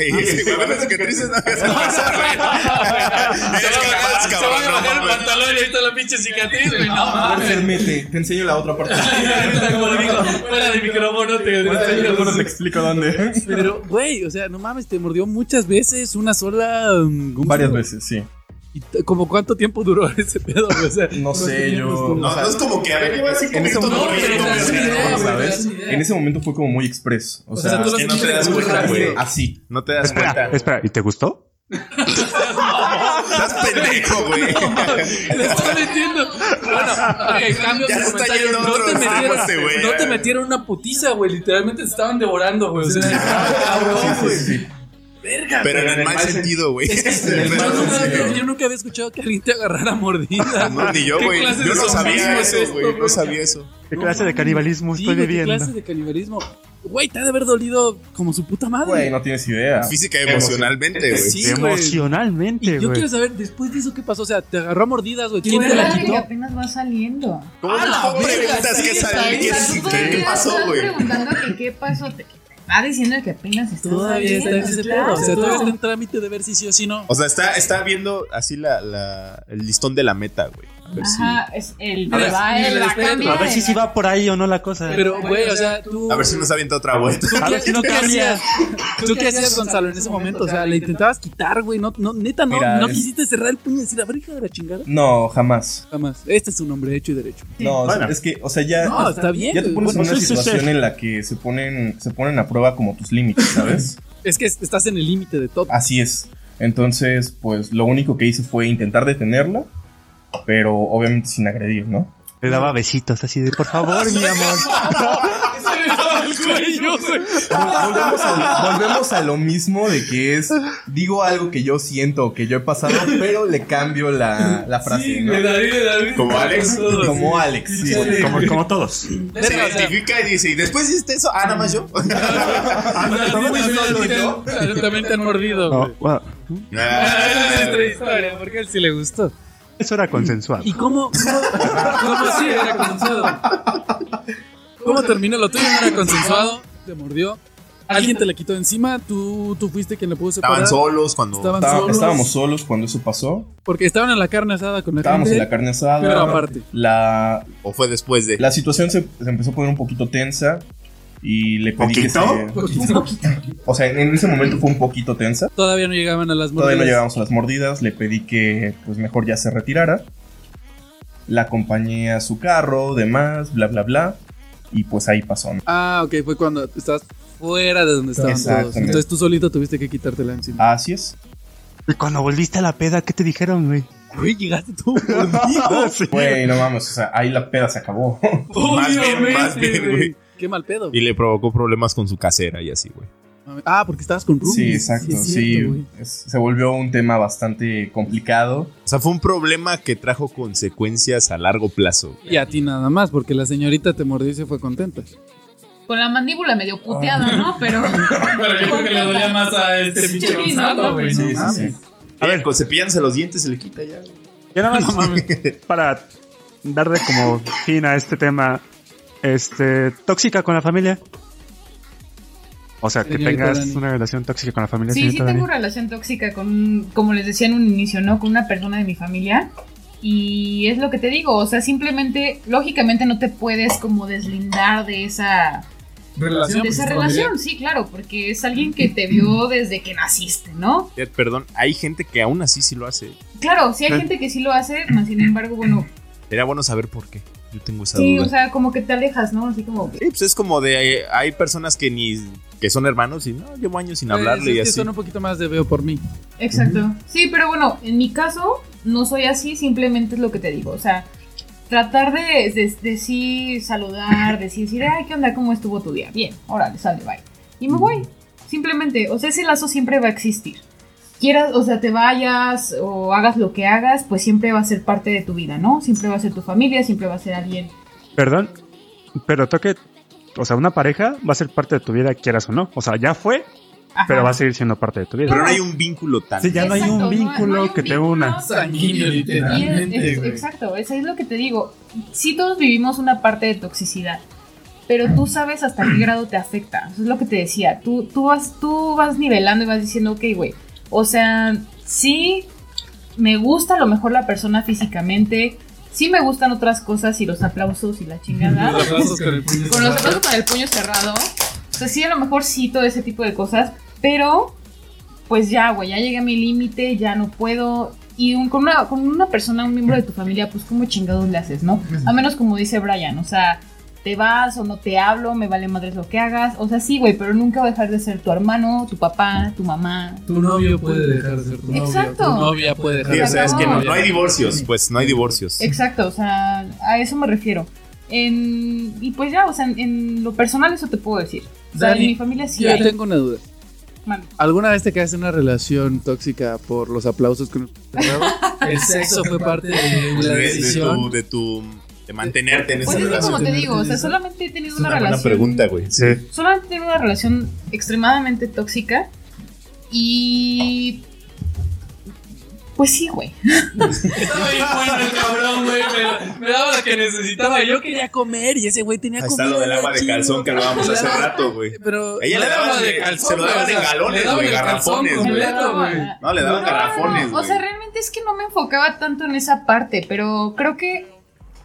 S2: Ey, ese güey, con las cicatrices no habías pasado, güey.
S7: Se va a bajar-
S2: Eres capaz,
S7: se va a
S2: cabrón,
S7: bajar el
S2: güey.
S7: pantalón y ahí está la pinche cicatriz, güey. No mames.
S5: Permíteme, te enseño la otra parte.
S7: Ah. Ahorita, Como dijo, fuera de micrófono te
S5: Luego te explico dónde.
S1: Pero, güey, o sea, no mames, te mordió muchas veces, una sola. um, ¿cómo se
S5: Varias
S1: llama?
S5: veces, sí.
S1: ¿Y t- como cuánto tiempo duró ese pedo, güey? O sea,
S5: No sé,
S1: tenías
S5: yo-
S1: como-
S2: No, no es como que a ver, ¿qué vas a decir?
S5: En ese
S2: Como que
S5: momento,
S2: todo
S7: pero
S2: bien,
S7: te
S2: güey.
S7: das una idea, güey.
S5: ¿sabes?
S7: te das idea.
S5: En ese momento fue como muy expreso. O,
S1: O sea,
S5: sea,
S1: tú lo
S2: que no te das
S1: muy
S2: cuenta,
S1: rápido.
S2: güey.
S5: así.
S2: No te das
S8: Espera,
S2: cuenta.
S8: espera. ¿Y te gustó?
S2: Estás pendejo, güey.
S7: Le está metiendo. Bueno, ok, cambio
S2: Ya
S7: de
S2: se está
S7: comentario.
S2: yendo
S7: No
S2: otro
S7: te, metieron,
S2: extremo este güey.
S7: no te metieron una putiza, güey. Literalmente te estaban devorando, güey. O sea,
S5: Sí,
S1: Ah,
S7: cabrón,
S5: sí,
S7: güey.
S5: sí.
S7: Verga,
S2: Pero en el mal sentido, güey.
S7: mal
S1: Yo nunca,
S7: sentido.
S1: yo nunca había escuchado que alguien te agarrara a mordidas.
S2: No, ni yo,
S7: ¿Qué
S2: güey.
S7: clase
S2: Yo
S7: de
S2: no sabía
S7: somismo es
S2: eso,
S7: esto,
S2: güey. No
S7: güey?
S2: sabía eso.
S8: ¿Qué clase de canibalismo
S1: Sí,
S8: estoy
S1: güey, ¿qué
S8: viviendo?
S1: clases de canibalismo? Güey, te ha de haber dolido como su puta madre.
S5: Güey, no tienes idea.
S2: Física y emocionalmente, güey.
S1: Sí, güey. Y
S8: Pues Emocionalmente,
S1: yo
S8: güey.
S1: quiero saber, después de eso, ¿qué pasó? O sea, te agarró a mordidas, güey. ¿Quién te la
S6: Recuerda que
S1: quitó?
S6: apenas va saliendo.
S2: ¿Cómo
S7: A la
S2: cómo
S7: verga,
S2: preguntas
S7: sí,
S2: qué
S7: está
S2: salí?
S7: bien,
S6: Estás
S2: ¿Qué-
S6: todo el
S2: ¿Qué
S6: día
S2: pasó,
S6: estás
S2: güey?
S6: preguntando que qué pasó. Te va diciendo que apenas está
S1: Todavía está en
S6: saliendo.
S1: ese pedo.
S6: claro.
S1: O sea, todavía está en trámite de ver si sí o si no.
S2: O sea, está, está viendo así la, la- el listón de la meta, güey. A ver si-
S6: Ajá, es el
S7: Pues A ver,
S6: va,
S7: sí,
S6: el
S7: el
S6: va
S7: espectro.
S6: cambia
S8: A ver
S6: de
S8: si sí
S6: la-
S8: va por ahí o no la cosa.
S1: Pero, güey, o sea, tú.
S2: A ver si nos avienta otra vuelta.
S1: ¿Tú
S8: A
S1: qué,
S8: ver si no
S1: tú qué
S8: cambia.
S1: hacías? ¿Tú qué hacías, Gonzalo, en ese momento? O sea, le intentabas quitar, güey. No, no, neta, no,
S5: Mira,
S1: no
S5: es-
S1: quisiste cerrar el puño y decir, a ver, hija de la chingada.
S5: No, jamás.
S1: Jamás. Este es un hombre hecho y derecho.
S5: No, o sea,
S8: Bueno.
S5: es que, o sea, ya.
S1: No, está bien.
S5: Ya te
S1: güey.
S5: pones en
S8: Bueno,
S5: una
S8: sí, sí,
S5: situación
S8: sí.
S5: en la que se ponen, se ponen a prueba como tus límites, ¿sabes?
S1: Es que estás en el límite de todo.
S5: Así es. Entonces, pues lo único que hice fue intentar detenerla, pero obviamente sin agredir, ¿no?
S8: Le daba besitos así de, por favor, mi amor.
S5: Volvemos a, volvemos a lo mismo de que es, digo algo que yo siento o que yo he pasado, pero le cambio la, la frase,
S7: Sí,
S5: ¿no?
S7: güey, David, David.
S2: Como Alex.
S5: Como Alex. sí.
S8: Como, como todos.
S2: Se
S1: Verga, o sea,
S2: identifica y dice, y después hiciste eso. Ah, nada más yo.
S1: También
S5: muy solo,
S1: te han- También te han mordido.
S8: No,
S1: güey.
S8: bueno,
S2: Ah,
S1: Esa es otra historia, porque a él sí le gustó.
S8: eso era consensuado.
S1: ¿Y cómo? ¿Cómo, cómo sí era consensuado? ¿Cómo terminó lo tuyo? No era consensuado, te mordió. Alguien te la quitó encima, tú, tú fuiste quien la pudo separar.
S2: Estaban solos cuando.
S1: Estaban
S5: Estaba-
S1: solos.
S5: estábamos solos cuando eso pasó.
S1: Porque estaban en la carne asada con la
S5: Estábamos en
S1: gente.
S5: la carne asada.
S1: Pero aparte.
S5: La,
S2: O fue después de.
S5: la situación se, se empezó a poner un poquito tensa y le pedí que
S8: ¿Poquito?
S5: se- O sea, en ese momento fue un poquito tensa.
S1: Todavía no llegaban a las mordidas.
S5: Todavía no llegamos a las mordidas. Le pedí que, pues, mejor ya se retirara. La acompañé a su carro, demás, bla, bla, bla. Y pues ahí pasó. ¿no?
S1: Ah, ok, fue cuando estabas fuera de donde estaban todos.
S5: Exactamente.
S1: Entonces tú solito tuviste que quitártela encima.
S5: Así es.
S8: Y cuando volviste a la peda, ¿qué te dijeron, güey?
S5: Ah.
S8: Ah,
S1: Güey, llegaste tú.
S8: Sí.
S5: Güey, no mames. O sea, ahí la peda se acabó.
S2: Más bien, más
S7: Obviamente,
S2: bien, güey.
S1: Qué mal pedo.
S2: Y le provocó problemas con su casera y así, güey.
S1: Ah, porque estabas con Ruby.
S5: sí, exacto. Sí, Es- se volvió un tema bastante complicado.
S2: O sea, fue un problema que trajo consecuencias a largo plazo.
S1: Y a ti nada más, porque la señorita te mordió y se fue contenta.
S6: con la mandíbula medio puteada, ¿no? Pero
S7: Oh. Pero yo creo que le dolía más a este pinche
S6: Sí, no,
S7: Gonzalo, güey.
S6: pues,
S7: no
S6: no
S7: mames.
S2: A ver, con cepillándose los dientes se le quita ya. güey.
S8: Ya nada más para darle como fin a este tema, este, tóxica con la familia. O sea, que
S1: Señorita
S8: tengas
S1: Dani.
S8: una relación tóxica con la familia.
S6: sí, sí
S8: señorita
S6: tengo
S8: Dani.
S6: relación tóxica con, como les decía en un inicio, ¿no? Con una persona de mi familia. Y es lo que te digo, o sea, simplemente, lógicamente no te puedes como deslindar de esa
S7: Relación.
S6: de esa relación, sí, claro, porque es alguien que te vio desde que naciste, ¿no?
S2: Ya, Eh, Perdón, hay gente que aún así sí lo hace.
S6: Claro, sí hay
S8: Claro.
S6: gente que sí lo hace, mas sin embargo, bueno,
S2: Sería bueno saber por qué. Yo tengo esa
S6: sí,
S2: duda.
S6: o sea, como que te alejas, ¿no? Así como que
S2: Sí, pues es como de. eh, Hay personas que ni. que son hermanos y no, llevo años sin
S1: Pues,
S2: hablarle
S1: es
S2: y
S1: que
S2: así.
S1: son un poquito más de veo por mí.
S6: Exacto. Sí, pero bueno, en mi caso no soy así, simplemente es lo que te digo. O sea, tratar de, de- de sí saludar, decir, decir, ay, ¿qué onda? ¿Cómo estuvo tu día? Bien, órale, sale, bye. Y me voy. Simplemente, o sea, ese lazo siempre va a existir. Quieras, o sea, te vayas o hagas lo que hagas, pues siempre va a ser parte de tu vida, ¿no? Siempre va a ser tu familia, siempre va a ser alguien.
S8: Perdón, pero toque, o sea, una pareja va a ser parte de tu vida, quieras o no. O sea, ya fue,
S6: Ajá.
S8: pero va a seguir siendo parte de tu vida.
S2: Pero
S6: Ah.
S2: no hay un vínculo tan.
S8: Sí, Este, ya no hay
S6: Exacto,
S8: un
S6: no
S8: vínculo
S6: hay un
S8: que te
S6: vínculo
S8: una.
S7: Sanguíneo,
S6: Y es-
S7: literalmente,
S6: es-
S7: güey.
S6: exacto, eso es lo que te digo. Sí todos vivimos una parte de toxicidad, pero tú sabes hasta qué grado te afecta. Eso es lo que te decía. Tú, tú, vas, tú vas nivelando y vas diciendo, ok, güey, o sea, sí me gusta a lo mejor la persona físicamente, sí me gustan otras cosas y los aplausos y la chingada.
S7: Los abrazos con el puño
S6: Ah. Con los
S7: cerrado.
S6: zapatos con el puño cerrado. O sea, sí, a lo mejor sí, todo ese tipo de cosas. Pero, pues ya, güey, ya llegué a mi límite, ya no puedo. Y un- con, una, con una persona, un miembro de tu familia, pues como chingados le haces, ¿no? A menos como dice Brian, o sea, te vas o no te hablo, me vale madres lo que hagas. O sea, sí, güey, pero nunca va a dejar de ser tu hermano, tu papá, tu mamá.
S7: Tu novio puede dejar de ser tu novio.
S6: Exacto.
S7: tu
S1: Tu novia puede dejar
S2: Sí,
S1: de
S2: o sea, es que no,
S6: no.
S2: no hay divorcios. Pues no hay divorcios.
S6: Exacto, o sea, a eso me refiero. En- y pues ya, o sea, en, en lo personal eso te puedo decir. O sea,
S1: Dani,
S6: en mi familia sí.
S1: Yo
S6: hay.
S1: tengo una duda.
S6: Mande.
S1: ¿Alguna vez te quedaste en una relación tóxica por los aplausos con
S7: El sexo fue parte de
S2: Pues, De,
S7: la
S2: de
S7: decisión.
S2: tu, de tu. de mantenerte en esa
S6: Pues es que como
S2: relación.
S6: te digo, o sea,
S7: Relación.
S6: solamente he tenido
S2: Es
S6: una,
S2: una buena
S6: relación.
S2: pregunta, güey.
S8: Sí.
S6: Solamente he tenido una relación extremadamente tóxica. Y. Pues sí, güey.
S7: Estaba bien bueno el cabrón, güey. Me, me daba lo que necesitaba. Yo quería
S1: Quería comer y ese güey tenía
S2: Ahí está lo del agua de calzón que hablábamos hace rato, güey.
S1: Pero
S2: Ella le daba de Se lo daba de galones, güey, garrafones, güey.
S6: Me
S7: completo,
S6: daba-
S7: güey.
S2: No, le daban
S6: No,
S2: garrafones,
S6: no, O
S2: güey.
S6: sea, realmente es que no me enfocaba tanto en esa parte, pero creo que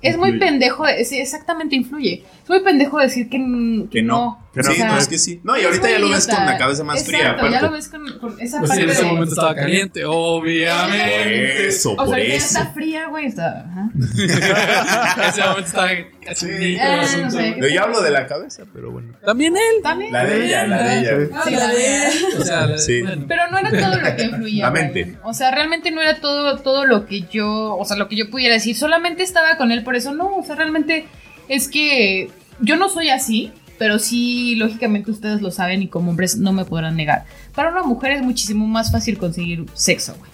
S6: es muy pendejo. de- sí, exactamente influye. Es muy pendejo decir que, n-
S2: Que no.
S8: Pero,
S2: sí,
S8: o sea,
S2: no, es que sí. No, y
S6: Es
S2: ahorita
S6: muy
S2: ya lo ves
S6: idiota.
S2: con la cabeza más fría,
S6: Exacto, ya
S2: aparte.
S6: lo ves con, con esa
S7: Pues sí,
S6: parte
S7: en ese
S6: de-
S7: momento estaba caliente,
S2: Por
S7: obviamente.
S2: eso,
S6: O sea,
S2: por
S6: ahorita ya
S2: eso.
S6: está fría, güey. está- ajá.
S7: En ese momento estaba casi negro el
S6: Ah, no sé,
S7: asunto, güey.
S2: Pero yo hablo de la cabeza, pero bueno.
S1: también él.
S6: También.
S2: La de ella, la de ella. güey.
S6: Sí, la de-
S7: O sea,
S6: Eh,
S7: la-
S2: Sí.
S7: bueno.
S6: Pero no era todo lo que influía.
S2: La
S6: güey.
S2: mente.
S6: O sea, realmente no era todo, todo lo que yo, o sea, lo que yo pudiera decir. Solamente estaba con él por eso. No, o sea, realmente es que yo no soy así, pero sí, lógicamente ustedes lo saben y como hombres no me podrán negar. Para una mujer es muchísimo más fácil conseguir sexo, güey.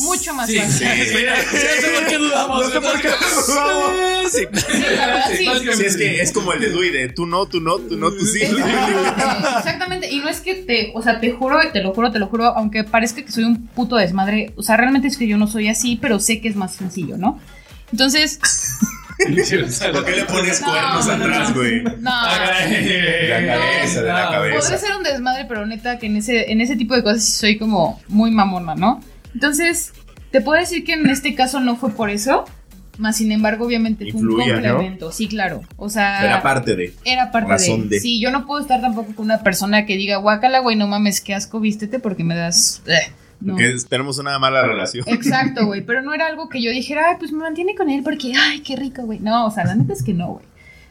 S6: Mucho más
S7: Sí, sí.
S6: fácil.
S7: Mira, no sé por qué dudamos. No sé por qué dudamos. Sí,
S6: la verdad, sí.
S2: Sí, es que es como el de Dewey de tú no, tú no, tú no, tú sí.
S6: Exactamente, exactamente, y no es que te, o sea, te juro, te lo juro, te lo juro, aunque parezca que soy un puto desmadre, o sea, realmente es que yo no soy así, pero sé que es más sencillo, ¿no? Entonces,
S2: ¿Por qué le pones
S6: No,
S2: cuernos
S6: no,
S2: atrás,
S6: no.
S2: güey?
S6: no,
S7: Ah, caray.
S2: De la cabeza, de la
S7: No.
S2: cabeza.
S6: podré ser un desmadre, pero neta que en ese, en ese tipo de cosas sí soy como muy mamona, ¿no? Entonces, te puedo decir que en este caso no fue por eso, más sin embargo, obviamente fue un
S2: Influía, ¿no?
S6: complemento, sí, claro, o sea...
S2: Pero aparte de.
S6: Era parte
S2: Razón
S6: de.
S2: de.
S6: Sí, yo no puedo estar tampoco con una persona que diga, guácala, güey, no mames, qué asco, vístete porque me das. eh", no.
S2: Porque es- tenemos una mala relación.
S6: Exacto, güey, pero no era algo que yo dijera, ay, pues me mantiene con él porque, ay, qué rico, güey. No, o sea, la neta es que no, güey.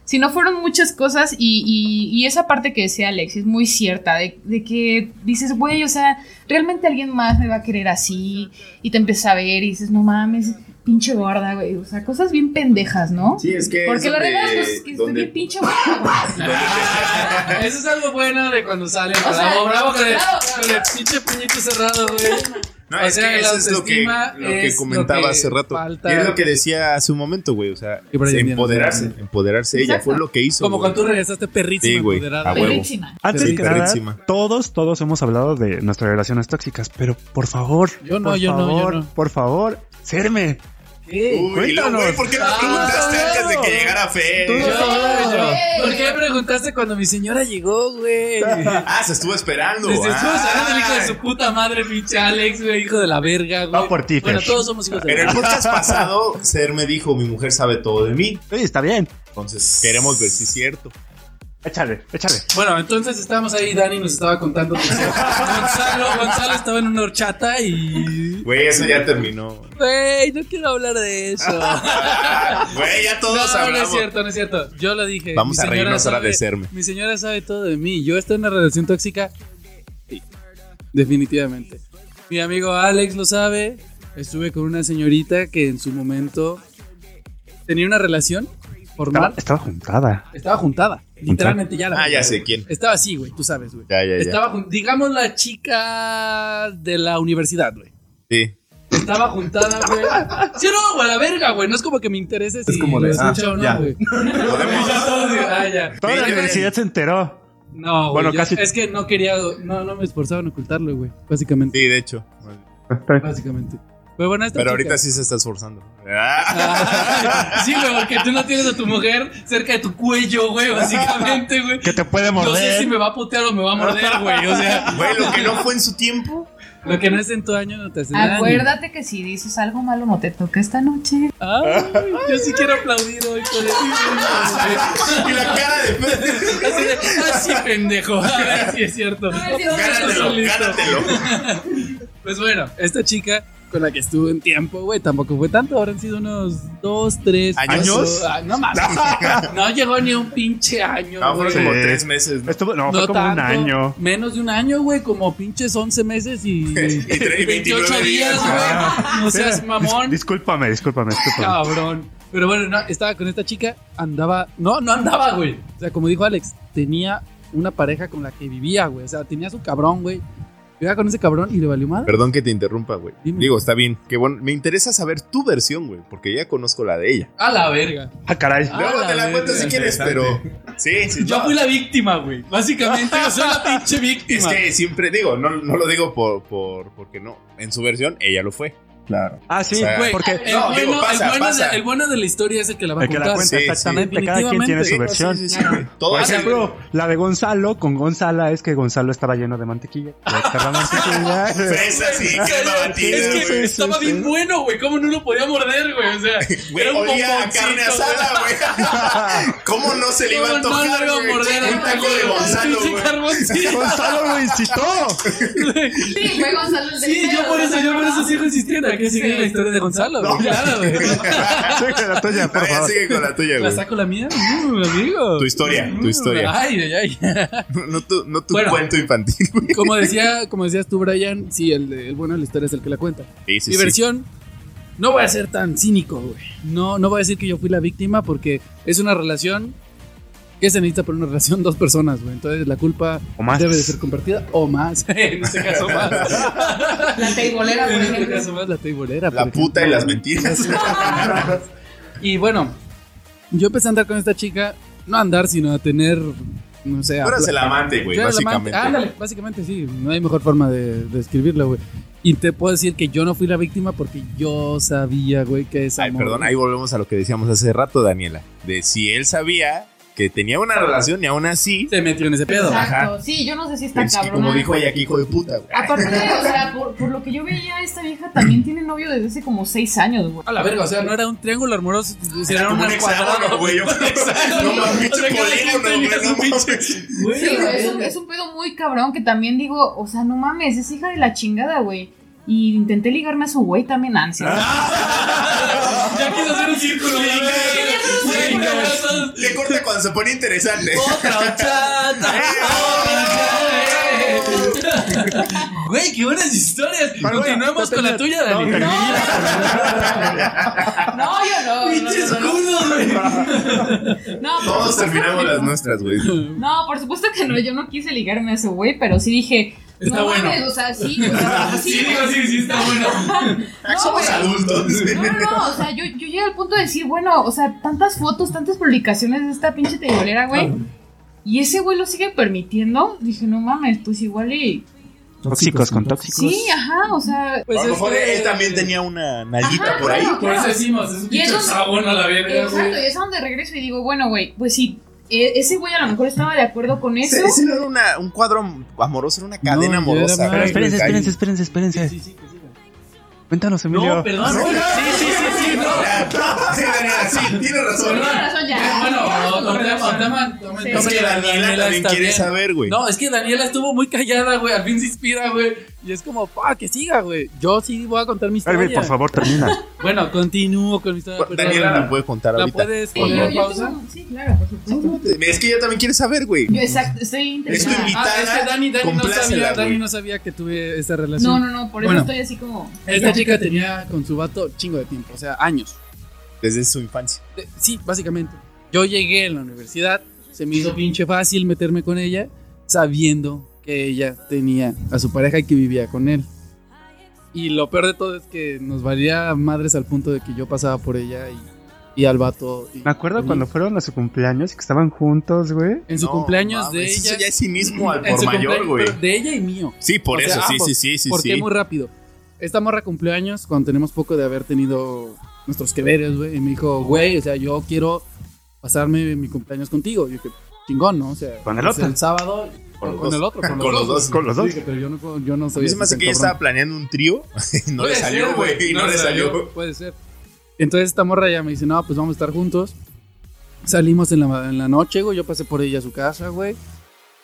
S6: Si no fueron muchas cosas y, y- y esa parte que decía Alex es muy cierta, de, de que dices, güey, o sea, realmente alguien más me va a querer así y te empiezas a ver y dices, no mames, pinche gorda, güey, o sea, cosas bien pendejas, ¿no?
S2: Sí, es que.
S6: Porque
S2: es
S6: la
S2: donde-
S6: realidad es que estoy
S2: donde-
S6: bien pinche gorda, güey.
S7: Ah, Eso es algo bueno de cuando sale bravo,
S6: sea,
S7: bravo con el,
S6: bravo, bravo.
S7: con el pinche puñito cerrado, güey.
S2: No,
S1: O
S2: es
S1: sea,
S2: que
S1: la
S2: eso es lo que,
S1: autoestima
S2: lo que
S1: es
S2: comentaba
S1: lo que
S2: hace rato.
S1: falta.
S2: Y es lo que decía hace un momento, güey. O sea,
S1: Y Brian Díaz,
S2: empoderarse.
S1: ¿no?
S2: Empoderarse ella.
S4: Exacto.
S2: Fue lo que hizo.
S1: Como
S2: güey.
S1: cuando tú regresaste perrísima
S2: Sí, güey, Ah,
S1: empoderada.
S2: a huevo.
S4: Perrísima.
S8: Antes
S1: Sí,
S8: que nada,
S2: perrísima.
S8: todos, todos hemos hablado de nuestras relaciones tóxicas, pero por favor,
S1: Yo no,
S8: por
S1: yo no, yo
S8: favor,
S1: no.
S8: por favor, serme.
S1: ¿Qué?
S2: Uy, y luego, güey, ¿por qué nos
S1: Ah,
S2: preguntaste
S1: no.
S2: antes de que llegara
S1: Yo,
S2: Fer?
S1: yo. ¿Por qué preguntaste cuando mi señora llegó, güey?
S2: Ah, se estuvo esperando.
S1: Desde
S2: ah.
S1: estuvo sacando el hijo de su puta madre, pinche Alex, güey, hijo de la verga, güey.
S8: Va por ti,
S1: Bueno,
S8: Fer.
S1: todos somos hijos de
S2: En
S1: la
S2: el podcast pasado, Ser me dijo, mi mujer sabe todo de mí.
S8: Sí, está bien.
S2: Entonces, queremos ver si es cierto.
S8: Échale, échale.
S1: Bueno, entonces estábamos ahí, Dani nos estaba contando que Gonzalo, Gonzalo estaba en una horchata y...
S2: Güey, eso ya terminó.
S1: Güey, no quiero hablar de eso.
S2: Güey, ya todos
S1: no, no es
S2: hablamos.
S1: cierto, no es cierto. Yo lo dije.
S2: Vamos
S1: mi
S2: a
S1: señora
S2: reírnos ahora
S1: sabe-
S2: de serme.
S1: Mi señora sabe todo de mí. Yo estoy en una relación tóxica. Sí, definitivamente. Mi amigo Alex lo sabe. Estuve con una señorita que en su momento tenía una relación
S8: Estaba,
S1: formal.
S8: estaba juntada.
S1: Estaba juntada. Literalmente ya la.
S2: Ah, ya sé quién.
S1: Estaba así, güey, tú sabes, güey.
S2: Ya, ya, ya.
S1: Estaba, jun- digamos, la chica de la universidad, güey.
S2: Sí.
S1: Estaba juntada, güey. Sí, no, güey, a la verga, güey. No es como que me interese si
S5: como
S1: lo
S5: de, ah,
S1: escucha o no,
S5: ya.
S1: güey.
S2: Podemos-
S1: Ya todos digo, ah, ya.
S8: Toda la
S2: Sí,
S8: universidad se enteró.
S1: No, güey,
S8: Bueno,
S1: yo-
S8: casi-
S1: es que no quería, no, no me esforzaba en ocultarlo, güey, básicamente,
S2: Sí, de hecho.
S1: básicamente. Pero bueno, esta
S2: Pero
S1: chica-
S2: ahorita sí se está esforzando. Ah.
S1: Ay, sí, güey, porque tú no tienes a tu mujer cerca de tu cuello, güey, básicamente, güey.
S8: Que te puede
S1: No sé si
S8: morder.
S1: me va a putear o me va a morder, güey, o sea,
S2: Güey, lo que no fue en su tiempo.
S1: lo que no es en tu año no te hace daño.
S4: Acuérdate que si dices algo malo no te toca esta noche.
S1: Ay, Ah, yo sí quiero aplaudir hoy por eso.
S2: Y la cara de Fer.
S1: Así de, ah, sí, pendejo, a ver si es cierto.
S2: Gánatelo,
S1: Listo.
S2: gánatelo.
S1: Pues bueno, esta chica con la que estuve en tiempo, güey, tampoco fue tanto. Habrán sido unos dos, tres
S2: ¿Años?
S1: cuatro, ah, no más. no llegó ni un pinche año.
S2: No, Ah, fueron
S1: güey.
S2: como
S8: Sí.
S2: tres meses. ¿no?
S8: Estuvo, no, fue
S1: No
S8: como un
S1: tanto,
S8: año.
S1: Menos de un año, güey, como pinches 11 meses y,
S2: tre-
S1: 28
S2: y
S1: días,
S2: 29 días,
S1: güey. No
S8: Mira,
S1: seas
S8: dis-
S1: mamón.
S8: discúlpame, discúlpame,
S1: Ah,
S8: discúlpame.
S1: Cabrón. Pero bueno, no, estaba con esta chica, andaba. No, no andaba, güey. O sea, como dijo Alex, tenía una pareja con la que vivía, güey. O sea, tenía su cabrón, güey. Vivía con ese cabrón y le valió madre.
S2: Perdón que te interrumpa, güey.
S1: Dime.
S2: Digo, está bien. Que bueno, me interesa saber tu versión, güey, porque ya conozco la de ella.
S1: A la verga.
S8: Ah, caray.
S1: Ah,
S2: Luego
S1: la
S2: te la
S1: verga.
S2: cuento si quieres, pero. Sí, sí.
S1: Yo
S2: no.
S1: fui la víctima, güey. Básicamente, yo soy la pinche
S2: Es
S1: víctima.
S2: que siempre digo, no, no lo digo por, por porque no. En su versión, ella lo fue. Claro.
S8: Ah, sí,
S2: O sea,
S1: Güey,
S8: porque
S1: el,
S2: No,
S1: bueno,
S2: digo, pasa,
S1: el, bueno
S2: pasa.
S1: De, el bueno de la historia es el que la va a
S8: el que la
S1: contar.
S2: Sí,
S8: cuenta
S2: sí.
S8: exactamente, cada quien tiene su
S1: Definitivamente.
S8: versión.
S2: Sí, sí, sí, güey. Todo
S8: Por
S2: es-
S8: ejemplo, la de Gonzalo con Gonzala es que Gonzalo estaba lleno de mantequilla. Le echaba mantequilla.
S2: Fresas y
S1: Es
S2: crema
S1: que,
S2: batida,
S1: es que
S2: güey.
S1: estaba bien bueno, güey. ¿Cómo no lo podía morder, güey? O sea,
S2: Güey,
S1: era un
S2: olía a
S1: bomboncito,
S2: carne asada, güey. ¿Cómo no se le iba a
S1: ¿Cómo no
S2: antojar,
S1: lo iba a
S2: güey?
S1: morder
S2: Un taco de Gonzalo,
S1: pinche
S2: güey.
S1: carboncillo.
S8: Gonzalo lo incitó.
S6: Sí, fue Gonzalo el
S1: Sí, yo por eso, yo por eso sigo insistiendo. Hay que seguir la historia de Gonzalo, güey. Claro, güey.
S8: Sigue la tuya, por
S2: A ver,
S8: favor.
S2: sigue con la tuya,
S1: ¿La
S2: güey.
S1: saco la mía? Mm, amigo.
S2: Tu historia, tu
S1: Mm,
S2: historia.
S1: Ay, ay, ay.
S2: No tu, no tu
S1: Bueno.
S2: cuento infantil, güey.
S1: Como, decía, como decías tú, Brian, sí, el, de- el bueno de la historia es el que la cuenta.
S2: Sí, sí,
S1: Mi
S2: sí.
S1: versión, no voy a ser tan cínico, güey. No, no voy a decir que yo fui la víctima porque es una relación que se necesita para una relación dos personas, güey. Entonces la culpa
S8: O más.
S1: debe de ser compartida o más. en este caso más.
S6: La teibolera, por
S1: en este
S6: ejemplo.
S1: caso más la teibolera.
S2: La
S1: por
S2: puta y
S1: ejemplo.
S2: las mentiras.
S1: Y bueno, yo empecé a andar con esta chica, no a andar, sino a tener, no sé, a
S2: Tú eras
S1: pla-
S2: el amante, güey,
S1: Yo era el amante.
S2: básicamente.
S1: Ándale, básicamente sí, no hay mejor forma de describirlo, güey. Y te puedo decir que yo no fui la víctima porque yo sabía, güey, que es
S2: Ay,
S1: amor.
S2: perdón, ahí volvemos a lo que decíamos hace rato, Daniela. De si él sabía que tenía una relación y aún así.
S1: se metió en ese pedo.
S6: Exacto. Sí, yo no sé si está
S2: es que
S6: cabrón.
S2: como dijo ella aquí, hijo de puta, güey.
S1: Ah,
S6: Aparte, o sea, por, por lo que yo veía, esta vieja también tiene novio desde hace como seis años, güey.
S1: A la verga, o sea, no era un triángulo amoroso, era
S2: Como
S1: un
S2: un hexágono,
S1: cuadrado,
S2: güey. Yo No mames,
S1: O sea,
S2: pinche
S1: que la gente
S2: polígono, güey.
S1: elija
S2: no
S1: su pinche-
S2: mames.
S1: Güey,
S6: Sí, güey, es, un,
S1: güey.
S6: es un pedo muy cabrón que también digo, o sea, no mames, es hija de la chingada, güey. Y intenté ligarme a su güey también, ansia.
S1: Ya quiso hacer un círculo. güey.
S2: Güey,
S1: Venga,
S2: cabrón,
S1: abrazos.
S2: Le corta cuando se pone interesante.
S1: Otra horchata.
S2: Eh,
S7: Güey, qué buenas historias. Continuemos con la tuya, Dani.
S8: No,
S6: No, yo no. no,
S7: Pinches
S6: no, no,
S7: culos, güey.
S6: No, por
S2: Todos
S6: supuesto
S2: terminamos
S6: que
S2: las
S6: no.
S2: nuestras, güey.
S6: No, por supuesto que no. Yo no quise ligarme a ese güey, pero sí dije.
S7: Está
S6: no
S7: bueno.
S6: mames, o sea, sí, o sea,
S7: Sí,
S6: sí.
S7: digo, sí, sí, está bueno.
S6: no,
S2: Somos
S6: güey.
S2: adultos.
S6: No, no, no, o sea, yo, yo llegué al punto de decir, bueno, o sea, tantas fotos, tantas publicaciones de esta pinche tebolera, güey. Y ese güey lo sigue permitiendo. Dije, no mames, pues igual y.
S8: Tóxicos con tóxicos.
S6: Sí, ajá, o sea.
S1: Pues
S2: a lo
S1: es
S2: mejor
S1: que-
S2: él también tenía una nalguita
S6: este, Ajá,
S2: por ahí.
S6: claro,
S7: Por eso
S6: claro.
S7: decimos, es un
S6: Y
S7: pinche
S6: eso-
S7: sabón a la verga,
S6: Exacto,
S7: güey.
S6: y es a donde regreso y digo, bueno, güey, pues sí, e- ese güey a lo mejor estaba de acuerdo con eso.
S2: Ese, ese no era una- un cuadro amoroso, era una cadena
S1: No, yo era
S2: amorosa.
S1: más-
S8: Pero
S2: güey.
S8: espérense,
S2: Ahí.
S8: espérense, espérense, espérense.
S1: Sí, sí, que siga.
S8: Cuéntanos, Emilio.
S7: No, perdón, güey. Sí, sí, sí, sí, no.
S2: Sí, Daniela, sí, tiene razón.
S6: Tienes razón, ya.
S7: Bueno,
S6: Tienes razón.
S7: no, tema, tema, tema.
S6: Sí.
S2: Es que Daniela también quiere saber, güey.
S1: No, es que Daniela estuvo muy callada, güey. Al fin se inspira, güey. Y es como, pa, que siga, güey. Yo sí voy a contar mi historia.
S8: Alvin, por favor, termina.
S1: Bueno, continúo con mi historia. pues, perdón.
S2: Daniela la puede contar
S1: ¿La
S2: ahorita.
S1: puedes
S6: Sí, yo-
S1: poner
S6: yo
S1: pausa?
S6: tengo- sí, claro, por supuesto.
S2: Es que ella también quiere saber, güey.
S6: Yo exacto, estoy
S2: Es tu
S6: interesada.
S2: invitada.
S1: Ah, es que Dani, Dani, no
S2: Complácela,
S1: sabía,
S2: güey.
S1: Dani no sabía que tuve esta relación.
S6: No, no, no, por eso
S1: Bueno.
S6: estoy así como.
S1: Esta chica tenía con su vato chingo de tiempo, o sea, años.
S2: Desde su infancia.
S1: De- Eh, sí, básicamente. Yo llegué en la universidad, se me hizo pinche fácil meterme con ella, sabiendo que ella tenía a su pareja y que vivía con él. Y lo peor de todo es que nos valía madres al punto de que yo pasaba por ella y, y al vato. y-
S8: Me acuerdo
S1: y-
S8: cuando fueron a su cumpleaños y que estaban juntos, güey.
S1: En su
S2: No,
S1: cumpleaños
S2: mames,
S1: de
S2: Eso
S1: ella.
S2: ya es cinismo al
S1: en
S2: por
S1: su
S2: mayor,
S1: cumpleaños,
S2: güey.
S1: pero De ella y mío.
S2: Sí, por
S1: O sea,
S2: eso, sí,
S1: ambos.
S2: sí, sí, sí,
S1: Porque
S2: sí.
S1: muy rápido. Esta morra cumpleaños cuando tenemos poco de haber tenido nuestros que veres, güey. Y me dijo, güey, o sea, yo quiero pasarme mi cumpleaños contigo. Y yo que chingón, ¿no? O sea,
S8: Con el
S1: pues,
S8: otro.
S1: El sábado.
S2: Con los
S1: con
S2: dos.
S1: el otro, con los
S2: Con los
S1: dos.
S2: dos.
S8: Con los
S1: Sí,
S8: dos.
S1: dije, pero yo no, puedo- yo no
S2: A
S1: soy.
S2: mí se me hace
S1: así
S2: que ella
S1: tan cabrón".
S2: estaba planeando un trío y no le
S7: Puede
S2: salió,
S7: ser,
S2: güey. Y no le salió.
S1: Puede ser. Entonces esta morra ya me dice, no, pues vamos a estar juntos. Salimos en la, en la noche, güey. Yo pasé por ella a su casa, güey.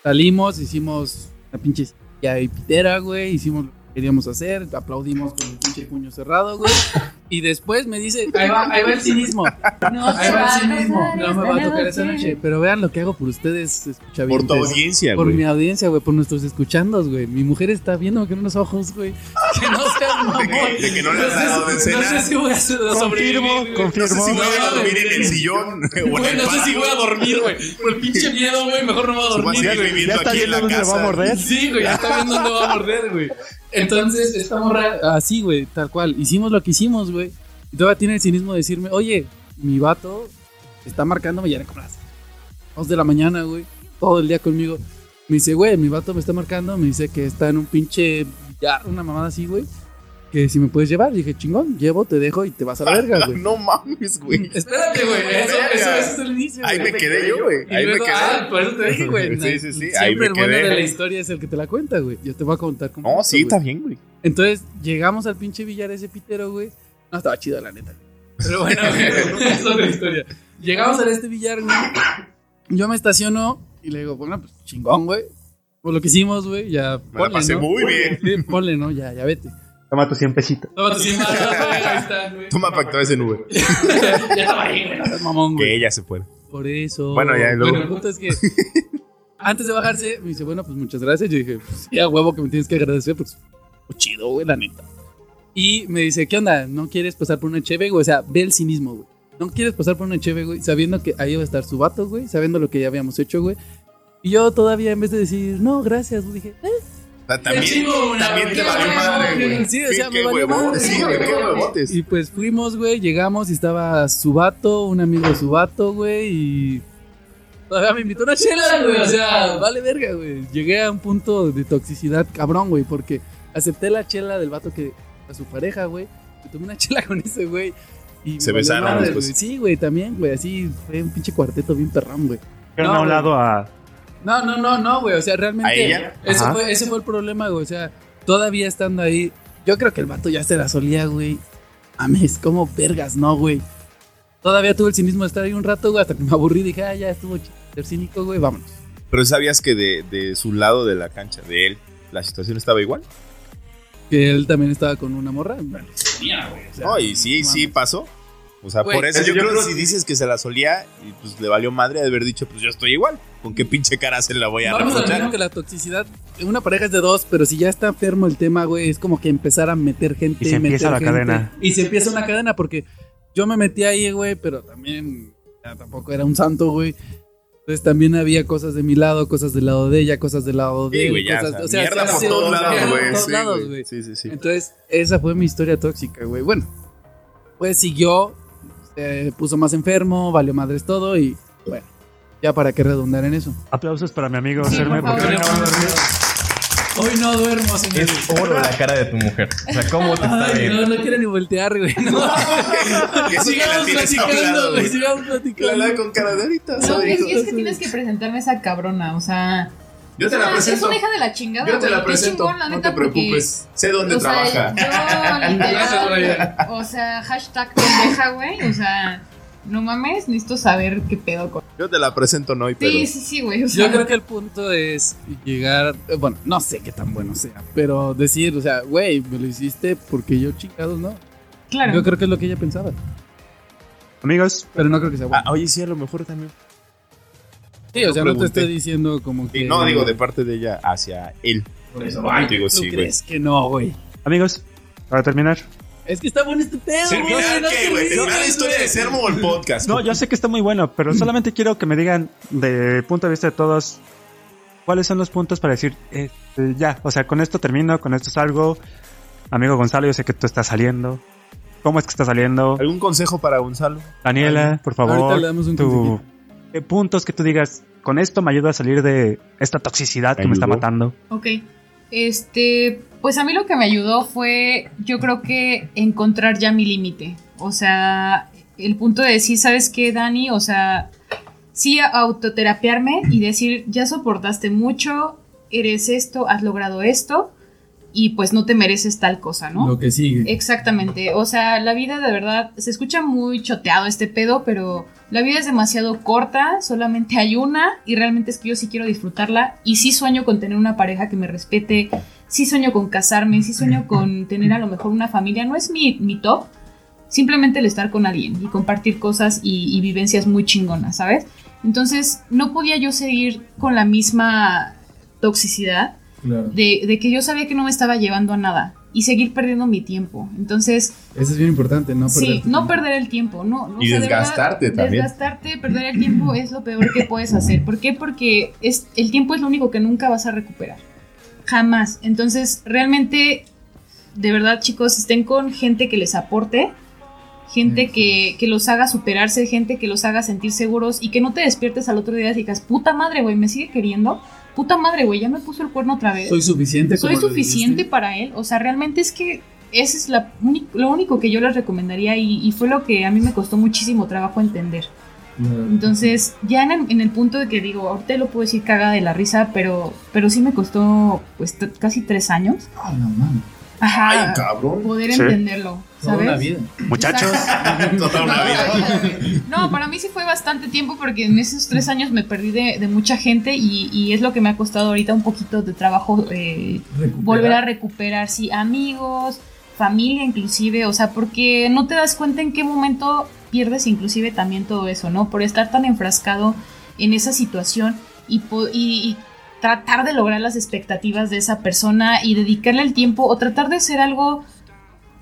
S1: Salimos, hicimos la pinche ya de pitera, güey. Hicimos lo que queríamos hacer. Aplaudimos con el pinche puño cerrado, güey. Y después me dice, ahí va, ahí va el cinismo.
S6: No,
S1: Ahí va el
S6: sí
S1: cinismo. No me va a tocar esa noche. Pero vean lo que hago por ustedes, escucha
S2: Por tu audiencia,
S1: Por mi
S2: güey.
S1: audiencia, güey, por nuestros escuchandos, güey. Mi mujer está viendo con unos ojos, güey. Que no seas mamón.
S2: De que- de que no le has dado de
S7: No sé
S2: cena.
S7: si voy a sobrevivir. güey.
S2: No sé
S8: confirmo.
S2: si voy a
S7: Güey,
S2: dormir en el
S7: güey.
S2: sillón o en
S7: Güey,
S2: el
S7: no sé si
S2: patio.
S7: voy a dormir, güey. Por el pinche miedo, güey. Mejor no voy a
S2: Si voy a
S7: dormir.
S2: seguir
S7: güey.
S2: viviendo aquí en la
S8: dónde
S2: casa.
S7: Sí, güey, ya está viendo dónde va a morder, güey.
S1: Entonces, esta morra, así, güey, tal cual. Hicimos lo que hicimos, güey. Y todavía tiene el cinismo de decirme, oye, mi vato está marcándome ya era como las dos de la mañana, güey. Todo el día conmigo. Me dice, güey, mi vato me está marcando. Me dice que está en un pinche billar, una mamada así, güey. Que si me puedes llevar. dije, chingón, llevo, te dejo y te vas a la verga, güey.
S2: No mames, güey.
S7: Espérate, güey. Eso, eso, eso es el inicio.
S2: Ahí
S7: güey.
S2: me quedé yo, güey.
S7: Y
S2: Ahí me
S7: luego- Ah,
S2: quedé.
S7: por eso te dije, güey.
S2: Sí, sí, sí.
S1: Siempre
S2: Ahí me
S1: el bueno de la
S2: quedé.
S1: historia es el que te la cuenta, güey. Yo te voy a contar cómo.
S2: No,
S1: pasó,
S2: sí,
S1: güey.
S2: está bien, güey.
S1: Entonces llegamos al pinche billar ese pitero, güey. No estaba chido, la neta. Pero bueno, güey, es otra historia. Llegamos a este billar, güey. Yo me estaciono y le digo, bueno, pues chingón, güey. Por lo que hicimos, güey, ya.
S2: Me la pasé
S1: ¿no?
S2: muy bien.
S1: Sí, ponle, ¿no? Ya, ya vete.
S8: Toma tus 100 pesitos.
S7: Toma tus imágenes, güey. Ahí están, güey.
S2: Toma pacto ese nube.
S7: Ya estaba ahí, güey.
S1: Estás Mamón,
S2: Que
S1: güey.
S2: ella se puede.
S1: Por eso.
S2: Bueno, ya, luego.
S1: Bueno, el punto es que. Antes de bajarse, me dice, bueno, pues muchas gracias. Yo dije, pues, sí, a huevo que me tienes que agradecer, pues, pues, chido, güey, la neta. Y me dice, ¿qué onda? ¿No quieres pasar por una cheve, güey? O sea, ve el cinismo, güey. No quieres pasar por una cheve, güey, sabiendo que ahí va a estar su vato, güey, sabiendo lo que ya habíamos hecho, güey. Y yo todavía, en vez de decir, no, gracias, güey, dije, "Eh,
S2: O sea,
S7: Te
S2: también,
S7: chingo una,
S2: también te
S7: güey.
S2: valió madre, güey.
S1: Sí, o sea,
S2: Qué-
S1: me
S2: qué
S1: valió
S2: huevotes,
S1: madre,
S2: Sí,
S1: güey.
S2: güey, qué huevotes.
S1: Y pues fuimos, güey, llegamos y estaba su vato, un amigo de su vato, güey, y todavía me invitó a una chela, güey, o sea, vale verga, güey. Llegué a un punto de toxicidad cabrón, güey, porque acepté la chela del vato que a su pareja, güey. Me tomé una chela con ese güey y me
S2: Se
S1: valió
S2: besaron
S1: madre,
S2: después.
S1: güey. Sí, güey, también, güey, así fue un pinche cuarteto bien perrón, güey.
S8: Pero a un
S1: güey.
S8: lado a.
S1: No, no, no, no, güey. O sea, realmente.
S2: ¿A ella?
S1: Ese,
S8: Ajá.
S1: fue, ese fue el problema, güey. O sea, todavía estando ahí. Yo creo que el vato ya se la solía, güey. Mames, como vergas, no, güey. Todavía tuve el cinismo de estar ahí un rato, güey, hasta que me aburrí. Dije, ah, ya estuvo chido ser cínico, güey, vámonos.
S2: Pero sabías que de, de su lado de la cancha, de él, la situación estaba igual.
S1: Que él también estaba con una morra. Bueno,
S7: Mía, güey.
S1: o sea,
S2: No, y sí,
S1: no
S2: sí
S1: mames.
S2: pasó. O sea,
S7: Güey,
S2: por eso
S3: pero
S2: yo,
S3: yo
S2: creo que
S3: creo
S2: si
S3: que-
S2: dices que se la solía y pues le valió madre de haber dicho, pues yo estoy igual. ¿Con qué pinche cara se la voy a
S1: Vamos a
S2: reprochar?
S1: ver que la toxicidad en una pareja es de dos, pero si ya está enfermo el tema, güey, es como que empezar a meter gente.
S8: Y se empieza
S1: meter
S8: la
S1: gente.
S8: cadena.
S1: Y se empieza una cadena porque yo me metí ahí, güey, pero también ya tampoco era un santo, güey. Entonces también había cosas de mi lado, cosas del lado de ella, cosas del lado de
S2: Sí,
S1: él,
S2: güey, ya.
S1: cosas-
S2: o sea, mierda
S1: sí,
S2: por
S1: sí,
S2: todos
S1: mierda
S2: lados,
S1: por
S2: güey.
S1: todos
S2: sí,
S1: lados,
S2: güey.
S1: güey.
S2: Sí, sí, sí.
S1: Entonces, esa fue mi historia tóxica, güey. Bueno, pues siguió, se puso más enfermo, valió madres todo y bueno, ya para qué redundar en eso.
S8: Aplausos para mi amigo
S6: Sí,
S8: Serme,
S6: por
S8: porque
S6: favor.
S8: acaba de-
S7: Hoy no duermo, señores.
S10: Es oro la cara de tu mujer. O sea, ¿cómo te está
S7: Ay,
S10: viendo?
S1: No, no quiere ni voltear, güey. No.
S2: Eso que la
S7: Sigamos
S2: tienes a un
S7: platicando,
S2: lado,
S7: güey.
S2: güey.
S7: Sigamos
S2: La
S7: platicando.
S2: la con cara de ahorita.
S6: No,
S2: soy
S6: es,
S2: hijo.
S6: es que tienes que presentarme a esa cabrona, o sea.
S2: Yo te
S6: es
S2: la
S6: una- Es
S2: presento.
S6: una hija de la chingada.
S2: Yo te
S6: güey,
S2: la
S6: qué
S2: presento.
S6: chingón, la
S2: No
S6: neta,
S2: te preocupes. Sé dónde
S6: o sea,
S2: trabaja.
S6: yo,
S7: Gracias,
S6: literal,
S7: Brian.
S6: o sea, hashtag pendeja, güey. O sea, no mames, necesito saber qué pedo con.
S2: Yo te la presento no y pero.
S6: Sí, sí, sí, güey. O sea,
S1: Yo creo que el punto es llegar, eh, bueno, no sé qué tan bueno sea, pero decir, o sea, güey, me lo hiciste porque yo chingados, ¿no?
S6: claro.
S1: Yo creo que es lo que ella pensaba,
S8: Amigos,
S1: pero no creo que sea bueno.
S2: Ah, oye, sí, a lo mejor también.
S1: sí, o sea, no te
S2: Ah, pregunté.
S1: estoy diciendo como que...
S2: Y no digo de parte de ella hacia él.
S7: Por eso,
S2: Ay,
S7: ay,
S2: digo
S1: ¿Tú
S2: sí, güey.
S1: crees que no, güey?
S8: amigos, para terminar.
S1: Es que está bueno este pedo, güey.
S2: ¿Terminar
S1: no
S2: qué, güey?
S1: te rías,
S2: ¿Terminar la historia de
S1: güey.
S2: Sermo o el podcast?
S8: No, yo sé que está muy bueno, pero solamente quiero que me digan, de punto de vista de todos, cuáles son los puntos para decir, este, ya, o sea, con esto termino, con esto salgo. Amigo Gonzalo, yo sé que tú estás saliendo. ¿Cómo es que estás saliendo?
S2: ¿Algún consejo para Gonzalo?
S8: Daniela, por
S1: Ahorita le
S8: favor,
S1: damos un
S8: tu,
S1: consejillo.
S8: eh, puntos que tú digas, con esto me ayuda a salir de esta toxicidad
S2: ¿Te
S8: que me está
S2: ayudó?
S8: matando.
S6: Ok. Este, pues a mí lo que me ayudó fue, yo creo que encontrar ya mi límite. O sea, el punto de decir, ¿sabes qué, Dani? O sea, sí autoterapiarme y decir, ya soportaste mucho, eres esto, has logrado esto y pues no te mereces tal cosa, ¿no?
S1: Lo que sigue.
S6: Exactamente, o sea, la vida de verdad se escucha muy choteado este pedo, pero la vida es demasiado corta, solamente hay una y realmente es que yo sí quiero disfrutarla y sí sueño con tener una pareja que me respete, sí sueño con casarme, sí sueño con tener a lo mejor una familia, no es mi, mi top, simplemente el estar con alguien y compartir cosas y, y vivencias muy chingonas, ¿sabes? Entonces, no podía yo seguir con la misma toxicidad
S7: Claro.
S6: de, de que yo sabía que no me estaba llevando a nada y seguir perdiendo mi tiempo. Entonces,
S1: Eso es bien importante, no perder.
S6: sí,
S1: tu
S6: no
S1: tiempo.
S6: perder el tiempo, no. no,
S2: Y
S6: o sea, de verdad,
S2: desgastarte también.
S6: Desgastarte, perder el tiempo es lo peor que puedes hacer. ¿Por qué? Porque es, el tiempo es lo único que nunca vas a recuperar. Jamás. Entonces, realmente, de verdad, chicos, estén con gente que les aporte. Gente que, que los haga superarse, gente que los haga sentir seguros y que no te despiertes al otro día y digas, puta madre, güey, me sigue queriendo, puta madre, güey, ya me puso el cuerno otra vez
S1: Soy suficiente.
S6: soy
S1: como lo
S6: suficiente
S1: dijiste?
S6: para él. O sea, realmente es que ese es la uni- lo único que yo les recomendaría y, y fue lo que a mí me costó muchísimo trabajo entender. Entonces, ya en el, en el punto de que digo, ahorita lo puedo decir caga de la risa, pero, pero sí me costó pues t- casi tres años.
S1: Ah, no mames.
S6: Ajá.
S2: cabrón.
S6: poder
S8: Sí.
S6: entenderlo,
S1: Toda
S6: ¿sabes?
S1: una vida.
S8: Muchachos,
S2: Toda una vida.
S6: No, para mí sí fue bastante tiempo porque en esos tres años me perdí de, de mucha gente y, y es lo que me ha costado ahorita un poquito de trabajo eh, volver a recuperar, sí, amigos, familia inclusive, o sea, porque no te das cuenta en qué momento pierdes inclusive también todo eso, ¿no? Por estar tan enfrascado en esa situación y, po- y- y tratar de lograr las expectativas de esa persona y dedicarle el tiempo o tratar de hacer algo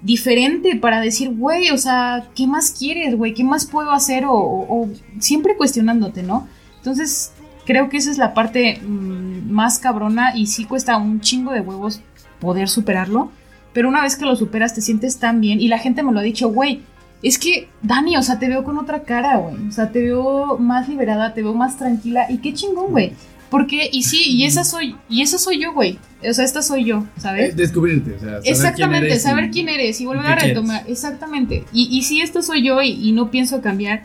S6: diferente para decir, güey, o sea, ¿qué más quieres, güey? ¿Qué más puedo hacer? O, o- o siempre cuestionándote, ¿no? Entonces, creo que esa es la parte mm, más cabrona y sí cuesta un chingo de huevos poder superarlo, pero una vez que lo superas te sientes tan bien y la gente me lo ha dicho, güey, es que, Dani, o sea, te veo con otra cara, güey, o sea, te veo más liberada, te veo más tranquila y qué chingón, güey. Porque, y sí, y esa soy, y esa soy yo, güey. O sea, esta soy yo, ¿sabes?
S1: Es descubrirte, o sea, saber quién
S6: Exactamente,
S1: eres y-
S6: saber quién eres y volver
S1: qué
S6: a
S1: quieres.
S6: retomar. Exactamente. Y, y sí, esto soy yo y, y no pienso cambiar.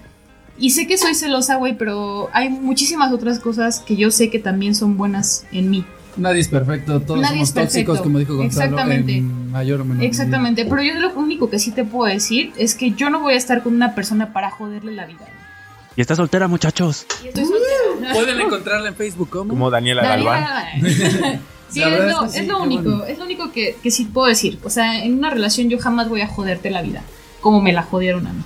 S6: Y sé que soy celosa, güey, pero hay muchísimas otras cosas que yo sé que también son buenas en mí.
S1: Nadie es perfecto, todos
S6: Nadie
S1: somos
S6: es perfecto.
S1: tóxicos, como dijo Gonzalo.
S6: Exactamente.
S1: En mayor o menor medida.
S6: Exactamente, pero yo lo único que sí te puedo decir es que yo no voy a estar con una persona para joderle la vida.
S8: y está soltera, muchachos.
S6: Y
S1: Uh,
S6: estoy soltera.
S1: Pueden encontrarla en Facebook como.
S2: Como Daniela
S6: Daniela
S2: Galván.
S6: Galván. Sí,
S1: La
S6: es
S1: verdad
S6: lo,
S1: es que
S6: es
S1: sí,
S6: lo
S1: qué
S6: único,
S1: bueno.
S6: es lo único que, que sí puedo decir. O sea, en una relación yo jamás voy a joderte la vida, como me la jodieron a mí.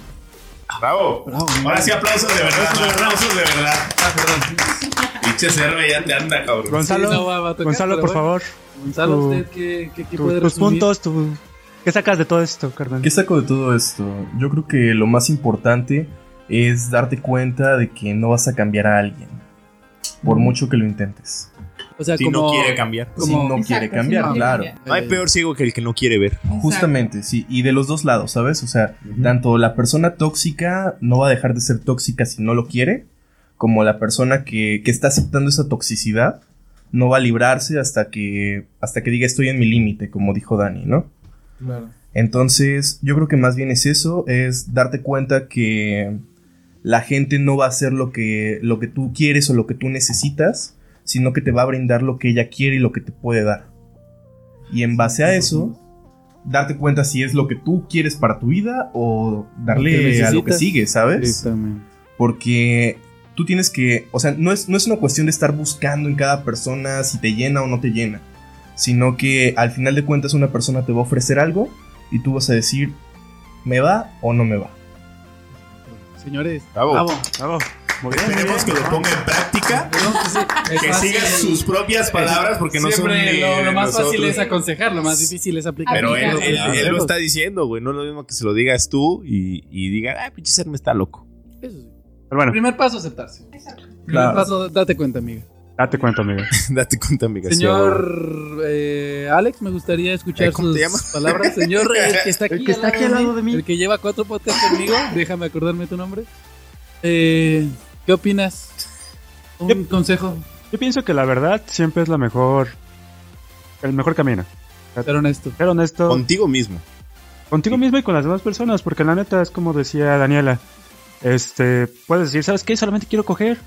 S2: Bravo. Ahora sí, aplausos de verdad. ¿no? Aplausos de verdad.
S7: Ah, perdón.
S2: Pinche CR ya te anda, cabrón.
S8: Gonzalo,
S1: Sí, no va- va a
S6: Pues
S1: tocar,
S8: Gonzalo,
S1: pero
S8: por
S1: bueno.
S8: favor,
S1: Gonzalo,
S8: Tu-
S1: ¿usted qué, qué, qué
S8: tu-
S1: puede
S8: tus
S1: resumir?
S8: puntos, tu, ¿qué sacas de todo esto, carnal?
S5: ¿Qué saco de todo esto? Yo creo que lo más importante es darte cuenta de que no vas a cambiar a alguien. Por mucho que lo intentes.
S1: O sea,
S2: Si
S1: como,
S2: no quiere cambiar.
S5: Si
S1: Como-
S5: no
S6: Exacto,
S5: quiere
S6: si
S5: cambiar,
S6: no quiere
S5: claro.
S6: cambiar.
S2: No
S7: Eh,
S2: hay peor ciego que el que no quiere ver.
S5: Justamente, sí. Y de los dos lados, ¿sabes? O sea, tanto la persona tóxica no va a dejar de ser tóxica si no lo quiere, como la persona que, que está aceptando esa toxicidad no va a librarse hasta que, hasta que diga estoy en mi límite, como dijo Dani, ¿no?
S7: Claro.
S5: Entonces, yo creo que más bien es eso, es darte cuenta que la gente no va a hacer lo que, lo que tú quieres o lo que tú necesitas, sino que te va a brindar lo que ella quiere y lo que te puede dar. Y en base a eso, darte cuenta si es lo que tú quieres para tu vida o
S1: Lo que
S5: darle a lo que
S1: necesitas.
S5: sigue, ¿sabes?
S1: Exactamente.
S5: Porque tú tienes que, o sea, no es, no es una cuestión de estar buscando en cada persona si te llena o no te llena, sino que al final de cuentas una persona te va a ofrecer algo y tú vas a decir, ¿me va o no me va?
S1: Señores,
S2: Bravo.
S1: bravo.
S8: Bravo. Muy bien, muy
S2: Esperemos que
S8: bien.
S2: lo ponga en práctica.
S1: Perdón, que sí, es
S2: Que
S1: fácil.
S2: siga sus propias palabras porque no son
S7: Siempre
S2: de
S7: lo, lo más
S2: nosotros.
S7: fácil es aconsejar,
S1: lo más difícil es aplicar.
S2: Pero él, él-
S1: Claro.
S2: él lo está diciendo, güey. No es lo mismo que se lo digas tú y, y diga, ah, pinche ser me está loco.
S1: Eso sí.
S8: Pero bueno,
S1: Primer paso, aceptarse. Primer
S5: Claro.
S1: paso, date cuenta, amiga.
S8: date cuenta, amigo.
S2: Date cuenta, amiga.
S1: Señor eh, Alex, me gustaría escuchar
S2: Eh, ¿cómo
S1: sus
S2: te llamas?
S1: palabras. Señor, el que está aquí,
S8: El que está aquí al lado de mí.
S1: El que lleva cuatro podcasts conmigo, déjame acordarme tu nombre. Eh, ¿Qué opinas? Un
S8: Yep.
S1: consejo,
S8: Yo pienso que la verdad siempre es la mejor, el mejor camino.
S1: ser honesto.
S8: Ser honesto
S2: Contigo mismo.
S8: contigo mismo y con las demás personas, porque la neta es como decía Daniela, este, puedes decir, ¿sabes qué? Solamente quiero coger.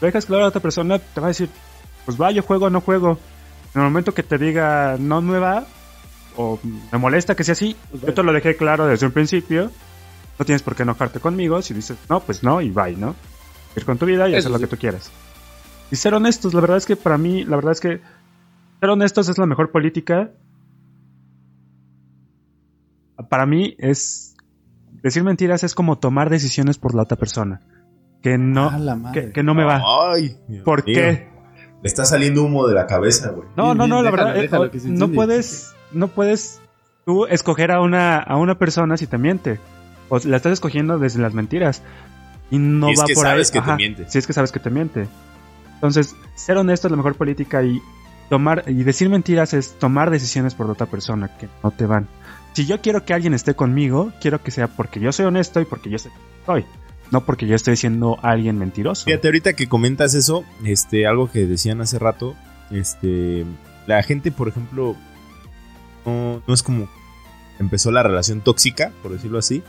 S8: Lo dejas claro a otra persona, te va a decir, pues va, yo juego o no juego. En el momento que te diga, no me va, o me molesta que sea así,
S1: Pues
S8: yo te lo dejé claro desde un principio. No tienes por qué enojarte conmigo. Si dices, no, pues no, y bye, ¿no? Ir con tu vida y
S1: Eso
S8: hacer lo
S1: sí.
S8: que tú quieras. Y ser honestos, la verdad es que para mí, la verdad es que ser honestos es la mejor política. Para mí es... Decir mentiras es como tomar decisiones por la otra persona. Que
S1: Ah,
S8: no,
S1: la
S8: que,
S1: madre.
S8: que no me va.
S2: Ay, Dios
S8: ¿Por
S2: mío.
S8: qué?
S2: Le está saliendo humo de la cabeza, güey.
S8: No,
S1: Bien,
S8: no,
S1: bien,
S8: no,
S1: déjalo,
S8: la verdad, eh,
S1: déjalo
S8: o-
S1: que se
S8: no
S1: incendie.
S8: puedes, no puedes tú escoger a una, a una persona si te miente. O la estás escogiendo desde las mentiras. Y no
S2: Y es
S8: va
S2: que
S8: por ahí.
S2: sabes que te
S8: Ajá,
S2: miente.
S8: Si es que sabes que te miente. Entonces, ser honesto es la mejor política y tomar y decir mentiras es tomar decisiones por otra persona que no te van. Si yo quiero que alguien esté conmigo, quiero que sea porque yo soy honesto y porque yo sé que soy, no porque yo estoy siendo alguien mentiroso.
S2: Fíjate, ahorita que comentas eso, este, algo que decían hace rato, este, la gente, por ejemplo, no, no es como empezó la relación tóxica, por decirlo así.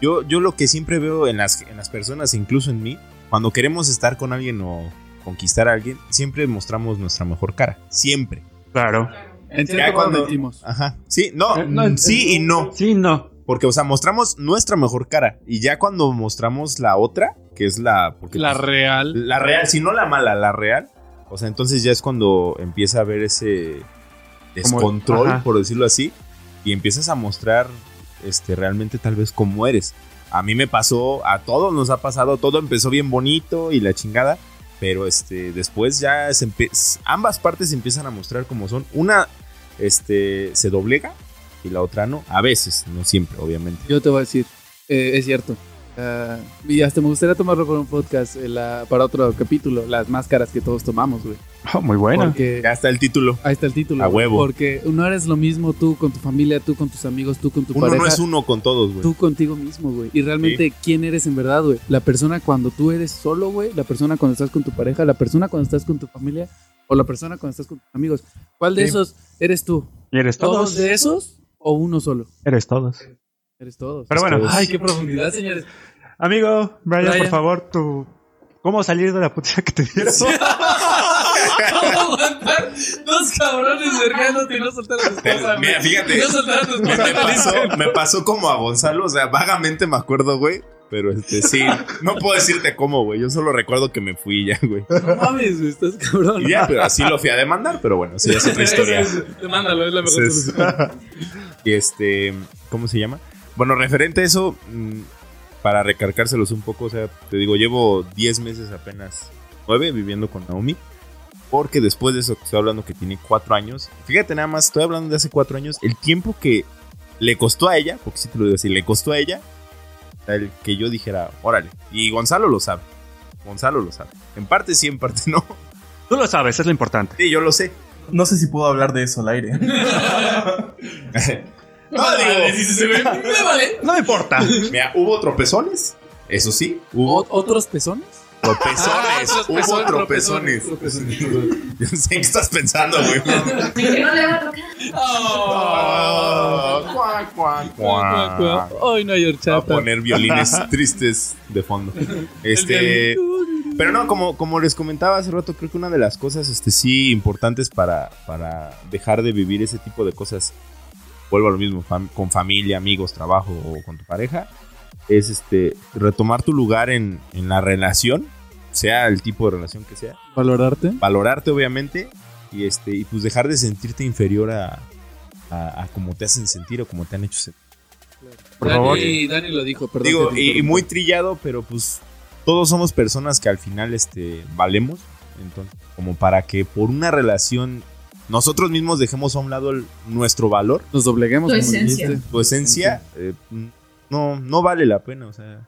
S2: Yo, yo lo que siempre veo en las, en las personas, incluso en mí, cuando queremos estar con alguien o conquistar a alguien, siempre mostramos nuestra mejor cara. Siempre.
S8: Claro.
S1: En
S2: Ya
S1: cierto modo
S2: cuando-
S1: mentimos.
S2: Ajá. Sí, no, mm, sí y no.
S8: Sí, no.
S2: Porque, o sea, mostramos nuestra mejor cara. Y ya cuando mostramos la otra, que es la. Porque
S1: La
S2: pues,
S1: real.
S2: la real, si no la mala, la real. O sea, entonces ya es cuando empieza a haber ese descontrol,
S8: ajá.
S2: por decirlo así, y empiezas a mostrar este, realmente tal vez cómo eres. A mí me pasó, a todos nos ha pasado, todo empezó bien bonito y la chingada, pero este, después ya se empie- ambas partes se empiezan a mostrar como son. Una este, se doblega y la otra no, a veces, no siempre, obviamente.
S1: Yo te voy a decir, eh, es cierto. Ah, y hasta me gustaría tomarlo por un podcast eh, la- para otro capítulo, las máscaras que todos tomamos, güey.
S8: Oh, muy bueno.
S1: Porque
S2: Ya está el título.
S1: ahí está el título.
S2: A
S1: güey,
S2: huevo.
S1: Porque no eres lo mismo tú con tu familia, tú con tus amigos, tú con tu
S2: Uno
S1: pareja.
S2: no es uno con todos, güey.
S1: tú contigo mismo, güey. Y realmente, ¿quién eres en verdad, güey? La persona cuando tú eres solo, güey. La persona cuando estás con tu pareja. La persona cuando estás con tu familia. O la persona cuando estás con tus amigos. ¿Cuál de
S8: Sí.
S1: esos eres tú?
S8: Y eres
S1: ¿Todos,
S8: todos.
S1: de esos o uno solo?
S8: Eres todos.
S1: Eres todos.
S8: Pero bueno,
S1: Ay, qué profundidad, señores.
S8: Amigo, Brian,
S1: Brian.
S8: por favor, tu... ¿Cómo salir de la putilla que te dieron?
S7: ¿Cómo aguantar dos cabrones vergándote y no soltar a tus cosas?
S2: Mira, fíjate.
S7: No soltar a tus
S2: me,
S7: cosas.
S2: pasó, me pasó como a Gonzalo, o sea, vagamente me acuerdo, güey. Pero este, sí, no puedo decirte cómo, güey. Yo solo recuerdo que me fui y ya, güey.
S1: No mames, güey. Estás cabrón.
S2: Y ya, pero así lo fui a demandar, pero bueno, sí, es otra historia.
S7: Te mándalo, es la mejor
S2: Entonces,
S7: solución.
S2: y este, ¿cómo se llama? Bueno, referente a eso, mm, para recargárselos un poco, o sea, te digo, llevo 10 meses apenas, 9 viviendo con Naomi. Porque después de eso que estoy hablando que tiene 4 años, fíjate nada más, estoy hablando de hace 4 años, el tiempo que le costó a ella, porque si te lo digo así, le costó a ella, el que yo dijera, órale. Y Gonzalo lo sabe, Gonzalo lo sabe. En parte sí, en parte no.
S8: Tú lo sabes, es lo importante.
S2: Sí, yo lo sé.
S5: No sé si puedo hablar de eso al aire.
S2: No, digo,
S7: Me vale.
S8: No me importa.
S2: Mira, hubo tropezones. Eso sí, hubo
S1: ¿O- ¿Otros pezones?
S2: tropezones.
S7: Ah, tropezones,
S2: hubo tropezones. Yo sé que estás pensando, güey.
S6: Que no le va a tocar.
S2: Ah, cuac, cuac, cuac.
S1: Hoy no hay
S8: Ah,
S2: Va a
S1: horchata.
S2: poner violines tristes de fondo. Este. Pero no, como, como les comentaba hace rato, creo que una de las cosas, este, sí, importantes para, para dejar de vivir ese tipo de cosas, vuelvo a lo mismo, fam- con familia, amigos, trabajo o con tu pareja, es este retomar tu lugar en, en la relación, sea el tipo de relación que sea,
S1: ¿Valorarte?
S2: valorarte obviamente y este y pues dejar de sentirte inferior a, a, a como te hacen sentir o como te han hecho sentir.
S8: Por favor.
S1: Dani, Dani lo dijo, perdón.
S2: Digo,
S1: que te
S2: y, y
S1: interrumpí.
S2: muy trillado, pero pues todos somos personas que al final este, valemos. Entonces, como para que por una relación nosotros mismos dejemos a un lado el- nuestro valor,
S1: Nos dobleguemos.
S6: Tu
S1: como
S6: esencia.
S1: dijiste.
S2: tu esencia, eh, no, no vale la pena. O sea,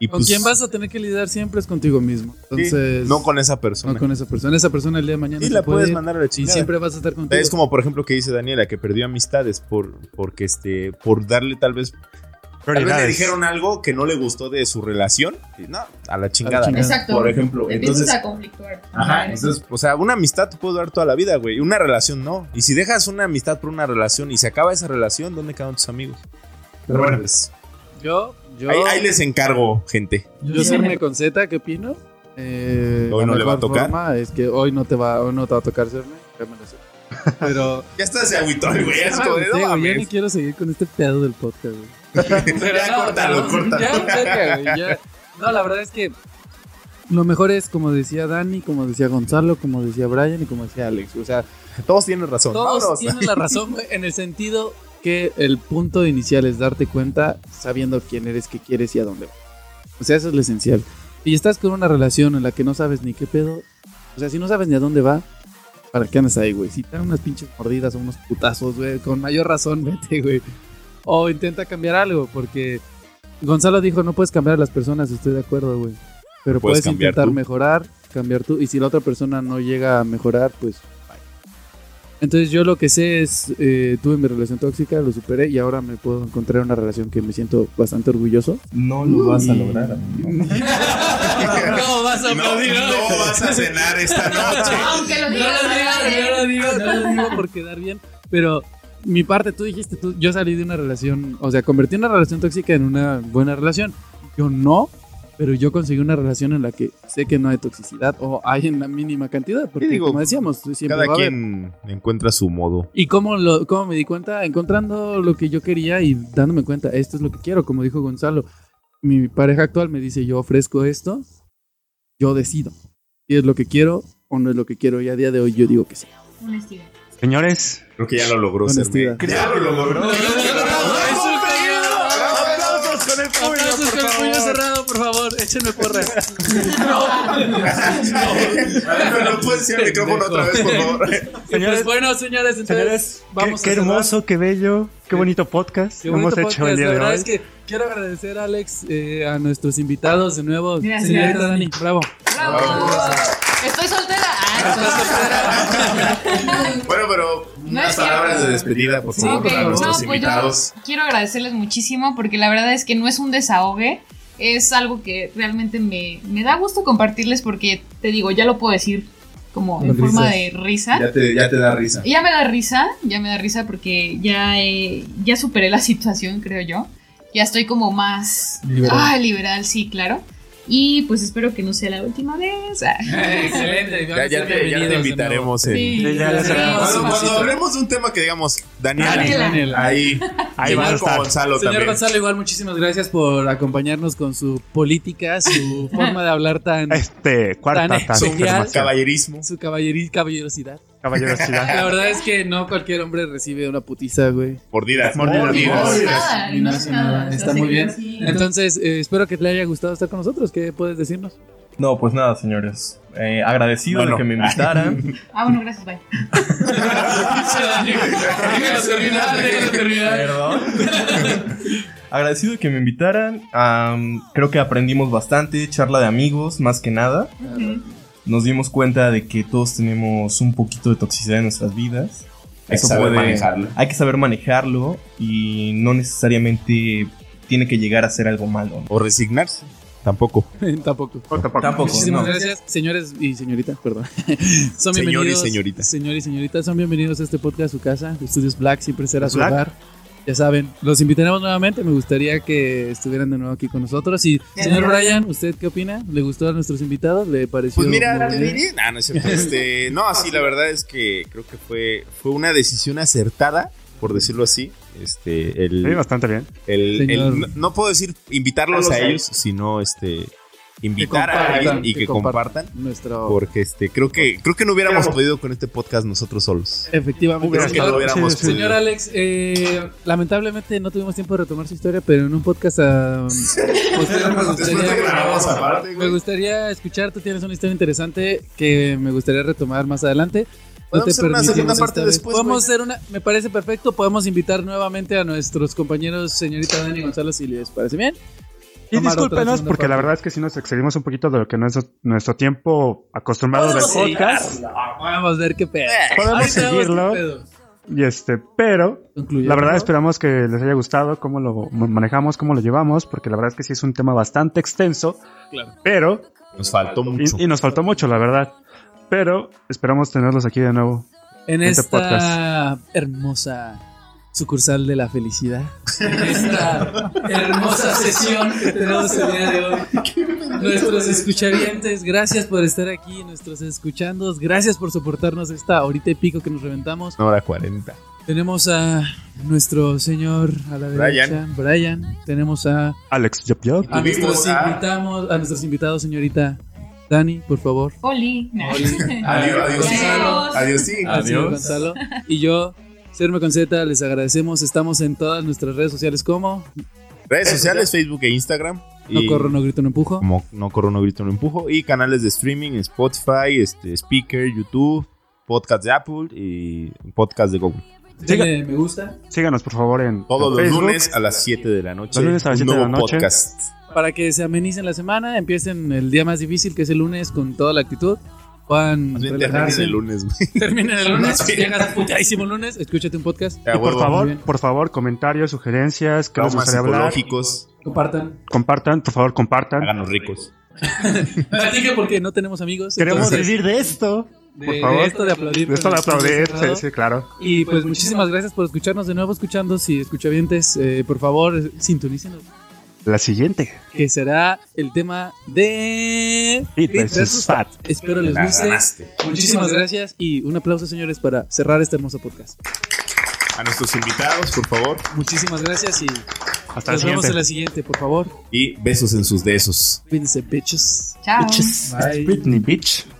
S2: y
S1: Con
S2: pues,
S1: quien vas a tener que lidiar siempre es contigo mismo.
S2: sí,
S1: Entonces,
S2: no con esa
S1: no
S2: persona.
S1: con esa persona. Esa persona el día de mañana.
S2: y
S1: se
S2: la
S1: puede
S2: puedes
S1: ir
S2: mandar a la
S1: Y
S2: chingada.
S1: siempre vas a estar contigo.
S2: Es como por ejemplo que dice Daniela que perdió amistades por porque este por darle tal vez tal vez le
S8: Prioridades.
S2: dijeron algo que no le gustó de su relación y no a la chingada.
S1: chingada.
S6: Exacto.
S2: Por ejemplo,
S6: Empiezas
S2: entonces
S6: a conflictuar.
S2: Ajá, entonces, o sea, una amistad te puedo dar toda la vida, güey. y Una relación no. Y si dejas una amistad por una relación y se acaba esa relación, ¿dónde quedan tus amigos?
S3: Pero bueno,
S2: Pues,
S1: Yo, yo,
S2: ahí, ahí les encargo, gente.
S1: yo serme con Z, ¿qué opino? Eh,
S2: Hoy
S1: la
S2: no le va a
S1: mejor
S2: tocar.
S1: forma es que hoy no te va, hoy no te va a tocar serme. créemelo, sí. Pero
S2: Ya está se agüitó, el güey. Ya, es
S1: Ah,
S2: como de,
S1: güey, sí,
S2: no
S1: güey, ya
S2: mames.
S1: ni quiero seguir con este pedo del podcast, güey.
S2: Ya, córtalo, córtalo.
S1: Ya, verga, güey, ya. No, la verdad es que lo mejor es, como decía Dani, como decía Gonzalo, como decía Brian y como decía Alex. O sea,
S2: Todos tienen razón.
S1: todos
S2: Vámonos.
S1: tienen la razón güey, en el sentido que el punto inicial es darte cuenta sabiendo quién eres, qué quieres y a dónde vas. O sea, eso es lo esencial. Y estás con una relación en la que no sabes ni qué pedo. O sea, si no sabes ni a dónde va, ¿para qué andas ahí, güey? Si te dan unas pinches mordidas o unos putazos, güey, con mayor razón vete, güey. O intenta cambiar algo, porque Gonzalo dijo, no puedes cambiar a las personas, estoy de acuerdo, güey. Pero
S2: Puedes
S1: puedes,
S2: cambiar
S1: intentar
S2: tú.
S1: mejorar, cambiar tú. Y si la otra persona no llega a mejorar, pues entonces yo lo que sé es, eh, tuve mi relación tóxica, lo superé y ahora me puedo encontrar una relación que me siento bastante orgulloso.
S5: No lo vas a lograr.
S7: No vas a
S2: No,
S7: aplaudir,
S2: no vas a cenar esta noche.
S6: Aunque Ah, lo
S7: No
S6: digas,
S7: lo digas, no lo digas,
S1: No lo digo por quedar bien, pero mi parte, tú dijiste, tú, yo salí de una relación, o sea, convertí una relación tóxica en una buena relación. Yo no, pero yo conseguí una relación en la que sé que no hay toxicidad o hay en la mínima cantidad, porque
S2: Sí, digo,
S1: como decíamos, siempre
S2: Cada
S1: va a haber.
S2: quien encuentra su modo.
S1: ¿Y cómo, lo, cómo me di cuenta? Encontrando lo que yo quería y dándome cuenta, esto es lo que quiero, como dijo Gonzalo. Mi pareja actual me dice, yo ofrezco esto, yo decido si es lo que quiero o no es lo que quiero. Y a día de hoy yo digo que sí.
S6: Honestidad.
S8: Señores,
S2: Creo que ya lo logró ser.
S1: Honestidad.
S2: güey. Ya lo logró.
S8: aplausos con el
S7: Aplausos con el puño cerrado, por favor. Échenme porra. No.
S2: No, no puedes decir el micrófono otra vez, por favor.
S7: Pues
S8: Señores,
S7: bueno, señores, entonces
S8: señores,
S7: vamos
S8: qué, qué
S7: a cerrar.
S8: hermoso, qué bello, qué bonito podcast
S1: Qué este bonito
S8: hemos hecho
S1: podcast.
S8: el día
S1: La
S8: de
S1: verdad
S8: hoy.
S1: es que quiero agradecer, Alex, eh, a nuestros invitados de nuevo.
S6: Gracias.
S1: Señorita Dani, bravo.
S6: ¡Bravo! Estoy soltera. Ah, estoy
S2: Bueno, pero
S6: No
S2: unas
S6: es
S2: palabras
S6: cierto.
S2: de despedida, por favor,
S6: Ok,
S2: para
S6: no,
S2: nuestros
S6: pues yo-
S2: invitados.
S6: quiero agradecerles muchísimo porque la verdad es que no es un desahogue, es algo que realmente me, me da gusto compartirles porque te digo, ya lo puedo decir como en
S1: Con
S6: forma de
S1: risas.
S6: risa.
S2: Ya te, ya te da risa.
S6: Y Ya me da risa, ya me da risa porque ya, eh, ya superé la situación, creo yo. Ya estoy como más...
S1: Liberal.
S6: Ah, liberal, sí, claro. Y pues espero que no sea la última vez. Ah.
S7: Excelente.
S2: Ya, ya te, ya te invitaremos. En...
S6: Sí,
S8: ya, ya
S6: nos
S8: será
S6: vemos.
S2: Cuando,
S1: Sí, sí,
S2: cuando
S1: sí.
S2: hablemos de un tema que digamos,
S6: Daniela.
S2: Daniel, ahí,
S8: Ahí van a
S2: igual con
S8: estar.
S2: Gonzalo
S1: Señor
S2: también.
S1: Gonzalo, igual muchísimas gracias por acompañarnos con su política, su forma de hablar tan...
S8: Este, cuarta
S1: Tan-
S8: tan
S2: Su
S1: Genial.
S2: caballerismo.
S1: su caballeri- caballerosidad. La
S8: caballerosidad.
S1: verdad es que no cualquier hombre recibe una putiza, güey.
S2: Mordidas.
S8: Mordidas.
S6: Nada,
S1: Ni
S6: no
S1: nada,
S6: es
S1: ni nada.
S6: nada,
S1: Está
S6: así
S1: muy
S6: que
S1: bien.
S6: sí.
S1: Entonces, eh, espero que te haya gustado estar con nosotros. ¿Qué puedes decirnos?
S10: No, pues nada, señores. Eh, agradecido
S2: Bueno.
S10: de que me invitaran.
S6: Ah, bueno, gracias, bye.
S7: Déjalo terminar, déjalo terminar.
S10: Perdón. Agradecido de que me invitaran. Am, creo que aprendimos bastante, charla de amigos, más que nada. Nos dimos cuenta de que todos tenemos un poquito de toxicidad en nuestras vidas.
S2: Hay que saber manejarlo.
S10: Hay que saber manejarlo y no necesariamente tiene que llegar a ser algo malo. ¿no?
S2: O resignarse. Tampoco.
S1: Tampoco.
S10: Tampoco.
S1: Muchísimas
S10: no.
S1: gracias, señores y señorita, perdón. Son
S2: Señor y
S1: bienvenidos.
S2: señorita.
S1: Señor y señorita, son bienvenidos a este podcast, su casa. Estudios Black siempre será su
S8: Black.
S1: hogar. Ya saben, los invitaremos nuevamente. Me gustaría que estuvieran de nuevo aquí con nosotros. Y, señor Brian, ¿usted qué opina? ¿Le gustó a nuestros invitados? ¿Le pareció?
S2: Pues mira,
S1: muy bien?
S2: no, no es cierto. Este, no, sí, la verdad es que creo que fue, fue una decisión acertada, por decirlo así. Este, el,
S8: Sí, bastante bien.
S2: el- el-
S1: Señor.
S2: no, no puedo decir invitarlos a ellos, sino este invitar a alguien
S1: compartan,
S2: y
S1: que
S2: que compartan.
S1: Nuestro.
S2: Porque este, creo que, creo que no hubiéramos
S3: Claro.
S2: podido con este podcast nosotros solos.
S1: Efectivamente.
S2: Creo que no
S1: Señor-
S2: lo hubiéramos
S8: sí, sí.
S2: podido.
S1: Señor Alex, eh, lamentablemente no tuvimos tiempo de retomar su historia, pero en un podcast ah, posterior me
S2: Después de
S1: gustaría-
S2: que grabamos aparte,
S1: eh, Me
S2: güey.
S1: gustaría escuchar, tú tienes una historia interesante que me gustaría retomar más adelante. No
S2: Podemos hacer una
S1: permitimos
S2: segunda
S1: esta
S2: parte
S1: vez.
S2: después,
S1: Podemos
S2: güey.
S1: hacer una, me parece perfecto. Podemos invitar nuevamente a nuestros compañeros, señorita Dani Gonzalo, si les parece bien.
S8: Y
S1: Tomar otra
S8: discúlpenos
S1: segunda
S8: porque la
S1: parte.
S8: verdad es que sí nos excedimos un poquito de lo que nuestro, nuestro tiempo acostumbrado del
S1: Podemos
S8: podcast.
S1: Vamos a ver qué pedo.
S8: Podemos
S1: Ahorita vemos qué
S8: seguirlo.
S1: pedo.
S8: Y este, pero
S1: Concluyamos.
S8: La verdad esperamos que les haya gustado cómo lo ma- manejamos, cómo lo llevamos, porque la verdad es que sí es un tema bastante extenso,
S1: Claro.
S8: pero
S2: Nos faltó mucho.
S8: y, y nos faltó mucho, la verdad. Pero esperamos tenerlos aquí de nuevo.
S1: en
S8: este
S1: esta hermosa sucursal de la felicidad.
S7: En esta hermosa sesión que tenemos el día de hoy.
S1: Nuestros escuchavientes, gracias por estar aquí, nuestros escuchandos, gracias por soportarnos esta horita y pico que nos reventamos.
S2: Una hora 40.
S1: Tenemos a nuestro señor a la derecha, Brian. Tenemos a,
S8: Alex Yop Yop.
S1: a nuestros
S2: Tuvimos a-
S1: invitamos, a nuestros invitados, señorita Dani, por favor.
S6: Oli. Nah.
S2: Adiós, adiós.
S6: Adiós.
S2: Adiós, sí.
S1: al señor Gonzalo. Y yo, Serme Conceta, les agradecemos. Estamos en todas nuestras redes sociales como
S2: Redes sociales, Facebook e Instagram.
S1: No
S2: Y-
S1: corro, no grito, no empujo.
S2: como No Corro, No Grito, No Empujo. Y canales de streaming, Spotify, este, Speaker, YouTube, podcast de Apple y podcast de Google.
S1: Denle me gusta.
S8: Síganos por favor en
S2: Todos
S8: en
S2: los
S8: Facebook.
S2: lunes a las 7 de la noche.
S8: Los lunes a las
S2: un
S8: 7 de
S2: nuevo
S8: la noche.
S2: podcast.
S1: para que se amenicen la semana, empiecen el día más difícil, que es el lunes, con toda la actitud. Puedan
S2: Más bien terminen
S1: relajarse.
S2: el lunes, güey.
S1: Terminen el lunes. Llegas puteadísimo el lunes, escúchate un podcast,
S2: Ya,
S8: Y por
S2: huevo.
S1: Muy
S8: favor,
S1: bien.
S8: por favor, comentarios, sugerencias, que les
S2: Traumas
S8: gustaría hablar.
S2: psicológicos,
S1: compartan.
S8: Compartan, por favor, compartan.
S2: háganos ricos.
S1: Platiquen porque no tenemos amigos.
S8: Queremos
S1: entonces,
S8: vivir de esto.
S1: de,
S8: por
S1: de
S8: favor.
S1: esto de aplaudir. pues,
S8: De esto
S1: con
S8: de
S1: los puños
S8: aplaudir, sí,
S1: cerrados.
S8: sí, claro.
S1: Y pues muchísimas gracias por escucharnos de nuevo, escuchando si escuchavientes, eh, por favor, sintonícenos,
S8: La siguiente.
S1: que será el tema de
S8: Fit versus Fat.
S1: Espero les
S2: La
S1: guste.
S2: ganaste.
S1: Muchísimas gracias y un aplauso, señores, para cerrar este hermoso podcast.
S2: A nuestros invitados, por favor.
S1: Muchísimas gracias y
S8: Hasta la
S1: Nos vemos
S8: siguiente.
S1: en la siguiente, por favor.
S2: Y besos en sus besos.
S1: Cuídense, bitches.
S6: Chao.
S1: Bye.
S8: Britney Beach.